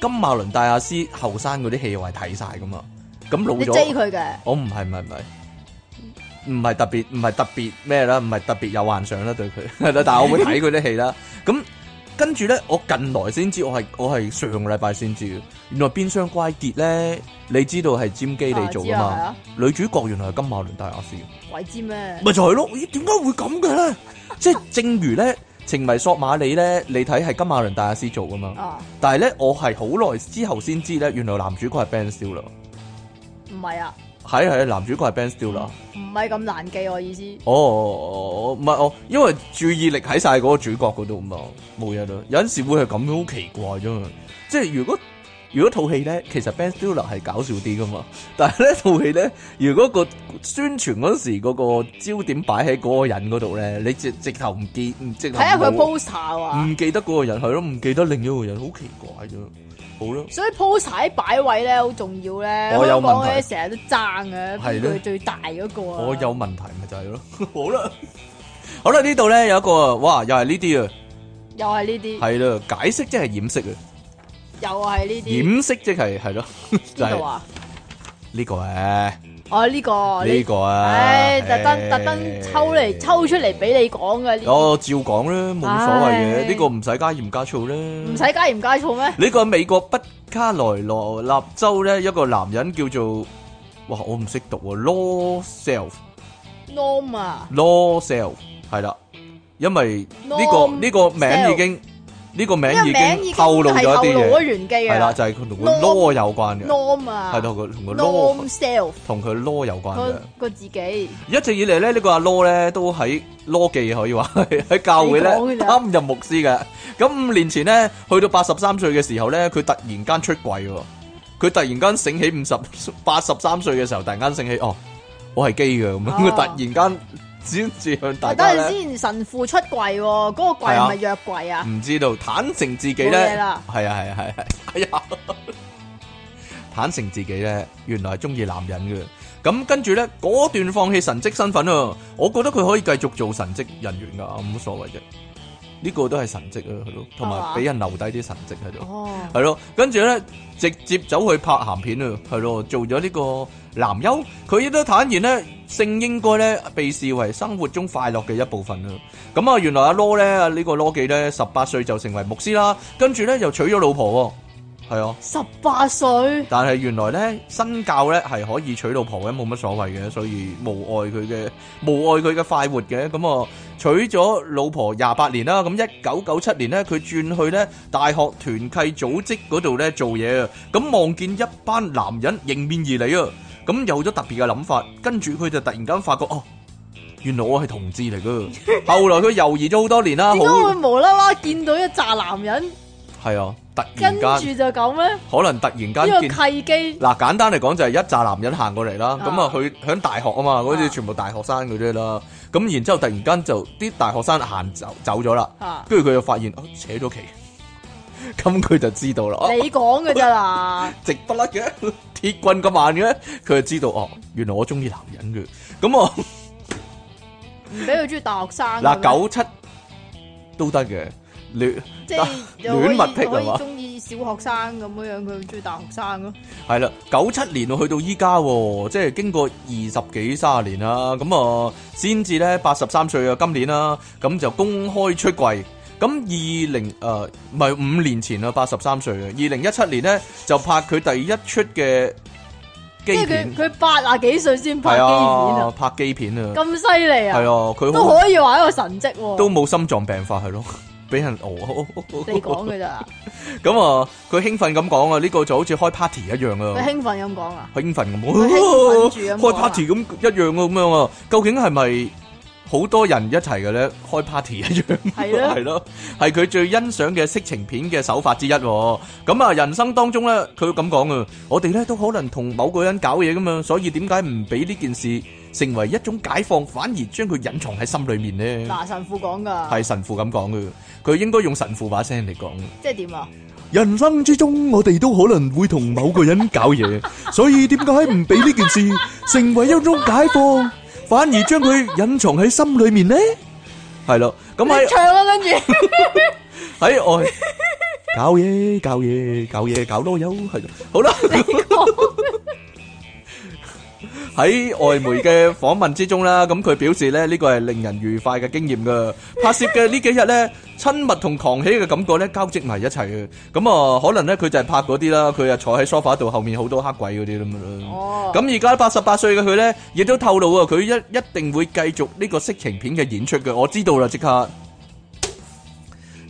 A: 金馬倫大亞斯後生嗰啲戲我係睇晒噶嘛，咁老
B: 你追
A: 咗
B: 佢嘅，
A: 我哦唔係唔係唔係。唔係特別，唔係特別咩啦，唔係特別有幻想啦對佢， <laughs> 係啦，但係我會睇佢啲戲啦。咁跟住咧，我近來先知，我係我係上個禮拜先知嘅，原來《邊雙乖傑》咧，你知道係詹基利做噶嘛？
B: 啊知啊
A: 女主角原來係金馬倫大亞斯。
B: 鬼知咩？
A: 咪就係咯，咦？點解會咁嘅
B: <laughs>
A: 咧？即係正如咧，情迷索馬里咧，你睇係金馬倫大亞斯做噶嘛？
B: 啊，
A: 但係咧，我係好耐之後先知咧，原來男主角係 Ben Stiller。
B: 唔係啊，
A: 係係，男主角係 Ben Stiller。
B: 唔係咁難記我意思。
A: 哦哦，哦唔係我，因為注意力喺晒嗰個主角嗰度嘛，冇嘢啦。有陣時會係咁樣，好奇怪啫嘛。即係如果如果套戲咧，其實 Ben Stiller 係搞笑啲噶嘛，但係咧套戲咧，如果個宣傳嗰時嗰個焦點擺喺嗰個人嗰度咧，你直直頭唔記，唔直頭
B: 睇下佢
A: 冇
B: poster 啊，
A: 唔記得嗰個人係咯，唔記得另一個人，好奇怪啫。好啦，
B: 所以 poster 喺擺位咧好重要咧。
A: 我有
B: 香港
A: 問題
B: 咧成日都爭嘅，
A: 係咧
B: 邊個最大嗰個啊？
A: 我有問題咪就係咯。 <laughs> 好啦，好啦，呢度咧有一個，哇，又係呢啲啊，
B: 又係呢啲，
A: 係啦，解釋即係掩飾啊。
B: 又係呢
A: 掩
B: 啲。
A: 飾即係係咯，就
B: 邊度
A: 係
B: 啊？
A: 呢個咧，
B: 哦，呢個
A: 呢個啊，
B: 唉，特登特
A: 唉
B: 登抽嚟抽出嚟俾你講嘅，呢
A: 我照講啦，冇所謂
B: 唉
A: 嘅，呢個唔使加鹽加醋啦，
B: 唔
A: 唔
B: 使加鹽加醋咩？
A: 呢個美國北卡羅來納州咧，一個男人叫做，哇，我唔識讀啊，Law Self
B: norm 啊
A: Law Cell 係啦，因為呢、個
B: Norm
A: 呢、個名
B: Cell
A: 已經呢、個名
B: 呢個
A: 已
B: 名已
A: 經
B: 經
A: 透露咗
B: 係透
A: 一啲
B: 露咗
A: 嘢，
B: 玄機
A: 係啦，
B: 啊
A: 就係佢同個
B: Norm
A: law 有關嘅，
B: ，norm 啊，
A: 係同佢同個 law
B: norm self
A: 同佢 law 有關嘅
B: 個。個自己，
A: 一直以嚟咧，呢、個阿 Law 咧都喺 Law 記可以
B: <laughs>
A: 話係喺教會咧
B: 你講嘅咋
A: 擔任牧師嘅。咁五年前咧，去到八十三歲嘅時候咧，佢突然間出櫃喎。佢突然間醒起五十八十三歲嘅時候，突然間醒起哦，我係基嘅咁樣。
B: 啊
A: 佢、突然間先至向大
B: 但
A: 家
B: 等陣
A: 咧
B: 先，神父出櫃喎，嗰個櫃
A: 係啊
B: 係咪約櫃啊？
A: 唔知道坦誠自己
B: 冇嘢
A: 咧，係啊
B: 啦
A: 係啊係啊係啊， <laughs> 哎呀，坦誠自己咧，原來係中意男人嘅。咁跟住咧，果斷放棄神職身份啊！我覺得佢可以繼續做神職人員噶，冇所謂啫。呢、個都係神職啊，係咯，同
B: 係
A: 埋
B: 嘛
A: 俾人留低啲神職喺度。
B: 哦，
A: 系咯，跟住咧直接走去拍鹹片啊，系咯，做咗呢個男優，佢亦都坦言咧，性應該咧被視為生活中快樂嘅一部分啊。咁啊，原來阿 Law 咧，啊呢個 Law 記咧，十八歲就成為牧師啦，跟住咧又娶咗老婆喎，係啊。
B: 十八歲，
A: 但係原來咧新教咧係可以娶老婆嘅，冇乜所謂嘅，所以無礙佢嘅無礙佢嘅快活嘅。咁啊，娶咗老婆廿八年啦，咁一九九七年咧，佢轉去咧大學團契組織嗰度咧做嘢啊，咁望見一班男人迎面而嚟啊，咁有咗特別嘅諗法，跟住佢就突然間發覺哦。原來我係同志嚟
B: <laughs>
A: 噶，後來佢猶豫咗好多年啦，
B: 點解會
A: 好
B: 無啦啦見到一紮男人，
A: 係啊，突
B: 跟
A: 然間
B: 住就咁咧？
A: 可能突然間
B: 呢個
A: 見
B: 契機，
A: 嗱，簡單嚟講就係一紮男人行過嚟啦，
B: 啊
A: 咁啊佢喺大學啊嘛，嗰啲
B: 啊
A: 全部大學生嗰啲啦，咁然之後突然間就啲大學生行走走咗啦，
B: 啊
A: 跟住佢就發現、啊、扯咗旗， <laughs> 咁佢就知道啦，啊
B: 你講嘅
A: <laughs>
B: 咋啦？
A: 直不甩嘅，鐵棍咁慢嘅，佢就知道哦，原來我中意男人嘅，咁我
B: 唔俾佢中意大學生嘅咩
A: 嗱九七都得嘅，你。
B: 即係又可
A: 戀
B: 以
A: 物癖係
B: 可
A: 嘛
B: 以中意小學生咁樣樣，佢中意大學生咯。
A: 系啦，九七年啊喎去到依家喎，即係經過二十幾三十年啦，咁啊先至咧八十三歲啊，今年啦，咁就公開出櫃。咁二零誒唔係五年前啊，八十三歲啊，二零一七年咧就拍佢第一出嘅
B: 即
A: 基
B: 係
A: 片
B: 佢，佢八啊幾歲先
A: 係
B: 拍基片啊
A: 啊，？拍基片啊，
B: 咁犀利
A: 係
B: 啊！
A: 啊，佢
B: 都
A: 好
B: 可以話一個神蹟喎。
A: 都冇心臟病發係咯， <laughs> 俾人餓。
B: 你講嘅咋？
A: <laughs> 咁啊，佢興奮咁講啊，呢個就好似開 party 一樣啊
B: 佢。興奮咁講啊？
A: 興奮咁，
B: 興奮住咁
A: 開
B: 講啊
A: party 咁一樣啊，咁樣啊，究竟係咪好多人一齊嘅咧？開 party 一樣
B: 係
A: <laughs>
B: 咯
A: 係咯，係佢最欣賞嘅色情片嘅手法之一喎。咁啊，人生當中咧，佢咁講啊，我哋咧都可能同某個人搞嘢噶嘛，所以點解唔俾呢件事成為一種解放，反而將佢隱藏喺心裏面呢？
B: 嗱，神父講噶，
A: 係神父咁講嘅，佢應該用神父把聲嚟講。
B: 即係點啊？
A: 人生之中，我哋都可能會同某個人搞嘢，所以點解唔俾呢件事成為一種解放，反而將佢隱藏喺心裏面呢？係咯，咁
B: 你
A: 喺
B: 唱
A: <laughs>
B: 啦，跟住
A: 喺外搞嘢、搞嘢、搞嘢、搞囉柚，係咯，好啦。 <laughs> 喺外媒嘅訪問之中啦，咁佢表示咧呢個係令人愉快嘅經驗噶。拍攝嘅呢幾日咧，親密同狂喜嘅感覺咧交織埋一齊嘅。咁啊，可能咧佢就係拍嗰啲啦，佢啊坐喺梳化度，後面好多黑鬼嗰啲咁樣啦。
B: 哦，
A: 咁而家八十八歲嘅佢咧，亦都透露啊，佢一一定會繼續呢個色情片嘅演出嘅。我知道啦，即刻。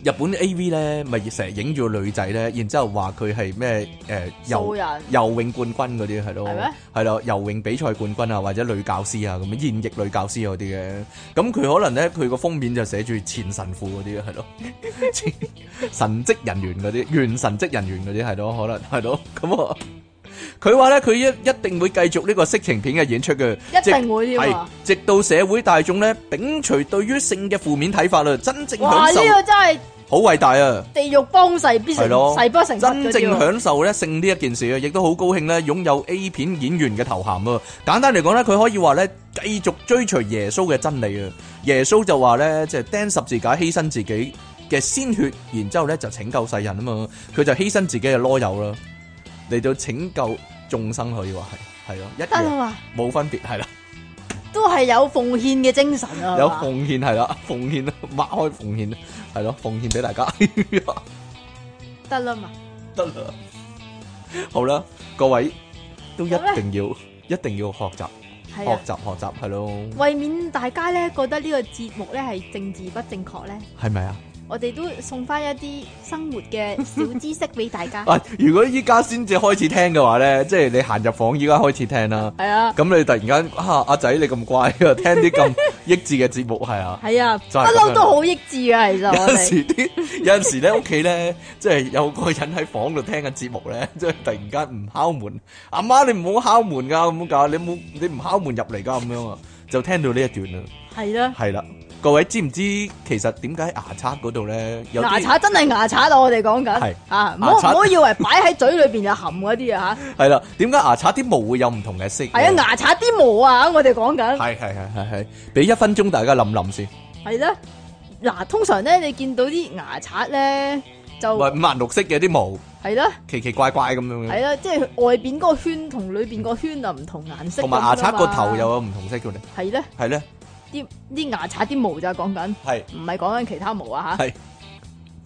A: 日本 A.V. 咧，咪成日影住個女仔咧，然之後話佢係咩誒
B: 素
A: 游
B: 人
A: 游泳冠軍嗰啲係咯
B: 係咩，嗯
A: 係咯游泳比賽冠軍啊，或者女教師啊咁樣，現役女教師嗰啲嘅，咁佢可能咧佢個封面就寫住前神父嗰啲係咯， <laughs> 前神職人員嗰啲，原神職人員嗰啲係咯，可能係咯，咁啊，佢話咧佢一一定會繼續呢個色情片嘅演出嘅，
B: 一定會添
A: 係
B: 啊！
A: 直到社會大眾咧摒除對於性嘅負面睇法啦，真正
B: 哇！
A: 享
B: 呢
A: 受
B: 個真係
A: 好偉大啊！
B: 地獄幫勢必成
A: 係咯
B: 勢不成佛
A: 真
B: 嗰啲
A: 正
B: 喎
A: 享受咧性呢一件事啊，亦都好高興咧擁有 A 片演員嘅頭銜啊！簡單嚟講咧，佢可以話咧繼續追隨耶穌嘅真理啊！耶穌就話咧，即係釘十字架犧牲自己嘅鮮血，然之後咧就拯救世人啊嘛！佢就犧牲自己嘅囉柚啦，嚟到拯救眾生可以話係係啊咯，一
B: 得啦
A: 樣
B: 嘛，
A: 冇分別係啦，
B: 都係有奉獻嘅精神啊！
A: 有
B: 係嘛
A: 奉獻係啦，奉獻擘開奉獻係咯，奉獻俾大家。
B: 得啦嘛，
A: 得啦。好啦，各位都一
B: 好啦
A: 定要一定要學習
B: 係
A: 學
B: 啊，
A: 習學習係咯，
B: 為免大家咧覺得呢個節目咧係政治不正確咧，
A: 係咪啊？
B: 我哋都送翻一啲生活嘅小知識俾大家。
A: <laughs> 啊！如果依家先至開始聽嘅話咧，即係你行入房依家開始聽啦。
B: 係啊，
A: 咁你突然間啊，阿仔你咁乖啊，聽啲 <laughs> 咁益智嘅節目係啊。
B: 係啊，不
A: 就係咁樣
B: 嬲都好益智嘅，其實
A: 有
B: 我
A: 陣
B: 哋
A: 時啲，有陣時咧屋企咧，即係有個人喺房度聽緊節目咧，即係突然間唔敲門，阿媽你唔好敲門噶，咁噶，你冇你唔敲門入嚟噶，咁樣啊，就聽到呢一段啦，
B: 係啦，
A: 係啦，各位知唔知其實點解牙刷嗰度咧有
B: 牙
A: 啲
B: 刷真係牙刷啊！我哋講
A: 係
B: 緊啊，唔
A: 牙
B: 好唔
A: 刷
B: 好以為擺喺嘴裏邊就含嗰啲啊
A: 係啦，點解牙刷啲毛會有唔同嘅色嘅？ <laughs>
B: 吓，係啊，牙刷啲毛啊，我哋講緊
A: 係係係係係，俾一分鐘大家諗諗先，
B: 係啦。嗱，通常咧你見到啲牙刷咧就
A: 喂五顏六色嘅啲毛，
B: 係啦。
A: 奇奇怪怪咁樣
B: 系
A: 嘅，
B: 啦，即系外边嗰个圈同里边个圈啊唔同颜色咁
A: 同
B: 㗎嘛，
A: 埋牙刷個頭又有唔同色嘅咧，
B: 系咧，
A: 係咧
B: 啲啲牙刷啲毛就讲紧，
A: 係
B: 唔系讲紧其他毛啊吓。
A: 係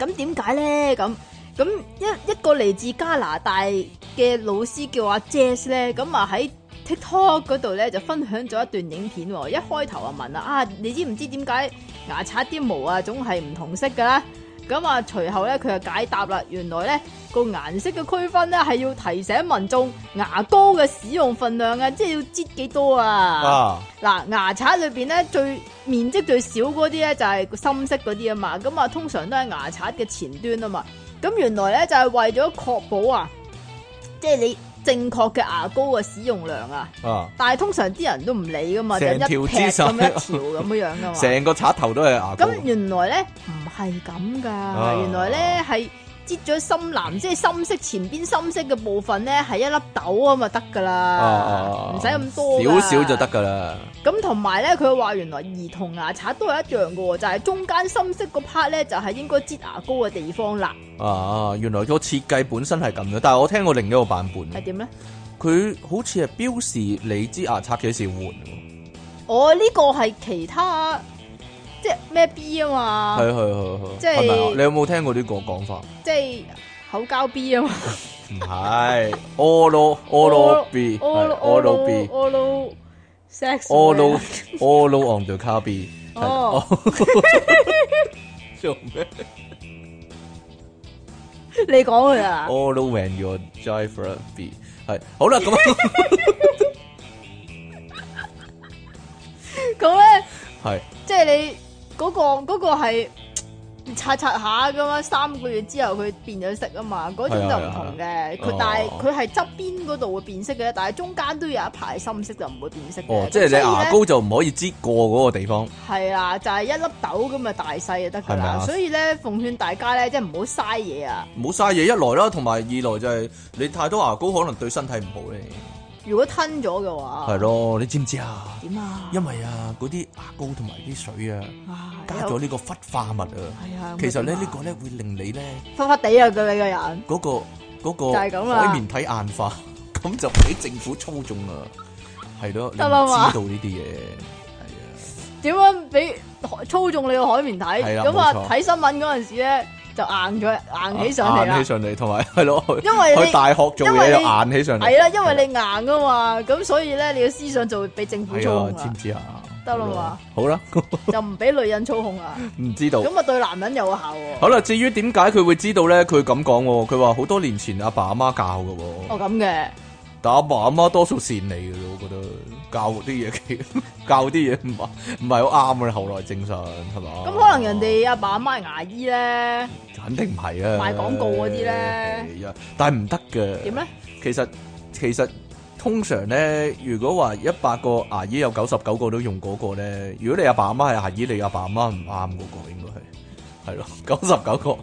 B: 咁点解咧？咁咁一一个嚟自加拿大嘅老师叫阿 Jess 咧，咁啊喺 TikTok 嗰度咧就分享咗一段影片喎，一開頭啊問啦啊，你知唔知點解牙刷啲毛啊總係唔同色嘅咧？咁啊，隨後咧佢就解答啦，原來咧個顏色嘅區分咧係要提醒民眾牙膏嘅使用份量啊，即係要擠幾多啊。
A: 啊
B: 嗱、牙刷裏邊咧最面積最少嗰啲咧就係深色嗰啲啊嘛，咁啊通常都係牙刷嘅前端啊嘛。咁原來咧就係、為咗確保啊，即係你正確嘅牙膏嘅使用量啊。
A: 啊，
B: 但係通常啲人都唔理噶嘛，就
A: 成
B: 一
A: 條
B: 劈
A: 資
B: 咁
A: 訊
B: 一條咁樣樣噶
A: <laughs>
B: 嘛。
A: 成個刷頭都係牙膏。
B: 咁原來咧唔係咁噶，
A: 啊
B: 原來咧係擠咗深藍，即係深色前邊深色嘅部分咧係一粒豆啊嘛得噶啦，唔使咁多㗎
A: 啊少少就得。噶啦。
B: 咁同埋咧，佢話原來兒童牙刷都係一樣嘅喎，就係、中間深色嗰 part 咧就係、應該擠牙膏嘅地方啦，
A: 啊，原來個設計本身係咁樣，但係我聽過另一個版
B: 係
A: 本，
B: 點咧？
A: 佢好似係標示你支牙刷幾時換喎，
B: 我哦呢、個係其他即係咩 B 啊嘛，
A: 係係係係，
B: 即係
A: 係咪啊？你有冇聽過呢個講法？
B: 即係口交 B 啊嘛。
A: 唔
B: <laughs>
A: 係，oral oral B 係 oral B
B: oral sex 啊
A: oral oral on the car B 係
B: 哦， <laughs>
A: 做咩
B: 你講佢啊，
A: ？oral when your driver B 係好啦，
B: <laughs>
A: 咁啊
B: 咁咧
A: 係
B: 即係你嗰個嗰個係擦擦下咁樣，三個月之後佢變咗色啊嘛，嗰種就唔同
A: 係
B: 嘅。
A: 啊係啊
B: 佢但係佢係側邊嗰度會變色嘅，但係中間都有一排深色就唔會變色嘅。
A: 哦，即係你
B: 咁所以呢
A: 牙膏就唔可以擠過嗰個地方。
B: 係啦，就係一粒豆咁嘅大細就得㗎
A: 係咪啊
B: 啦。所以咧，奉勸大家咧，即係唔好嘥嘢啊！
A: 冇嘥嘢一來啦，同埋二來就係你太多牙膏可能對身體唔好咧。
B: 如果吞咗嘅話，
A: 係咯，你知唔知啊？
B: 點啊？
A: 因為啊，嗰啲牙膏同埋啲水啊，
B: 啊
A: 加咗呢個氟化物啊，
B: 係啊，
A: 其實咧
B: 咁啊
A: 呢個咧會令你咧
B: 忽忽地啊，佢你個人
A: 嗰個嗰個
B: 就係咁啊啦
A: 海綿體硬化， <laughs> 咁就俾政府操縱啦。係咯，你
B: 得啦
A: 唔
B: 嘛
A: 知道呢啲嘢係
B: 點樣俾操縱你個海綿體？
A: 係啦
B: 咁啊
A: 冇錯
B: 睇新聞嗰陣時咧就硬咗，
A: 啊，
B: <laughs> 硬起上嚟
A: 硬
B: 啦
A: 起。上嚟，同埋係咯，去
B: 因為你
A: 去大學做
B: 因為
A: 嘢又
B: 你
A: 硬起上嚟，
B: 係啦，因為你硬噶嘛，咁所以咧你嘅思想就會俾政府
A: 係
B: 操
A: 啊，
B: 控
A: 知唔
B: 啦，
A: 知啊？
B: 得啦嘛
A: 係咯，好啦， <laughs>
B: 就唔俾女人操控啦。
A: 唔知道。
B: 咁啊對男人有效喎。
A: 好啦，至於點解佢會知道咧？佢咁講喎，佢話好多年前阿爸阿媽教嘅喎，
B: 哦咁嘅，
A: 但阿爸阿媽多數善你嘅，我覺得教啲嘢幾 <laughs> 教啲嘢唔係唔係好啱嘅，啊後來證實係嘛？
B: 咁可能人哋阿爸阿媽係牙醫咧，
A: 肯定唔係啊，
B: 賣廣告嗰啲咧
A: 係啊，但係唔得嘅。
B: 點咧？
A: 其實其實通常咧，如果話一百個牙醫有九十九個都用嗰個咧，如果你阿爸阿媽係牙醫，你阿爸阿媽唔啱嗰個應該係係咯， <laughs> 九十九個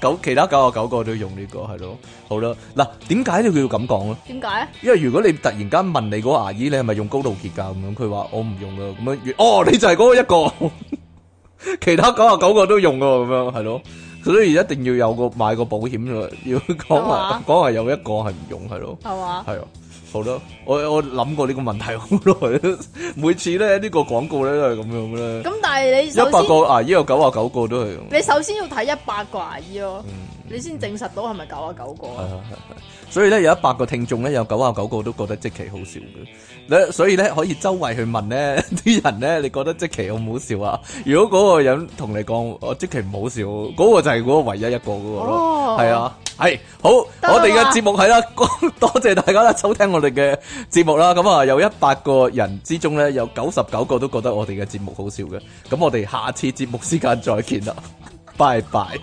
A: 九其他九十九個都用呢、個係咯，好啦，嗱點解你要咁講咧？
B: 點解？
A: 因為如果你突然間問你嗰個牙醫你係咪用高露潔㗎咁樣，佢話我唔用㗎，咁樣哦 <laughs> 你就係嗰一個， <laughs> 其他九十九個都用㗎咁樣係咯，所以一定要有個買個保險㗎要講話
B: 係嘛
A: 講話有一個係唔用係咯。
B: 係嘛？
A: 系啊，好啦，我我谂过呢個問題好耐 <laughs> 啦，每次咧呢個廣告咧都係咁樣咧，
B: 咁但係你
A: 一
B: 首
A: 百
B: 先
A: 個牙醫有九啊九個都係咁，
B: 你首先要睇一百個牙醫咯，
A: 嗯
B: 你先證實到係咪九啊九個
A: 係
B: 啊？
A: 係係係所以咧有一百個聽眾咧，有九啊九個都覺得即奇好笑嘅。咧所以咧可以周圍去問咧 <laughs> 啲人咧，你覺得即奇好唔好笑啊？如果嗰個人同你講我即奇唔好笑，嗰、個就係嗰個唯一一個嗰個咯
B: 哦。
A: 係、啊，係好，
B: 得啦
A: 我哋嘅節目係啦， <laughs> 多謝大家啦收聽我哋嘅節目啦。咁啊，有一百個人之中咧，有九十九個都覺得我哋嘅節目好笑嘅。咁我哋下次節目時間再見啦，拜拜。